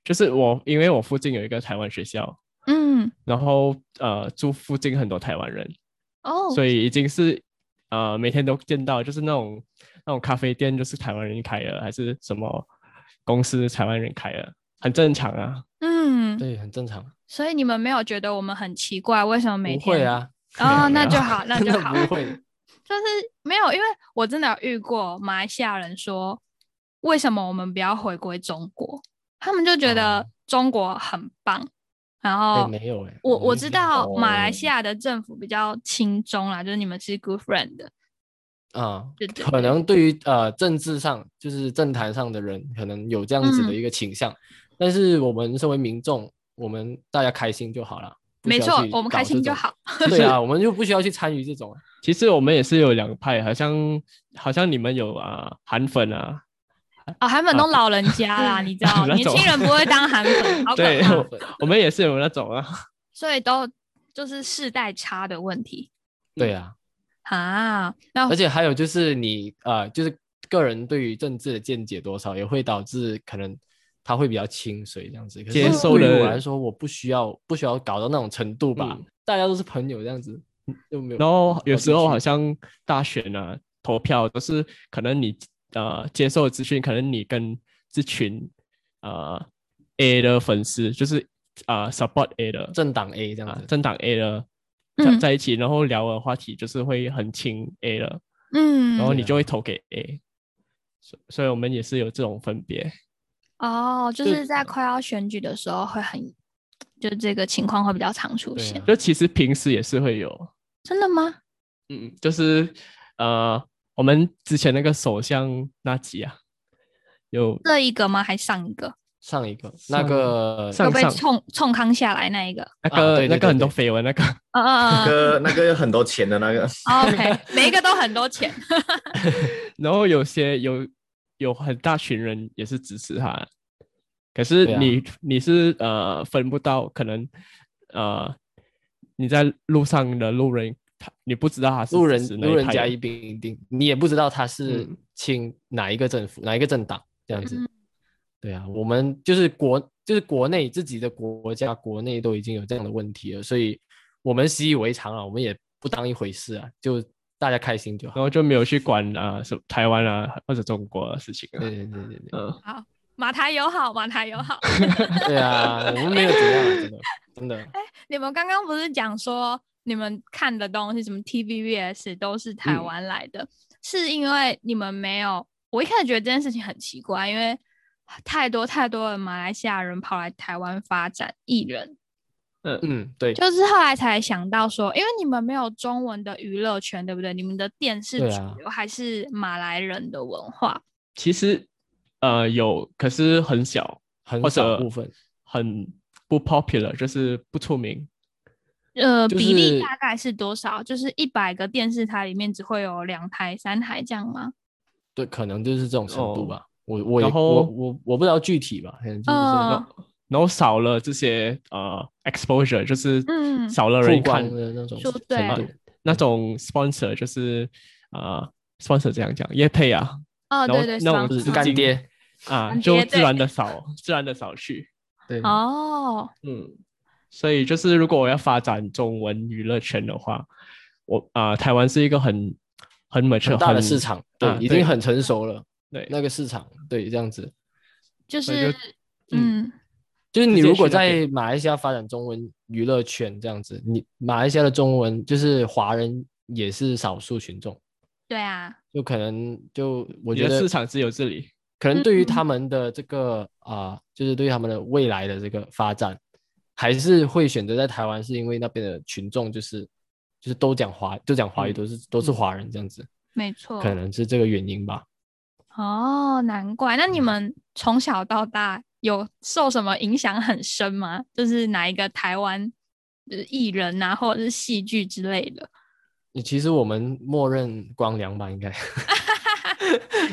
[SPEAKER 4] 就是我因为我附近有一个台湾学校，
[SPEAKER 1] 嗯，
[SPEAKER 4] 然后呃住附近很多台湾人，
[SPEAKER 1] 哦，
[SPEAKER 4] 所以已经是呃每天都见到，就是那种那种咖啡店就是台湾人开的，还是什么公司台湾人开的，很正常啊。
[SPEAKER 1] 嗯，
[SPEAKER 2] 对，很正常。
[SPEAKER 1] 所以你们没有觉得我们很奇怪，为什么每
[SPEAKER 2] 不
[SPEAKER 1] 天？
[SPEAKER 2] 会，啊，
[SPEAKER 1] 哦，
[SPEAKER 4] 没
[SPEAKER 1] 那
[SPEAKER 4] 有
[SPEAKER 1] 就好，那
[SPEAKER 2] 真
[SPEAKER 1] 就
[SPEAKER 2] 的
[SPEAKER 1] 好。
[SPEAKER 2] 不会。
[SPEAKER 1] 就是没有，因为我真的有遇过马来西亚人说，为什么我们不要回归中国？他们就觉
[SPEAKER 2] 哦
[SPEAKER 1] 得中国很棒，然
[SPEAKER 2] 哎，
[SPEAKER 1] 后
[SPEAKER 2] 没有哎，
[SPEAKER 1] 哦我
[SPEAKER 2] 们
[SPEAKER 1] 我
[SPEAKER 2] 没
[SPEAKER 1] 知
[SPEAKER 2] 有
[SPEAKER 1] 道马来
[SPEAKER 3] 哦
[SPEAKER 1] 西亚的政府比较轻中啦，就是你们是 good friend 的，
[SPEAKER 2] 啊。
[SPEAKER 1] 对对
[SPEAKER 2] 可
[SPEAKER 1] 对
[SPEAKER 2] 能对于呃政治上，就是政坛上的人，可能有这样子的
[SPEAKER 1] 嗯
[SPEAKER 2] 一个倾向，但是我们身为民众，我们大家开心就好了。不
[SPEAKER 1] 没
[SPEAKER 2] 需要
[SPEAKER 1] 错
[SPEAKER 2] 去，
[SPEAKER 1] 我们
[SPEAKER 2] 搞
[SPEAKER 1] 开心就
[SPEAKER 2] 这种。
[SPEAKER 1] 好。
[SPEAKER 2] 对啊，我们就不需要去参与这种啊。
[SPEAKER 4] 其实我们也是有两派，好像好像你们有啊、韩粉啊，
[SPEAKER 1] 哦，韩粉
[SPEAKER 2] 啊
[SPEAKER 1] 都老人家啦，你知 道，
[SPEAKER 4] 那
[SPEAKER 1] 年
[SPEAKER 4] 种
[SPEAKER 1] 轻人不会当韩粉，好可
[SPEAKER 4] 对
[SPEAKER 1] 怕
[SPEAKER 4] 我，我们也是有那种啊。
[SPEAKER 1] 所以都就是世代差的问题
[SPEAKER 2] 对啊，
[SPEAKER 1] 啊。那
[SPEAKER 2] 而且还有就是你呃，就是个人对于政治的见解多少，也会导致可能他会比较清水这样子。可是
[SPEAKER 4] 接受
[SPEAKER 2] 对于
[SPEAKER 4] 了
[SPEAKER 2] 我来说，我不需要不需要搞到那种程度吧？
[SPEAKER 4] 嗯
[SPEAKER 2] 大家都是朋友这样子，就没有。哦
[SPEAKER 4] 然后有时候好
[SPEAKER 2] 像
[SPEAKER 4] 像大选啊投票都是可能你呃接受的资讯，可能你跟这群呃 A 的粉丝，就是呃 support A 的
[SPEAKER 2] 政党 A 这样
[SPEAKER 4] 啊
[SPEAKER 2] 子，
[SPEAKER 4] 政党 A 的在
[SPEAKER 1] 嗯
[SPEAKER 4] 在一起，然后聊的话题就是会很亲 A 的，
[SPEAKER 1] 嗯
[SPEAKER 4] 然后
[SPEAKER 2] 对
[SPEAKER 4] 你
[SPEAKER 2] 啊
[SPEAKER 4] 就会投给 A，所所以我们也是有这种分别。
[SPEAKER 1] 哦，就
[SPEAKER 2] 就是
[SPEAKER 1] 在快要选举的时候会很，就这个情况会比较常出
[SPEAKER 2] 对
[SPEAKER 1] 现
[SPEAKER 2] 啊。
[SPEAKER 4] 就其实平时也是会有，
[SPEAKER 1] 真的吗？
[SPEAKER 4] 嗯，就是呃我们之前那个首相那集啊，有
[SPEAKER 1] 这一个吗？还上一个？
[SPEAKER 2] 上一个
[SPEAKER 4] 上
[SPEAKER 2] 那个
[SPEAKER 4] 上
[SPEAKER 1] 有被
[SPEAKER 4] 上
[SPEAKER 1] 冲冲康下来那一个？
[SPEAKER 4] 那
[SPEAKER 2] 啊
[SPEAKER 4] 个、
[SPEAKER 2] 对对
[SPEAKER 4] 那个
[SPEAKER 2] 对
[SPEAKER 4] 很多
[SPEAKER 2] 对
[SPEAKER 4] 绯闻那个。
[SPEAKER 1] 嗯嗯嗯
[SPEAKER 3] 那个那个有很多钱的那个，
[SPEAKER 1] 哦，OK，每一个都很多钱。
[SPEAKER 4] 然后有些有有很大群人也是支持他，可是
[SPEAKER 2] 对啊
[SPEAKER 4] 你、你是呃分不到，可能呃你在路上的路人，他你不知道他是
[SPEAKER 2] 路
[SPEAKER 4] 支
[SPEAKER 2] 人
[SPEAKER 4] 持哪
[SPEAKER 2] 路人
[SPEAKER 4] 派
[SPEAKER 2] 甲
[SPEAKER 4] 的
[SPEAKER 2] 乙丙丁，你也不知道他是
[SPEAKER 4] 嗯
[SPEAKER 2] 亲哪一个政府、哪一个政党这样子。
[SPEAKER 1] 嗯
[SPEAKER 2] 对啊，我们就是国，就是国内自己的国家，国内都已经有这样的问题了，所以我们习以为常啊，我们也不当一回事啊，就大家开心就
[SPEAKER 4] 然
[SPEAKER 2] 好。
[SPEAKER 4] 后就没有去管啊什么台湾啊或者中国的事情啊
[SPEAKER 2] 对，对对对对，
[SPEAKER 4] 嗯、
[SPEAKER 1] 好，马台友好，马台友好。
[SPEAKER 2] 对啊，我们没有怎样啊，真的真的。
[SPEAKER 1] 你们刚刚不是讲说你们看的东西，什么 TVBS 都是台
[SPEAKER 4] 嗯
[SPEAKER 1] 湾来的，是因为你们没有？我一开始觉得这件事情很奇怪，因为太多太多的马来西亚人跑来台湾发展艺人，
[SPEAKER 2] 嗯，对，
[SPEAKER 1] 就是后来才想到说，因为你们没有中文的娱乐圈，对不对？你们的电视
[SPEAKER 2] 对啊
[SPEAKER 1] 主流还是马来人的文化。
[SPEAKER 4] 其实呃有，可是很小，
[SPEAKER 2] 很
[SPEAKER 4] 或
[SPEAKER 2] 少
[SPEAKER 4] 者
[SPEAKER 2] 部分。
[SPEAKER 4] 很不 popular，就是不出名。
[SPEAKER 1] 呃，
[SPEAKER 2] 就
[SPEAKER 1] 比例
[SPEAKER 2] 是
[SPEAKER 1] 大概是多少？就是一百个电视台里面只会有两台、三台这样吗？
[SPEAKER 2] 对，可能就是这种程度
[SPEAKER 4] 哦
[SPEAKER 2] 吧。我我也
[SPEAKER 4] 然后
[SPEAKER 2] 我我我不知道具体吧，可能就是这种
[SPEAKER 1] 嗯
[SPEAKER 4] 然后少了这些呃 exposure，就是
[SPEAKER 1] 嗯
[SPEAKER 4] 少了人
[SPEAKER 2] 曝
[SPEAKER 4] 看
[SPEAKER 2] 光的那种
[SPEAKER 1] 就
[SPEAKER 2] 程
[SPEAKER 1] 对
[SPEAKER 2] 度。
[SPEAKER 4] 那种 sponsor，就是呃 sponsor 这样讲，业配啊
[SPEAKER 1] 哦，
[SPEAKER 4] 然后
[SPEAKER 1] 对对，
[SPEAKER 4] 那我
[SPEAKER 1] 爽
[SPEAKER 2] 就
[SPEAKER 4] 就
[SPEAKER 2] 是是
[SPEAKER 1] 爽
[SPEAKER 4] 干
[SPEAKER 2] 干爹，
[SPEAKER 4] 啊，
[SPEAKER 1] 干
[SPEAKER 4] 就
[SPEAKER 1] 爹
[SPEAKER 4] 自 然的少，自然的少去，
[SPEAKER 2] 对，
[SPEAKER 1] 哦，
[SPEAKER 4] 嗯，所以就是如果我要发展中文娱乐圈的话，我啊、台湾是一个很很 mature
[SPEAKER 2] 很大的市，场，对
[SPEAKER 4] 啊，
[SPEAKER 2] 已
[SPEAKER 4] 对
[SPEAKER 2] 经很成熟了。
[SPEAKER 4] 对，
[SPEAKER 2] 那个市场，对，这样子，
[SPEAKER 1] 就
[SPEAKER 4] 所以
[SPEAKER 1] 是
[SPEAKER 4] 就
[SPEAKER 1] 嗯，
[SPEAKER 2] 就是
[SPEAKER 4] 直
[SPEAKER 2] 你
[SPEAKER 4] 接
[SPEAKER 2] 如
[SPEAKER 4] 去
[SPEAKER 2] 果
[SPEAKER 4] 那
[SPEAKER 2] 在
[SPEAKER 4] 边
[SPEAKER 2] 马来西亚发展中文娱乐圈这样子，你马来西亚的中文就是华人也是少数群众，
[SPEAKER 1] 对啊，
[SPEAKER 2] 就可能就我
[SPEAKER 4] 你
[SPEAKER 2] 觉
[SPEAKER 4] 的
[SPEAKER 2] 得
[SPEAKER 4] 市场只有这里，
[SPEAKER 2] 可能对于
[SPEAKER 1] 嗯
[SPEAKER 2] 他们的这个啊、就是对于他们的未来的这个发展，还是会选择在台湾，是因为那边的群众就是就是都讲华都讲华语，
[SPEAKER 4] 嗯
[SPEAKER 2] 都是、都是
[SPEAKER 4] 嗯
[SPEAKER 2] 华人这样子，
[SPEAKER 1] 没错，
[SPEAKER 2] 可能是这个原因吧。
[SPEAKER 1] 哦，难怪。那
[SPEAKER 2] 嗯
[SPEAKER 1] 你们从小到大有受什么影响很深吗？就是哪一个台湾就是艺人啊，或者是戏剧之类 的？
[SPEAKER 2] 其实我们默认光良吧，应该
[SPEAKER 1] 啊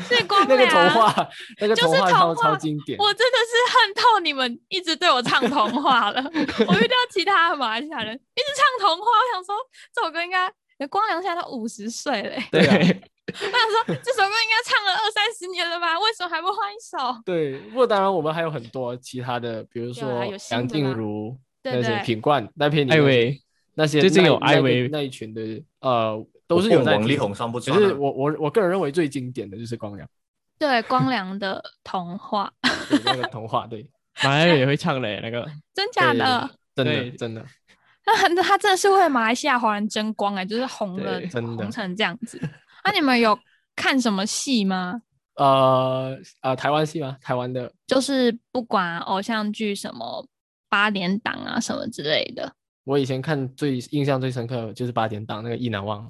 [SPEAKER 1] 是光
[SPEAKER 2] 那个童
[SPEAKER 1] 良
[SPEAKER 2] 话，那个
[SPEAKER 1] 就
[SPEAKER 2] 童
[SPEAKER 1] 是
[SPEAKER 2] 话
[SPEAKER 1] 童
[SPEAKER 2] 超
[SPEAKER 1] 话
[SPEAKER 2] 超经典。
[SPEAKER 1] 我真的是恨透你们一直对我唱童话了。 我遇到其他的马来西亚人一直唱童话，我想说这首歌应该。呃光良现在都五十岁了欸、
[SPEAKER 2] 对啊
[SPEAKER 1] 我想说这首歌应该唱了二三十年了吧？为什么还不换一首？
[SPEAKER 2] 对，不过当然我们还有很多其他的，比如
[SPEAKER 1] 有啦
[SPEAKER 2] 说
[SPEAKER 1] 啊有新
[SPEAKER 2] 梁
[SPEAKER 1] 的
[SPEAKER 2] 静
[SPEAKER 1] 啦
[SPEAKER 2] 茹
[SPEAKER 1] 对
[SPEAKER 2] 那些
[SPEAKER 1] 对
[SPEAKER 2] 品冠、赖佩妮
[SPEAKER 4] 艾
[SPEAKER 2] 那些
[SPEAKER 4] 薇，
[SPEAKER 2] 那些
[SPEAKER 4] 最近
[SPEAKER 2] 那
[SPEAKER 4] 有
[SPEAKER 2] 那
[SPEAKER 4] 艾
[SPEAKER 2] 个
[SPEAKER 4] 薇
[SPEAKER 2] 那一群的，呃，都是有
[SPEAKER 3] 我
[SPEAKER 2] 在
[SPEAKER 3] 王力
[SPEAKER 2] 听
[SPEAKER 3] 宏上不
[SPEAKER 2] 只
[SPEAKER 3] 算啊
[SPEAKER 2] 是我我我个人认为最经典的就是光良
[SPEAKER 1] 对，光良的童话，
[SPEAKER 2] 对那个童话，对，
[SPEAKER 4] 马来人也会唱嘞，那个
[SPEAKER 1] 真假
[SPEAKER 2] 对
[SPEAKER 1] 的？
[SPEAKER 2] 真
[SPEAKER 4] 对
[SPEAKER 2] 的真的，
[SPEAKER 1] 那很，他真的是为马来西亚华人争光哎、就是红了
[SPEAKER 4] 对，
[SPEAKER 2] 真的
[SPEAKER 1] 红成这样子。那、你们有看什么戏吗？
[SPEAKER 2] 呃呃，台湾戏吗？台湾的
[SPEAKER 1] 就是不管偶像剧什么八点档啊什么之类的，
[SPEAKER 2] 我以前看最印象最深刻的就是八点档那个《意难忘》，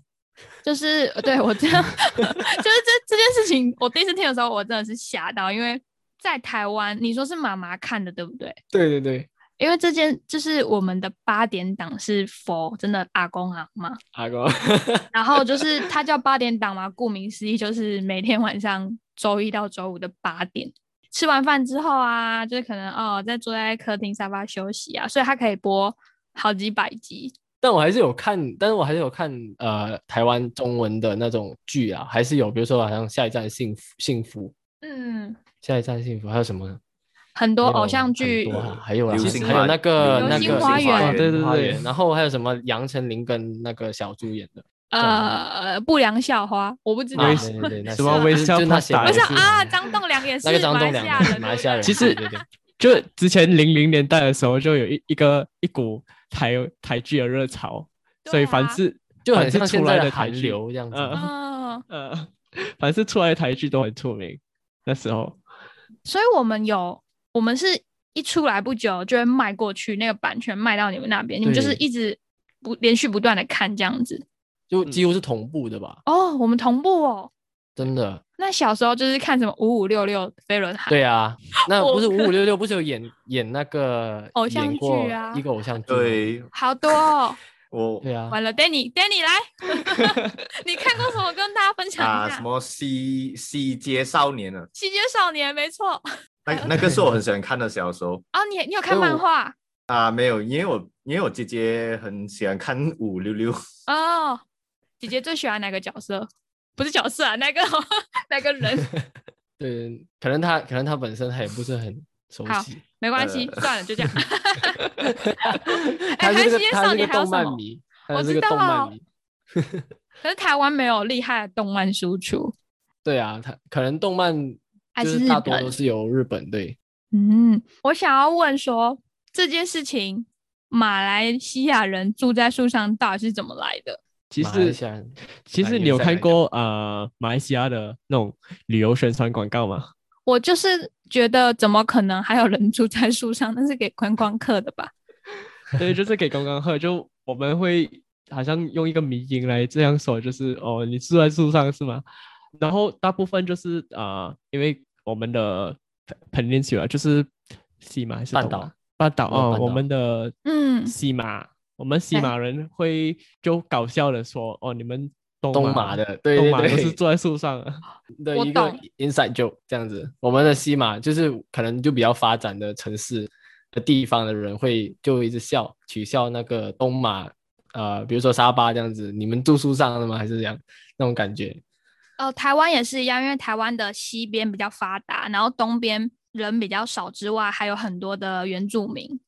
[SPEAKER 1] 就是对我这样， 就是这这件事情，我第一次听的时候，我真的是吓到，因为在台湾，你说是妈妈看的对不对？
[SPEAKER 2] 对对对，
[SPEAKER 1] 因为这件就是我们的八点档是 for 真的阿公阿妈，
[SPEAKER 2] 阿哥，
[SPEAKER 1] 然后就是 它叫八点档嘛，顾名思义就是每天晚上周一到周五的八点，吃完饭之后啊，就是可能哦再坐在客厅沙发休息啊，所以它可以播好几百集。
[SPEAKER 2] 但我还是有看，但是我还是有看呃台湾中文的那种剧啊，还是有，比如说好像《下一站幸福》《幸福》《
[SPEAKER 1] 嗯，
[SPEAKER 2] 下一站幸福》，还有什么呢？
[SPEAKER 1] 很多
[SPEAKER 2] 还有
[SPEAKER 1] 偶像
[SPEAKER 2] 很
[SPEAKER 1] 剧
[SPEAKER 2] 多啊还有啊，
[SPEAKER 3] 流
[SPEAKER 2] 还
[SPEAKER 3] 星
[SPEAKER 2] 还有
[SPEAKER 3] 花
[SPEAKER 2] 那个
[SPEAKER 1] 流
[SPEAKER 2] 那
[SPEAKER 1] 星
[SPEAKER 2] 个
[SPEAKER 1] 花园
[SPEAKER 2] 啊对对
[SPEAKER 4] 花
[SPEAKER 2] 对
[SPEAKER 4] 园，
[SPEAKER 2] 然后还有什么杨丞琳跟那个小猪演的，
[SPEAKER 1] 呃不良校花，我不知道
[SPEAKER 4] 微
[SPEAKER 2] 啊
[SPEAKER 4] 笑
[SPEAKER 2] 对对对那
[SPEAKER 4] 什么
[SPEAKER 2] 些
[SPEAKER 4] 微
[SPEAKER 2] 就是
[SPEAKER 4] 笑
[SPEAKER 2] 就是那
[SPEAKER 4] 发
[SPEAKER 2] 些
[SPEAKER 4] 达
[SPEAKER 1] 不是
[SPEAKER 2] 也
[SPEAKER 1] 啊，张栋梁也是
[SPEAKER 2] 那个张栋
[SPEAKER 1] 马来西
[SPEAKER 2] 梁
[SPEAKER 1] 亚人
[SPEAKER 2] 马来西亚人，
[SPEAKER 1] 对不
[SPEAKER 4] 其实
[SPEAKER 2] 对对对
[SPEAKER 4] 就之前零零年代的时候，就有一一个一股台台剧的热潮，
[SPEAKER 1] 对
[SPEAKER 4] 所以凡
[SPEAKER 1] 啊
[SPEAKER 4] 是
[SPEAKER 2] 就
[SPEAKER 4] 凡
[SPEAKER 2] 很
[SPEAKER 4] 是
[SPEAKER 2] 像
[SPEAKER 4] 出
[SPEAKER 2] 现
[SPEAKER 4] 来
[SPEAKER 2] 在
[SPEAKER 4] 的
[SPEAKER 2] 的
[SPEAKER 4] 台
[SPEAKER 2] 韩
[SPEAKER 4] 剧
[SPEAKER 2] 流这样子。
[SPEAKER 4] 嗯
[SPEAKER 1] 嗯，
[SPEAKER 4] 呃， 凡是出来的台剧都很出名。那时候，
[SPEAKER 1] 所以我们有我们是一出来不久就会卖过去，那个版权卖到你们那边，你们就是
[SPEAKER 2] 对
[SPEAKER 1] 一直不连续不断的看这样子。
[SPEAKER 2] 就
[SPEAKER 1] 嗯
[SPEAKER 2] 几乎是同步的吧，
[SPEAKER 1] 哦，我们同步哦。
[SPEAKER 2] 真的。
[SPEAKER 1] 那小时候就是看什么五五六六飞轮海，
[SPEAKER 2] 对 啊，那
[SPEAKER 1] 我
[SPEAKER 2] 不是五五六六，不是有演演那个
[SPEAKER 1] 偶像
[SPEAKER 2] 演过
[SPEAKER 1] 剧啊
[SPEAKER 2] 一个偶像剧吗，
[SPEAKER 3] 对
[SPEAKER 1] 好多哦。
[SPEAKER 3] 我
[SPEAKER 2] 对啊，
[SPEAKER 1] 完了，Danny，Danny 来，你看过什么？跟大家分享
[SPEAKER 3] 啊
[SPEAKER 1] 一
[SPEAKER 3] 什
[SPEAKER 1] 下。
[SPEAKER 3] 么西西街少年啊，
[SPEAKER 1] 西街少年，没错。
[SPEAKER 3] 那那个是我很喜欢看的小时候
[SPEAKER 1] 哦，你你有看
[SPEAKER 2] 哎
[SPEAKER 1] 漫
[SPEAKER 2] 我
[SPEAKER 1] 画
[SPEAKER 3] 啊，没有，因为我因为我姐姐很喜欢看五六六，
[SPEAKER 1] 哦？姐姐最喜欢哪个角色？不是角色啊，那个那个 人？
[SPEAKER 2] 对，可能他可能他本身他也不是很熟
[SPEAKER 1] 好
[SPEAKER 2] 悉，
[SPEAKER 1] 没关系，
[SPEAKER 3] 呃
[SPEAKER 1] 算了，就这样。 哎，
[SPEAKER 2] 他
[SPEAKER 1] 还
[SPEAKER 2] 是
[SPEAKER 1] 有
[SPEAKER 2] 个
[SPEAKER 1] 西街
[SPEAKER 2] 他
[SPEAKER 1] 少
[SPEAKER 2] 是个
[SPEAKER 1] 年还有
[SPEAKER 2] 动
[SPEAKER 1] 什
[SPEAKER 2] 漫
[SPEAKER 1] 么？
[SPEAKER 2] 迷，
[SPEAKER 1] 我
[SPEAKER 2] 他
[SPEAKER 1] 知
[SPEAKER 2] 是个动
[SPEAKER 1] 道
[SPEAKER 2] 漫迷。
[SPEAKER 1] 可是台湾没有厉害的动漫输出，
[SPEAKER 2] 对啊，他可能动漫
[SPEAKER 1] 还
[SPEAKER 2] 就是是
[SPEAKER 1] 日
[SPEAKER 2] 大多
[SPEAKER 1] 本
[SPEAKER 2] 都是由日本对。
[SPEAKER 1] 嗯，我想要问说这件事情，马来西亚人住在树上到底是怎么来的？
[SPEAKER 4] 其
[SPEAKER 2] 马来
[SPEAKER 4] 实
[SPEAKER 2] 西亚人
[SPEAKER 4] 其
[SPEAKER 2] 啊
[SPEAKER 4] 实你
[SPEAKER 2] 有
[SPEAKER 4] 有
[SPEAKER 2] 在
[SPEAKER 4] 看
[SPEAKER 2] 来
[SPEAKER 4] 过呃马来西亚的那种旅游宣传广 告吗？
[SPEAKER 1] 我就是觉得怎么可能还有人住在树上？那是给观光客的吧？
[SPEAKER 4] 对，就是给观光客，就我们会好像用一个迷音来这样说，就是哦，你住在树上是吗？然后大部分就是啊、呃因为我们的 peninsula 就是西马还是
[SPEAKER 2] 半
[SPEAKER 4] 东
[SPEAKER 2] 岛
[SPEAKER 4] 马半岛
[SPEAKER 2] 我们
[SPEAKER 4] 哦，
[SPEAKER 2] 半
[SPEAKER 4] 我
[SPEAKER 2] 岛
[SPEAKER 4] 们的
[SPEAKER 1] 嗯
[SPEAKER 4] 西马，我们西
[SPEAKER 1] 对
[SPEAKER 4] 马人会就搞笑的说哦，你们东
[SPEAKER 2] 东
[SPEAKER 4] 马
[SPEAKER 2] 马的，对
[SPEAKER 4] 东
[SPEAKER 2] 对
[SPEAKER 4] 马都
[SPEAKER 2] 对，
[SPEAKER 4] 是坐在树上啊。
[SPEAKER 2] 的
[SPEAKER 1] 我
[SPEAKER 2] 一个
[SPEAKER 1] 懂
[SPEAKER 2] inside joke 这样子。我们的西马就是可能就比较发展的城市的地方的人会就一直笑取笑那个东马，呃，比如说沙巴这样子，你们住树上的吗？还是这样那种感觉？
[SPEAKER 1] 呃，台湾也是一样，因为台湾的西边比较发达，然后东边人比较少之外，还有很多的原住民，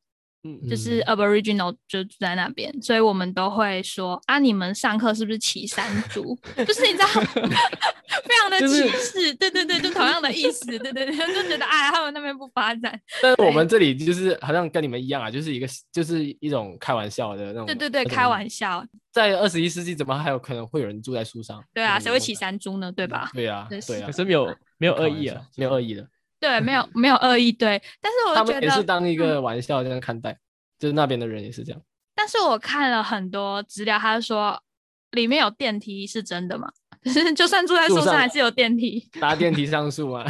[SPEAKER 4] 嗯
[SPEAKER 1] 就是
[SPEAKER 2] 嗯
[SPEAKER 1] Aboriginal 就住在那边，所以我们都会说啊，你们上课是不是骑山猪？ 就是你知道，非常的
[SPEAKER 2] 就是
[SPEAKER 1] 歧视，对对对，就同样的意思，对对对，就觉得哎，他们那边不发展，
[SPEAKER 2] 但是我们这里就是好像跟你们一样啊，就是一个就是一种开玩笑的那种。
[SPEAKER 1] 对对对，开玩
[SPEAKER 2] 笑。
[SPEAKER 1] 笑，
[SPEAKER 2] 在二十一世纪，怎么还有可能会有人住在树上？
[SPEAKER 1] 对啊，
[SPEAKER 2] 就是
[SPEAKER 1] 谁会骑山猪呢？对吧？
[SPEAKER 2] 对啊，
[SPEAKER 1] 真
[SPEAKER 2] 对啊
[SPEAKER 4] 可，是没有没有恶意
[SPEAKER 2] 开玩
[SPEAKER 4] 啊
[SPEAKER 2] 笑，，没有恶意的。
[SPEAKER 1] 对，没 有没有恶意，对，但是
[SPEAKER 2] 他
[SPEAKER 1] 我觉
[SPEAKER 2] 们也是
[SPEAKER 1] 得，嗯
[SPEAKER 2] 当一个玩笑这样看待，就是那边的人也是这样。
[SPEAKER 1] 但是我看了很多资料，他就说里面有电梯是真的吗？就是 就算住在
[SPEAKER 2] 树
[SPEAKER 1] 树上
[SPEAKER 2] 上
[SPEAKER 1] 还是有电梯，
[SPEAKER 2] 搭电梯上树 嘛，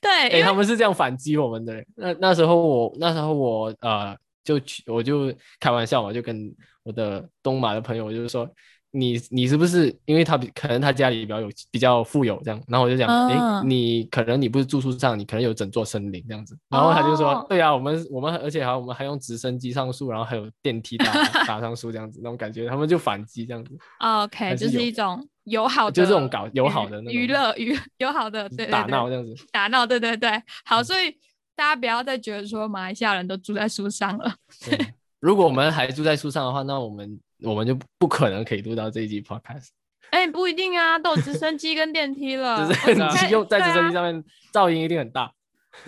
[SPEAKER 1] 对，
[SPEAKER 2] 哎、
[SPEAKER 1] 因为
[SPEAKER 2] 他们是这样反击我们的。那那时候我那时候我呃就去我就开玩笑嘛，就跟我的东马的朋友我就是说，你你是不是因为他比可能他家里比较有比较富有这样，然后我就讲，哎、
[SPEAKER 1] 嗯
[SPEAKER 2] 你可能你不是住树上，你可能有整座森林这样子。然后他就说，
[SPEAKER 1] 哦
[SPEAKER 2] 对啊，我们我们而且还我们还用直升机上树，然后还有电梯 搭搭上树这样子，那种感觉他们就反击这样子，
[SPEAKER 1] 哦 OK，
[SPEAKER 2] 还
[SPEAKER 1] 就是是
[SPEAKER 2] 有
[SPEAKER 1] 一种友好的，
[SPEAKER 2] 就这种搞友好的那
[SPEAKER 1] 娱
[SPEAKER 2] 种
[SPEAKER 1] 乐娱友好的，对对
[SPEAKER 2] 打
[SPEAKER 1] 对
[SPEAKER 2] 闹这嗯样子。
[SPEAKER 1] 打闹，对对对，好，所以大家不要再觉得说马来西亚人都住在树上了，
[SPEAKER 2] 对如果我们还住在树上的话，那我们我们就不可能可以录到这一集 podcast，
[SPEAKER 1] 哎，不一定啊，都有直升机跟电梯了，
[SPEAKER 2] 直
[SPEAKER 1] 我
[SPEAKER 2] 升
[SPEAKER 1] 们
[SPEAKER 2] 机
[SPEAKER 1] 该
[SPEAKER 2] 用在直升机
[SPEAKER 1] 啊对啊
[SPEAKER 2] 上面噪音一定很大。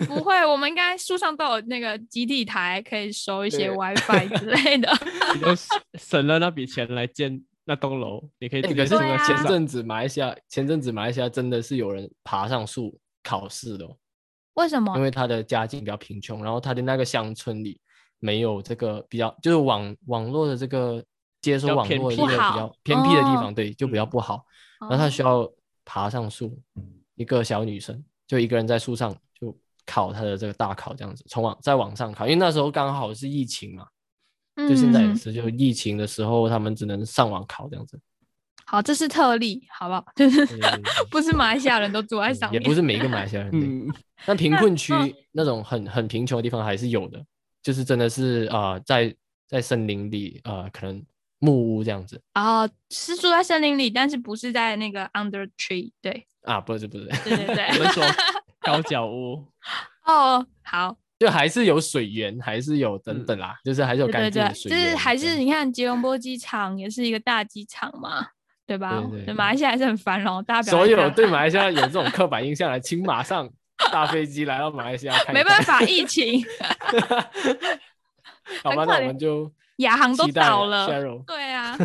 [SPEAKER 1] 不会，我们应该树上都有那个基地台，可以收一些
[SPEAKER 2] 对
[SPEAKER 1] WiFi 之类的。
[SPEAKER 4] 你就呃省了那笔钱来建那栋楼，你可以
[SPEAKER 2] 哎
[SPEAKER 4] 直
[SPEAKER 2] 可
[SPEAKER 4] 接
[SPEAKER 2] 是
[SPEAKER 4] 住
[SPEAKER 1] 对
[SPEAKER 4] 在
[SPEAKER 1] 啊
[SPEAKER 4] 线
[SPEAKER 2] 前
[SPEAKER 4] 上。
[SPEAKER 2] 阵子马来西亚，前阵子马来西亚真的是有人爬上树考试的哦、
[SPEAKER 1] 为什么
[SPEAKER 2] 因？为他的家境比较贫穷，然后他的那个乡村里没有这个比较，就是网网络的这个接收
[SPEAKER 4] 较
[SPEAKER 2] 网
[SPEAKER 4] 偏
[SPEAKER 2] 络的一
[SPEAKER 1] 僻
[SPEAKER 2] 个比
[SPEAKER 1] 不好
[SPEAKER 2] 较偏僻的地
[SPEAKER 1] 哦
[SPEAKER 2] 方，对，就比较不好。
[SPEAKER 1] 然
[SPEAKER 2] 然后她需要爬上树，一个小女生就一个人在树上就考她的这个大考，这样子从网在网上考，因为那时候刚好是疫情嘛，
[SPEAKER 1] 嗯
[SPEAKER 2] 就现在也是，就疫情的时候他们只能上网考这 样子，
[SPEAKER 1] 好，这是特例，好不好？ 就是
[SPEAKER 2] 对对对
[SPEAKER 1] 不是马来西亚人都住在
[SPEAKER 2] 嗯
[SPEAKER 1] 上
[SPEAKER 2] 也
[SPEAKER 1] 面，
[SPEAKER 2] 不是每一个马来西亚人。对
[SPEAKER 4] 嗯，
[SPEAKER 2] 但贫困区
[SPEAKER 1] 嗯
[SPEAKER 2] 那种很很贫穷的地方还是有的，就是真的是啊、呃在在森林里啊、呃可能木屋这样子
[SPEAKER 1] 哦，是住在森林里，但是不是在那个 under tree，对
[SPEAKER 2] 啊，不是不是，
[SPEAKER 1] 对对对
[SPEAKER 4] 我。们说高脚 屋，
[SPEAKER 1] 哦，好，
[SPEAKER 2] 就还是有水源，还是有等
[SPEAKER 4] 嗯
[SPEAKER 2] 等啦，就是还是有
[SPEAKER 1] 对对
[SPEAKER 2] 干净
[SPEAKER 1] 对，
[SPEAKER 2] 的水
[SPEAKER 1] 就
[SPEAKER 2] 源，
[SPEAKER 1] 是还
[SPEAKER 2] 对
[SPEAKER 1] 是你看吉隆坡机场也是一个大机场嘛，对吧？
[SPEAKER 2] 对对对
[SPEAKER 1] 马来西亚还是很繁荣，大家不要
[SPEAKER 2] 所
[SPEAKER 1] 再
[SPEAKER 2] 有
[SPEAKER 1] 看
[SPEAKER 2] 对马来西亚 有这种刻板印象的，请马上搭飞机来到马来西亚看一看。
[SPEAKER 1] 没办法，疫情
[SPEAKER 2] 好
[SPEAKER 1] 很
[SPEAKER 2] 吧，
[SPEAKER 1] 可
[SPEAKER 2] 那
[SPEAKER 1] 怜
[SPEAKER 2] 我们就
[SPEAKER 1] 亚航都
[SPEAKER 2] 期待
[SPEAKER 1] 倒了
[SPEAKER 2] Cheryl，
[SPEAKER 1] 对 啊，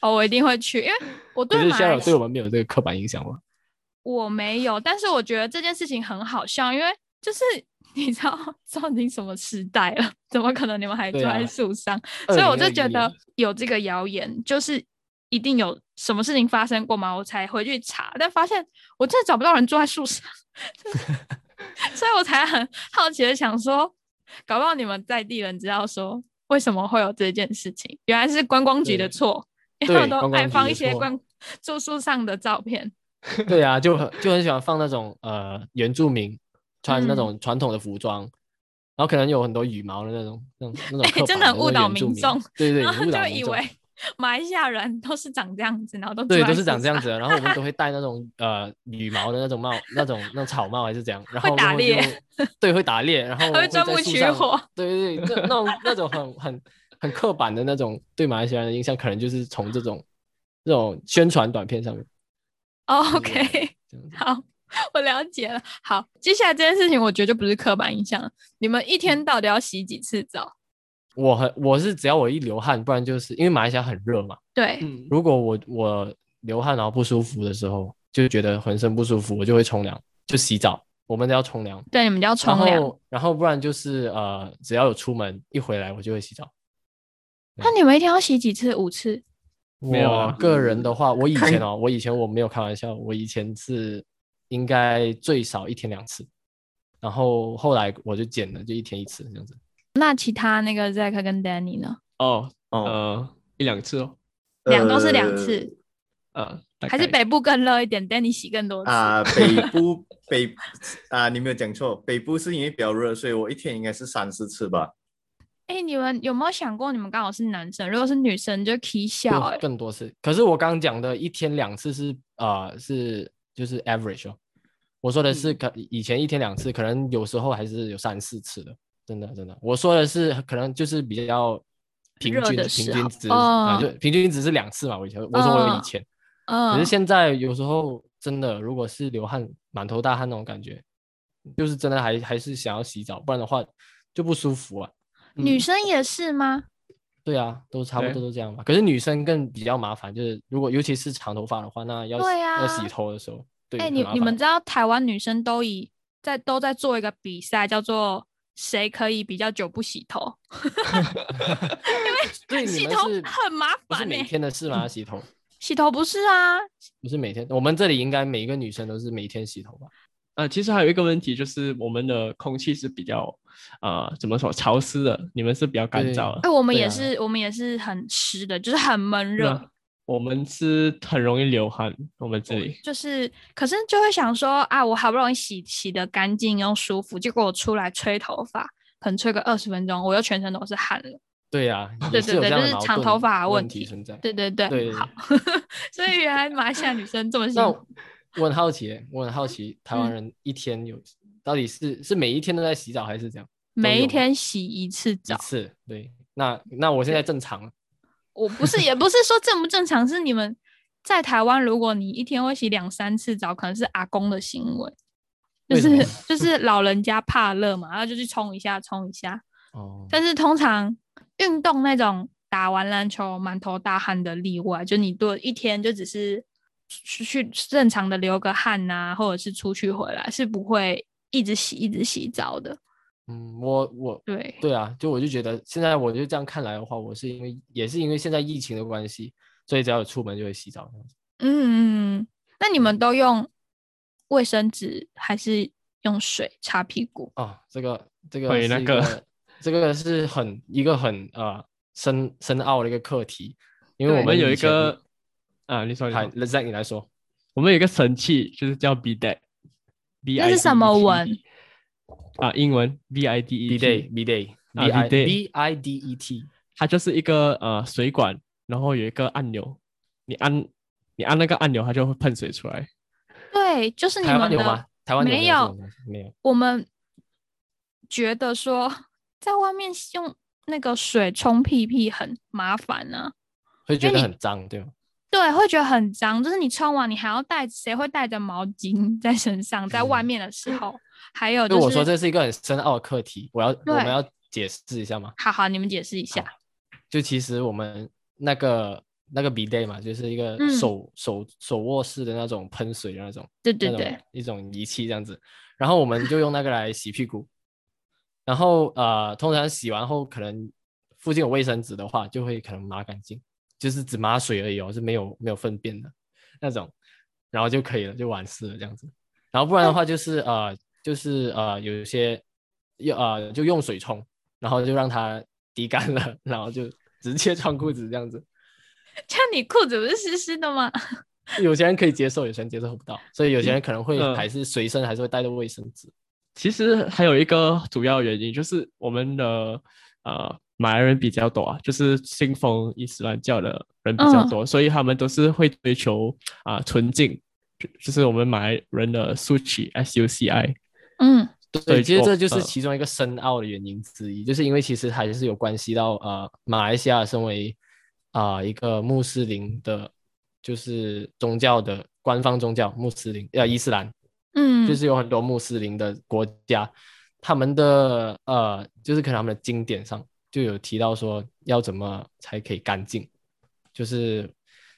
[SPEAKER 1] 哦，我一定会去，因为我
[SPEAKER 2] 可
[SPEAKER 1] 对
[SPEAKER 2] 是
[SPEAKER 1] 马来
[SPEAKER 2] Cheryl
[SPEAKER 1] 西
[SPEAKER 2] 对我们没有这个刻板印象吗？
[SPEAKER 1] 我没有，但是我觉得这件事情很好笑，因为就是 你知道，知道你什么时代了，怎么可能你们还坐
[SPEAKER 2] 对啊
[SPEAKER 1] 在树上？所以我就觉
[SPEAKER 2] 2021
[SPEAKER 1] 得
[SPEAKER 2] 年
[SPEAKER 1] 有这个谣言，就是一定有什么事情发生过嘛，我才回去查，但发现我真的找不到人坐在树上， 就是所以我才很好奇的想说，搞不好你们在地人知道说为什么会有这件事情，原来是观光局的
[SPEAKER 2] 对
[SPEAKER 1] 错，因为他们
[SPEAKER 2] 对
[SPEAKER 1] 都
[SPEAKER 2] 观光
[SPEAKER 1] 爱
[SPEAKER 2] 局
[SPEAKER 1] 放
[SPEAKER 2] 的
[SPEAKER 1] 一些
[SPEAKER 2] 错
[SPEAKER 1] 观住树上的照片。
[SPEAKER 2] 对啊，就很就很喜欢放那种呃原住民穿
[SPEAKER 1] 嗯
[SPEAKER 2] 那种传统的服装，然后可能有很多羽毛的那种那种那种
[SPEAKER 1] 哎
[SPEAKER 2] 刻板
[SPEAKER 1] 真的很
[SPEAKER 2] 那种
[SPEAKER 1] 误导
[SPEAKER 2] 原住
[SPEAKER 1] 民众
[SPEAKER 2] 对 对，
[SPEAKER 1] 然后
[SPEAKER 2] 误导
[SPEAKER 1] 就
[SPEAKER 2] 民
[SPEAKER 1] 以
[SPEAKER 2] 众
[SPEAKER 1] 为马来西亚人都是长这样子，然后都
[SPEAKER 2] 对
[SPEAKER 1] 住在
[SPEAKER 2] 都是
[SPEAKER 1] 树
[SPEAKER 2] 长这样
[SPEAKER 1] 上
[SPEAKER 2] 子，的，然后我们都会戴那种呃羽毛的那种帽，那种那种草帽还是怎样，然
[SPEAKER 1] 会
[SPEAKER 2] 后我
[SPEAKER 1] 打
[SPEAKER 2] 们
[SPEAKER 1] 猎
[SPEAKER 2] 就，对，会打 猎，然后
[SPEAKER 1] 还会
[SPEAKER 2] 哦会
[SPEAKER 1] 钻
[SPEAKER 2] 在
[SPEAKER 1] 木
[SPEAKER 2] 树
[SPEAKER 1] 取
[SPEAKER 2] 上
[SPEAKER 1] 火，
[SPEAKER 2] 对对对，就那种那种很很很刻板的那种对马来西亚人的印象，可能就是从这种这种宣传短片上面
[SPEAKER 1] 哦
[SPEAKER 2] 就是来
[SPEAKER 1] OK，
[SPEAKER 2] 这样子。
[SPEAKER 1] 好，我了解了。好，接下来这件事情，我觉得就不是刻板印象了。你们一
[SPEAKER 2] 嗯
[SPEAKER 1] 天到底要洗几次澡？
[SPEAKER 2] 我很我是只要我一流汗，不然就是因为马来西亚很热嘛，
[SPEAKER 1] 对，
[SPEAKER 4] 嗯，
[SPEAKER 2] 如果我我流汗然后不舒服的时候，就觉得浑身不舒服，我就会冲凉，就洗澡，我们都要冲凉。
[SPEAKER 1] 对，你们一定要冲
[SPEAKER 2] 然
[SPEAKER 1] 凉。
[SPEAKER 2] 后，然后不然就是呃，只要有出门一回来，我就会洗澡。
[SPEAKER 1] 那你们一天要洗几次？五次？
[SPEAKER 4] 没有啊
[SPEAKER 2] 我个人的话，我以前哦，我以前我没有开玩笑，我以前是应该最少一天两次，然后后来我就减了，就一天一次这样子。
[SPEAKER 1] 那其他那个 Zack 跟 Danny 呢？
[SPEAKER 4] 哦，
[SPEAKER 3] 哦，
[SPEAKER 4] 呃，一两次哦，
[SPEAKER 1] 两都是两
[SPEAKER 3] 呃
[SPEAKER 1] 次，
[SPEAKER 4] 啊，大
[SPEAKER 1] 还是
[SPEAKER 4] 概
[SPEAKER 1] 北部更热一点，但你洗更多次。
[SPEAKER 3] 啊，北部 北啊，你没有讲错，北部是因为比较热，所以我一天应该是三四次吧。
[SPEAKER 1] 哎、你们有没有想过，你们刚好是男生，如果是女生就起笑、
[SPEAKER 2] 多
[SPEAKER 1] 欸，
[SPEAKER 2] 更多次。可是我刚刚讲的一天两次是呃是就是 average 哦，我说的
[SPEAKER 1] 嗯
[SPEAKER 2] 是可以前一天两次，可能有时候还是有三四次的，真的真的。我说的是可能就是比较平
[SPEAKER 1] 热
[SPEAKER 2] 均
[SPEAKER 1] 的
[SPEAKER 2] 平
[SPEAKER 1] 时
[SPEAKER 2] 均
[SPEAKER 1] 候
[SPEAKER 2] 值啊、
[SPEAKER 1] 哦
[SPEAKER 2] 就平均值是两次嘛。我以前我说我以
[SPEAKER 1] 嗯
[SPEAKER 2] 前，可
[SPEAKER 1] 嗯
[SPEAKER 2] 是，现在有时候真的如果是流汗满头大汗那种感觉，就是真的还还是想要洗澡，不然的话就不舒服啊。
[SPEAKER 1] 女
[SPEAKER 4] 嗯
[SPEAKER 1] 生也是吗？
[SPEAKER 2] 对啊，都差不
[SPEAKER 4] 对
[SPEAKER 2] 多都这样吧。可是女生更比较麻烦，就是如果尤其是长头发的话，那要洗、
[SPEAKER 1] 对
[SPEAKER 2] 要
[SPEAKER 1] 啊
[SPEAKER 2] 洗头的时候，对，
[SPEAKER 1] 哎、
[SPEAKER 2] 很
[SPEAKER 1] 你
[SPEAKER 2] 麻
[SPEAKER 1] 你们
[SPEAKER 2] 烦
[SPEAKER 1] 知道台湾女生都以在都在做一个比赛，叫做谁可以比较久不洗头，
[SPEAKER 2] 对你
[SPEAKER 1] 洗
[SPEAKER 2] 们
[SPEAKER 1] 头
[SPEAKER 2] 是
[SPEAKER 1] 很麻
[SPEAKER 2] 不是
[SPEAKER 1] 烦
[SPEAKER 2] 每
[SPEAKER 1] 欸
[SPEAKER 2] 天的事 吗？洗头
[SPEAKER 1] 洗头不是啊？
[SPEAKER 2] 不是每天，我们这里应该每一个女生都是每天洗头吧？
[SPEAKER 4] 啊，其实还有一个问题就是我们的空气是比较啊怎么说潮湿的，你们是比较干
[SPEAKER 2] 对
[SPEAKER 4] 燥
[SPEAKER 1] 哎、
[SPEAKER 4] 的，
[SPEAKER 1] 我们
[SPEAKER 2] 对
[SPEAKER 1] 也
[SPEAKER 2] 啊
[SPEAKER 1] 是，我们也是很湿的，就是很闷
[SPEAKER 4] 对
[SPEAKER 1] 热。
[SPEAKER 4] 啊我们是很容易流汗，我们这里
[SPEAKER 1] 就是，可是就会想说啊，我好不容易洗洗的干净又舒服，结果我出来吹头发，可能吹个二十分钟，我又全身都是汗了。
[SPEAKER 2] 对呀、啊，
[SPEAKER 1] 对
[SPEAKER 2] 也
[SPEAKER 1] 对
[SPEAKER 2] 有
[SPEAKER 1] 对
[SPEAKER 2] 这
[SPEAKER 1] 就
[SPEAKER 2] 样的
[SPEAKER 1] 是
[SPEAKER 2] 矛
[SPEAKER 1] 长
[SPEAKER 2] 盾
[SPEAKER 1] 头发问
[SPEAKER 2] 问
[SPEAKER 1] 题
[SPEAKER 2] 存在。
[SPEAKER 1] 对对对，
[SPEAKER 2] 对
[SPEAKER 1] 好。所以原来马来西亚女生这么辛
[SPEAKER 2] 那
[SPEAKER 1] 苦
[SPEAKER 2] 我我很好奇，我很好奇，台
[SPEAKER 1] 嗯
[SPEAKER 2] 湾人一天有、到底是是每一天都在洗澡，还是这样
[SPEAKER 1] 每一
[SPEAKER 2] 有
[SPEAKER 1] 天洗一次
[SPEAKER 2] 一
[SPEAKER 1] 澡，
[SPEAKER 2] 次？对，那那我现在正常了，
[SPEAKER 1] 我不是也不是说正不正常，是你们在台湾，如果你一天会洗两三次澡，可能是阿公的行为，就
[SPEAKER 2] 为什么
[SPEAKER 1] 是就是老人家怕热嘛，然后就去冲一下冲一下，
[SPEAKER 2] 哦，
[SPEAKER 1] 但是通常运动那种打完篮球满头大汗的例外，就你多一天就只是去去正常的流个汗呐、或者是出去回来，是不会一直洗一直洗澡的。
[SPEAKER 2] 嗯，我我
[SPEAKER 1] 对，
[SPEAKER 2] 对啊，就我就觉得现在我就这样看来的话，我是因为也是因为现在疫情的关系，所以只要有出门就会洗澡这样子。
[SPEAKER 1] 嗯，嗯那你们都用卫生纸还是用水擦屁股？
[SPEAKER 2] 哦，这个这个
[SPEAKER 4] 会
[SPEAKER 2] 是
[SPEAKER 4] 那
[SPEAKER 2] 一
[SPEAKER 4] 个
[SPEAKER 2] 个这个是很一个很呃深深奥的一个课题，因为
[SPEAKER 1] 对
[SPEAKER 2] 我
[SPEAKER 4] 我们有
[SPEAKER 2] 以
[SPEAKER 4] 一
[SPEAKER 2] 前
[SPEAKER 4] 个啊，你说你
[SPEAKER 2] 还
[SPEAKER 4] 说，
[SPEAKER 2] 在你来说，
[SPEAKER 4] 我们有一个神器就是叫 B E Day，
[SPEAKER 1] 那是什么文
[SPEAKER 4] 啊？英文 B I D
[SPEAKER 2] B
[SPEAKER 4] E
[SPEAKER 2] day B day
[SPEAKER 4] 啊
[SPEAKER 2] B I
[SPEAKER 4] B-day
[SPEAKER 2] B I D E T
[SPEAKER 4] 它就是一个呃水管，然后有一个按钮，你按你按那个按钮，它就会喷水出来。
[SPEAKER 1] 对，就是你
[SPEAKER 2] 台湾
[SPEAKER 1] 们
[SPEAKER 2] 有
[SPEAKER 1] 的
[SPEAKER 2] 吗？。台湾
[SPEAKER 1] 没
[SPEAKER 2] 有这
[SPEAKER 1] 有
[SPEAKER 2] 种东西没有？
[SPEAKER 1] 我们觉得说，在外面用那个水冲屁屁很麻烦呢、
[SPEAKER 2] 会觉
[SPEAKER 1] 为
[SPEAKER 2] 得
[SPEAKER 1] 你
[SPEAKER 2] 很脏对吗？
[SPEAKER 1] 对，会觉得很脏，就是你冲完，你还要带，谁会带着毛巾在身上？在外
[SPEAKER 2] 嗯
[SPEAKER 1] 面的时 候，还有
[SPEAKER 2] 就
[SPEAKER 1] 就
[SPEAKER 2] 我
[SPEAKER 1] 是，
[SPEAKER 2] 说这是一个很深奥的课题，我要我们
[SPEAKER 1] 对
[SPEAKER 2] 要解释一下吗？
[SPEAKER 1] 好好，你们解释一下。
[SPEAKER 2] 就其实我们那个那个 B day 嘛，就是一个
[SPEAKER 1] 嗯
[SPEAKER 2] 手、手手握式的那种喷水的那种，
[SPEAKER 1] 对对
[SPEAKER 2] 那种
[SPEAKER 1] 对，
[SPEAKER 2] 一种仪器这样子。然后我们就用那个来洗屁股，然后呃，通常洗完后可能附近有卫生纸的话，就会可能抹干净，就是只抹水而已哦，是没有没有粪便的那种，然后就可以了，就完事了这样子。然后不然的话就是呃，就是呃，有一些用呃就用水冲，然后就让它滴干了，然后就直接穿裤子这样子。
[SPEAKER 1] 像你裤子不是湿湿的吗？
[SPEAKER 2] 有些人可以接受，有些人接受不到，所以有些人可能会
[SPEAKER 4] 嗯
[SPEAKER 2] 还是随身还是会带着卫生纸。
[SPEAKER 4] 其实还有一个主要原因就是我们的呃马来人比较多啊，就是信奉伊斯兰教的人比较
[SPEAKER 1] 嗯
[SPEAKER 4] 多，所以他们都是会追求啊、纯净，就就是我们马来人的 suci S U C I。
[SPEAKER 1] 嗯，
[SPEAKER 4] 所
[SPEAKER 2] 对，
[SPEAKER 4] 以
[SPEAKER 2] 其实
[SPEAKER 4] 我
[SPEAKER 2] 这就是
[SPEAKER 4] 呃
[SPEAKER 2] 其中一个深奥的原因之一，就是因为其实还是有关系到呃，马来西亚身为啊、一个穆斯林的，就是宗教的官方宗教穆斯林呃伊斯兰，
[SPEAKER 1] 嗯，
[SPEAKER 2] 就是有很多穆斯林的国家，他们的呃，就是可能他们的经典上就有提到说要怎么才可以干净，就是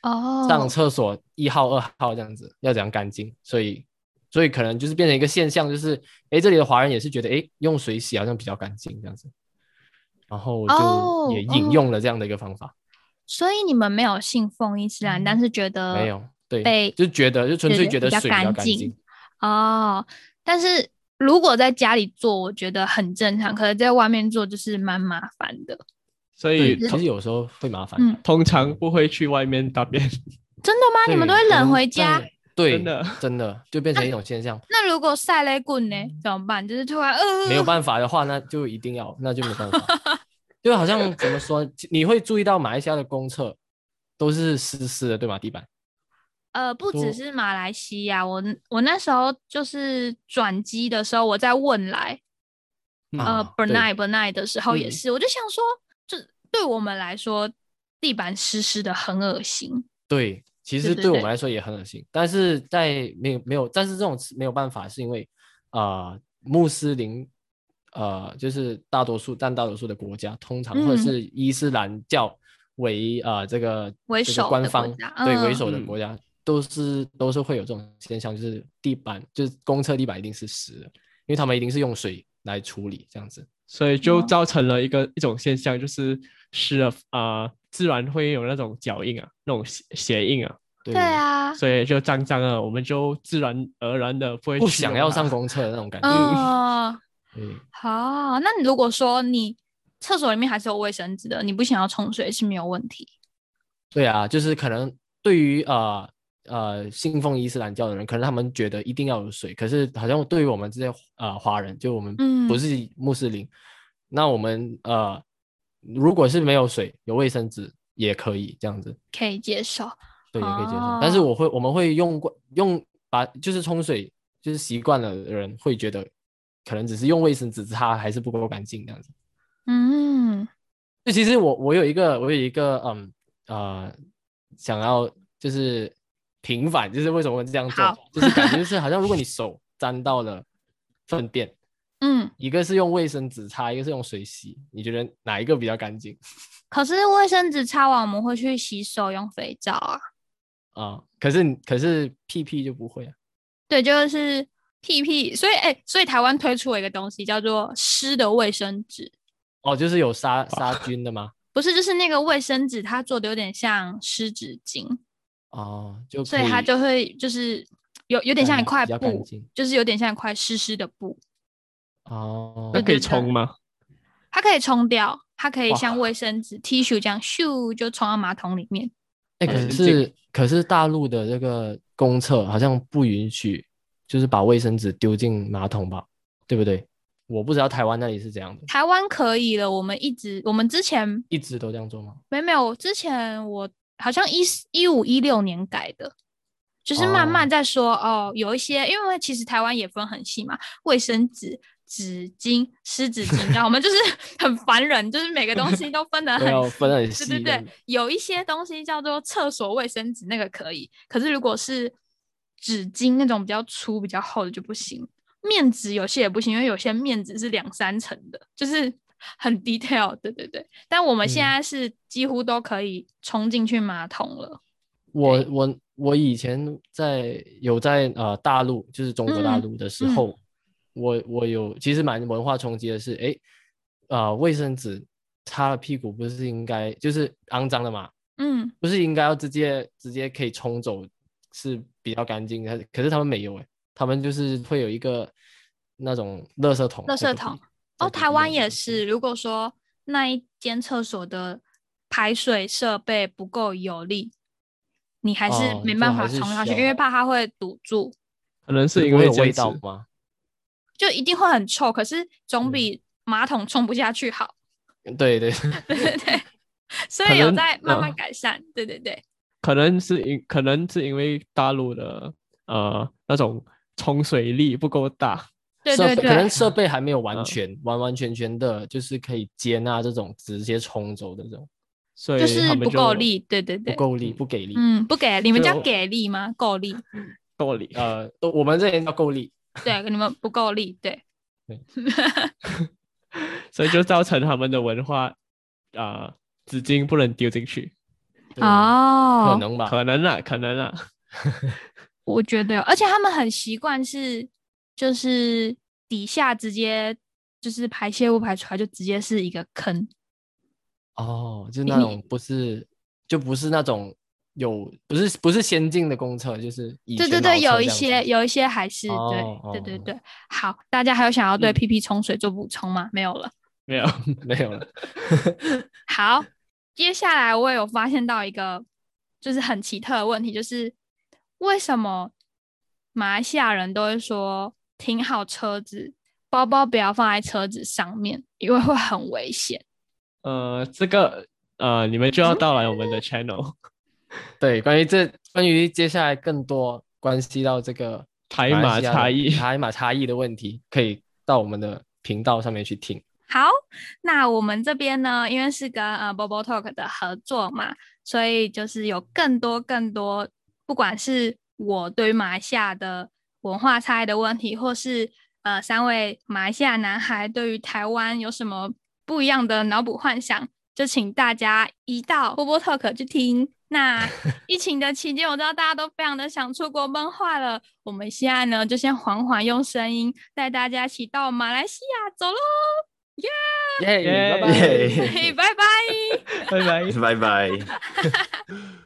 [SPEAKER 1] 哦，
[SPEAKER 2] 上厕所一号、二号这样子，要怎样干净？所以，所以可能就是变成一个现象，就是诶，这里的华人也是觉得诶，用水洗好像比较干净这样子，然后我
[SPEAKER 1] 哦
[SPEAKER 2] 就也
[SPEAKER 1] 哦
[SPEAKER 2] 引用了这样的一个方法，
[SPEAKER 1] 所以你们没有信奉伊斯兰，但是觉得
[SPEAKER 2] 嗯没有
[SPEAKER 1] 呃被
[SPEAKER 2] 对，就觉得就纯粹觉得水比较干
[SPEAKER 1] 比较
[SPEAKER 2] 净，
[SPEAKER 1] 哦。但是如果在家里做，我觉得很正常，可是在外面做就是蛮麻烦的。
[SPEAKER 4] 所以
[SPEAKER 2] 对，其实有时候会麻烦，
[SPEAKER 1] 嗯
[SPEAKER 4] 通常不会去外面大便，
[SPEAKER 1] 真的吗？你们都
[SPEAKER 2] 对
[SPEAKER 1] 会
[SPEAKER 2] 我
[SPEAKER 1] 冷
[SPEAKER 2] 们
[SPEAKER 1] 回家？啊
[SPEAKER 4] 在
[SPEAKER 2] 对，
[SPEAKER 4] 真的
[SPEAKER 2] 真的就变成一种现象，
[SPEAKER 1] 那如果晒雷棍呢？怎么办？就是突然呃，
[SPEAKER 2] 没有办法的话，那就一定要，那就没办 法。就好像怎么说，你会注意到马来西亚的公厕都是湿湿的，对吗？地板
[SPEAKER 1] 呃，不只
[SPEAKER 2] 说
[SPEAKER 1] 是马来西亚，我我那时候就是转机的时候，我在汶莱，呃
[SPEAKER 2] 啊对
[SPEAKER 1] 本来本来的时候也
[SPEAKER 4] 嗯
[SPEAKER 1] 是，我就想说，就对我们来说，地板湿湿的很恶心。
[SPEAKER 2] 对，其
[SPEAKER 1] 对
[SPEAKER 2] 实
[SPEAKER 1] 对
[SPEAKER 2] 对我
[SPEAKER 1] 对
[SPEAKER 2] 们来说也很恶心，但是在没有没有，但是这种是没有办法，是因为呃穆斯林呃就是大多数占大多数的国家，通常或者
[SPEAKER 1] 嗯
[SPEAKER 2] 是伊斯兰教为呃这个
[SPEAKER 1] 为
[SPEAKER 2] 这个
[SPEAKER 1] 首的
[SPEAKER 2] 官
[SPEAKER 1] 国
[SPEAKER 2] 方
[SPEAKER 1] 家
[SPEAKER 2] 对为
[SPEAKER 1] 嗯
[SPEAKER 2] 首的国家。都是都是会有这种现象，就是地板就是公厕地板一定是湿的，因为他们一定是用水来处理这样子。
[SPEAKER 4] 所以就
[SPEAKER 1] 哦
[SPEAKER 4] 造成了一个一种现象，就是湿了啊、呃自然会有那种脚印啊，那种鞋鞋印啊，
[SPEAKER 2] 对
[SPEAKER 1] 对，啊，
[SPEAKER 4] 所以就脏脏啊，我们就自然而然的不会
[SPEAKER 2] 不
[SPEAKER 4] 去
[SPEAKER 2] 想
[SPEAKER 4] 用
[SPEAKER 2] 要
[SPEAKER 4] 它
[SPEAKER 2] 上公厕的那种感觉。
[SPEAKER 1] 嗯，
[SPEAKER 2] 对
[SPEAKER 1] 好，那你如果说你厕所里面还是有卫生纸的，你不想要冲水是没有问题。
[SPEAKER 2] 对啊，就是可能对于呃呃信奉伊斯兰教的人，可能他们觉得一定要有水，可是好像对于我们这些呃华人，就我们
[SPEAKER 1] 嗯
[SPEAKER 2] 不是穆斯林，那我们呃如果是没有水，有卫生纸也可以这样子，
[SPEAKER 1] 可以接受，
[SPEAKER 2] 对，也可以接受。但是
[SPEAKER 1] 哦
[SPEAKER 2] 我会我们会用惯用把就是冲水就是习惯了的人会觉得，可能只是用卫生纸擦还是不够干净这样子。
[SPEAKER 1] 嗯，
[SPEAKER 2] 就其实我我有一个我有一个嗯呃想要就是平反，就是为什么会这样做
[SPEAKER 1] 好，
[SPEAKER 2] 就是感觉就是好像如果你手沾到了粪便，
[SPEAKER 1] 嗯，
[SPEAKER 2] 一个是用卫生纸擦，一个是用水洗，你觉得哪一个比较干净
[SPEAKER 1] 可是卫生纸擦完，我们会去洗手用肥皂啊。
[SPEAKER 2] 啊？可是你可是屁屁就不会啊，
[SPEAKER 1] 对，就是屁屁，所以哎、所以台湾推出了一个东西叫做湿的卫生纸，
[SPEAKER 2] 哦，就是有杀杀菌的吗？
[SPEAKER 1] 不是，就是那个卫生纸，它做的有点像湿纸巾，
[SPEAKER 2] 哦，就
[SPEAKER 1] 所以
[SPEAKER 2] 可
[SPEAKER 1] 它就会就是有有点像一
[SPEAKER 2] 呃
[SPEAKER 1] 块
[SPEAKER 2] 比较干
[SPEAKER 1] 布
[SPEAKER 2] 净，
[SPEAKER 1] 就是有点像一块湿湿的布，
[SPEAKER 2] 哦，
[SPEAKER 4] 那可以
[SPEAKER 1] 觉得
[SPEAKER 4] 冲吗？
[SPEAKER 1] 它可以冲掉，它可以
[SPEAKER 4] 哇
[SPEAKER 1] 像卫生纸 T 恤这样咻就冲到马桶里面。
[SPEAKER 2] 哎、
[SPEAKER 4] 很
[SPEAKER 2] 可
[SPEAKER 4] 先进
[SPEAKER 2] 是可是大陆的这个公厕好像不允许，就是把卫生纸丢进马桶吧，对不对？我不知道台湾那里是怎样的，
[SPEAKER 1] 台湾可以了，我们一直我们之前
[SPEAKER 2] 一直都这样做吗？
[SPEAKER 1] 没没有，之前我好像一一五一六年改的，就是慢慢
[SPEAKER 2] 哦
[SPEAKER 1] 在说哦有一些，因为其实台湾也分很细嘛，卫生纸、纸巾、湿纸巾，然后我们就是很烦人，就是每个东西都分得很
[SPEAKER 2] 对啊，分得很
[SPEAKER 1] 对
[SPEAKER 2] 细。
[SPEAKER 1] 对对，有一些东西叫做厕所卫生纸，那个可以，可是如果是纸巾那种比较粗、比较厚的就不行。面纸有些也不行，因为有些面纸是两三层的，就是很 detail。对对对，但我们现
[SPEAKER 2] 嗯
[SPEAKER 1] 在是几乎都可以冲进去马桶了。
[SPEAKER 2] 我我我以前在有在呃大陆，就是中国大
[SPEAKER 1] 嗯
[SPEAKER 2] 陆的时
[SPEAKER 1] 嗯
[SPEAKER 2] 候，我我有其实蛮文化冲击的是，诶，呃，卫生纸擦了屁股不是应该就是肮脏的嘛，
[SPEAKER 1] 嗯，
[SPEAKER 2] 不是应该要直接直接可以冲走是比较干净的，可是他们没有哎、他们就是会有一个那种垃圾桶在
[SPEAKER 1] 垃
[SPEAKER 2] 隔壁，
[SPEAKER 1] 圾桶哦，
[SPEAKER 2] 在隔
[SPEAKER 1] 台
[SPEAKER 2] 壁
[SPEAKER 1] 湾
[SPEAKER 2] 那
[SPEAKER 1] 也
[SPEAKER 2] 种
[SPEAKER 1] 是。如果说那一间厕所的排水设备不够有力，你还是
[SPEAKER 2] 哦
[SPEAKER 1] 没
[SPEAKER 2] 就
[SPEAKER 1] 办
[SPEAKER 2] 还
[SPEAKER 1] 法
[SPEAKER 2] 是
[SPEAKER 1] 冲下
[SPEAKER 2] 需
[SPEAKER 1] 去，因为
[SPEAKER 2] 要
[SPEAKER 1] 怕它会堵住。
[SPEAKER 4] 可能是
[SPEAKER 2] 会
[SPEAKER 4] 因为
[SPEAKER 2] 有
[SPEAKER 4] 这样
[SPEAKER 2] 味
[SPEAKER 4] 子
[SPEAKER 2] 道吗？
[SPEAKER 1] 就一定会很臭，可是总
[SPEAKER 2] 嗯
[SPEAKER 1] 比马桶冲不下去好。
[SPEAKER 2] 对对，
[SPEAKER 1] 对对对，所
[SPEAKER 4] 可
[SPEAKER 1] 以有
[SPEAKER 4] 能
[SPEAKER 1] 在慢慢
[SPEAKER 4] 嗯
[SPEAKER 1] 改善。对对对，
[SPEAKER 4] 可能是因可能是因为大陆的呃那种冲水力不够大，
[SPEAKER 1] 对
[SPEAKER 2] 设
[SPEAKER 1] 对
[SPEAKER 2] 备啊可能
[SPEAKER 1] 对，
[SPEAKER 2] 设备还没有完
[SPEAKER 4] 嗯
[SPEAKER 2] 全、完完全全的，就是可以接纳这种直接冲走的这种，
[SPEAKER 4] 所以
[SPEAKER 1] 就是
[SPEAKER 4] 他们
[SPEAKER 1] 不够力。，对对
[SPEAKER 2] 不
[SPEAKER 1] 对，
[SPEAKER 2] 够力，不给力。
[SPEAKER 1] 嗯，不给，你们叫
[SPEAKER 4] 就
[SPEAKER 1] 给力吗？够力，
[SPEAKER 4] 不够力。
[SPEAKER 2] 呃，都我们这边叫够力，
[SPEAKER 1] 对，啊你们不够力，对。
[SPEAKER 4] 所以就造成他们的文化啊、呃纸巾不能丢进去，
[SPEAKER 2] 对可
[SPEAKER 1] 哦，
[SPEAKER 2] 能吧？
[SPEAKER 4] 可能啊，可能啊，
[SPEAKER 1] 我觉得有，而且他们很习惯是，就是底下直接就是排泄物排出来就直接是一个坑，
[SPEAKER 2] 哦，就那
[SPEAKER 1] 你
[SPEAKER 2] 种不是，就不是那种有，不是不是先进的公厕，就是以
[SPEAKER 1] 对对
[SPEAKER 2] 前老
[SPEAKER 1] 对，
[SPEAKER 2] 厕
[SPEAKER 1] 有一
[SPEAKER 2] 这样子
[SPEAKER 1] 些有一些还是、
[SPEAKER 2] 哦
[SPEAKER 1] 对对
[SPEAKER 2] 哦
[SPEAKER 1] 对对。好，大家还有想要对
[SPEAKER 4] 嗯
[SPEAKER 1] PP 冲水做补充吗？没有了。
[SPEAKER 4] 没有。
[SPEAKER 2] 没有了。
[SPEAKER 1] 好，接下来我也有发现到一个，就是很奇特的问题，就是为什么马来西亚人都会说停好车子，包包不要放在车子上面，因为会很危险。
[SPEAKER 4] 呃，这个呃，你们就要到来我们的 channel
[SPEAKER 2] 对，关于这关于接下来更多关系到这个
[SPEAKER 4] 台
[SPEAKER 2] 马
[SPEAKER 4] 马
[SPEAKER 2] 来西亚的
[SPEAKER 4] 差异
[SPEAKER 2] 台马差异的问题，可以到我们的频道上面去 听。
[SPEAKER 1] 好，那我们这边呢，因为是跟呃 Bobo Talk 的合作嘛，所以就是有更多更多，不管是我对于马来西亚的文化差异的问题，或是呃三位马来西亚男孩对于台湾有什么不一样的脑补幻想，就请大家移到 Bobo Talk 去听。那疫情的期间，我知道大家都非常的想出国闷坏了，我们现在呢就先缓缓用声音带大家一起到马来西亚走喽。
[SPEAKER 2] 耶，拜拜。
[SPEAKER 3] 耶，
[SPEAKER 1] 嘿，拜拜。
[SPEAKER 4] 哎拜拜。
[SPEAKER 3] 拜拜。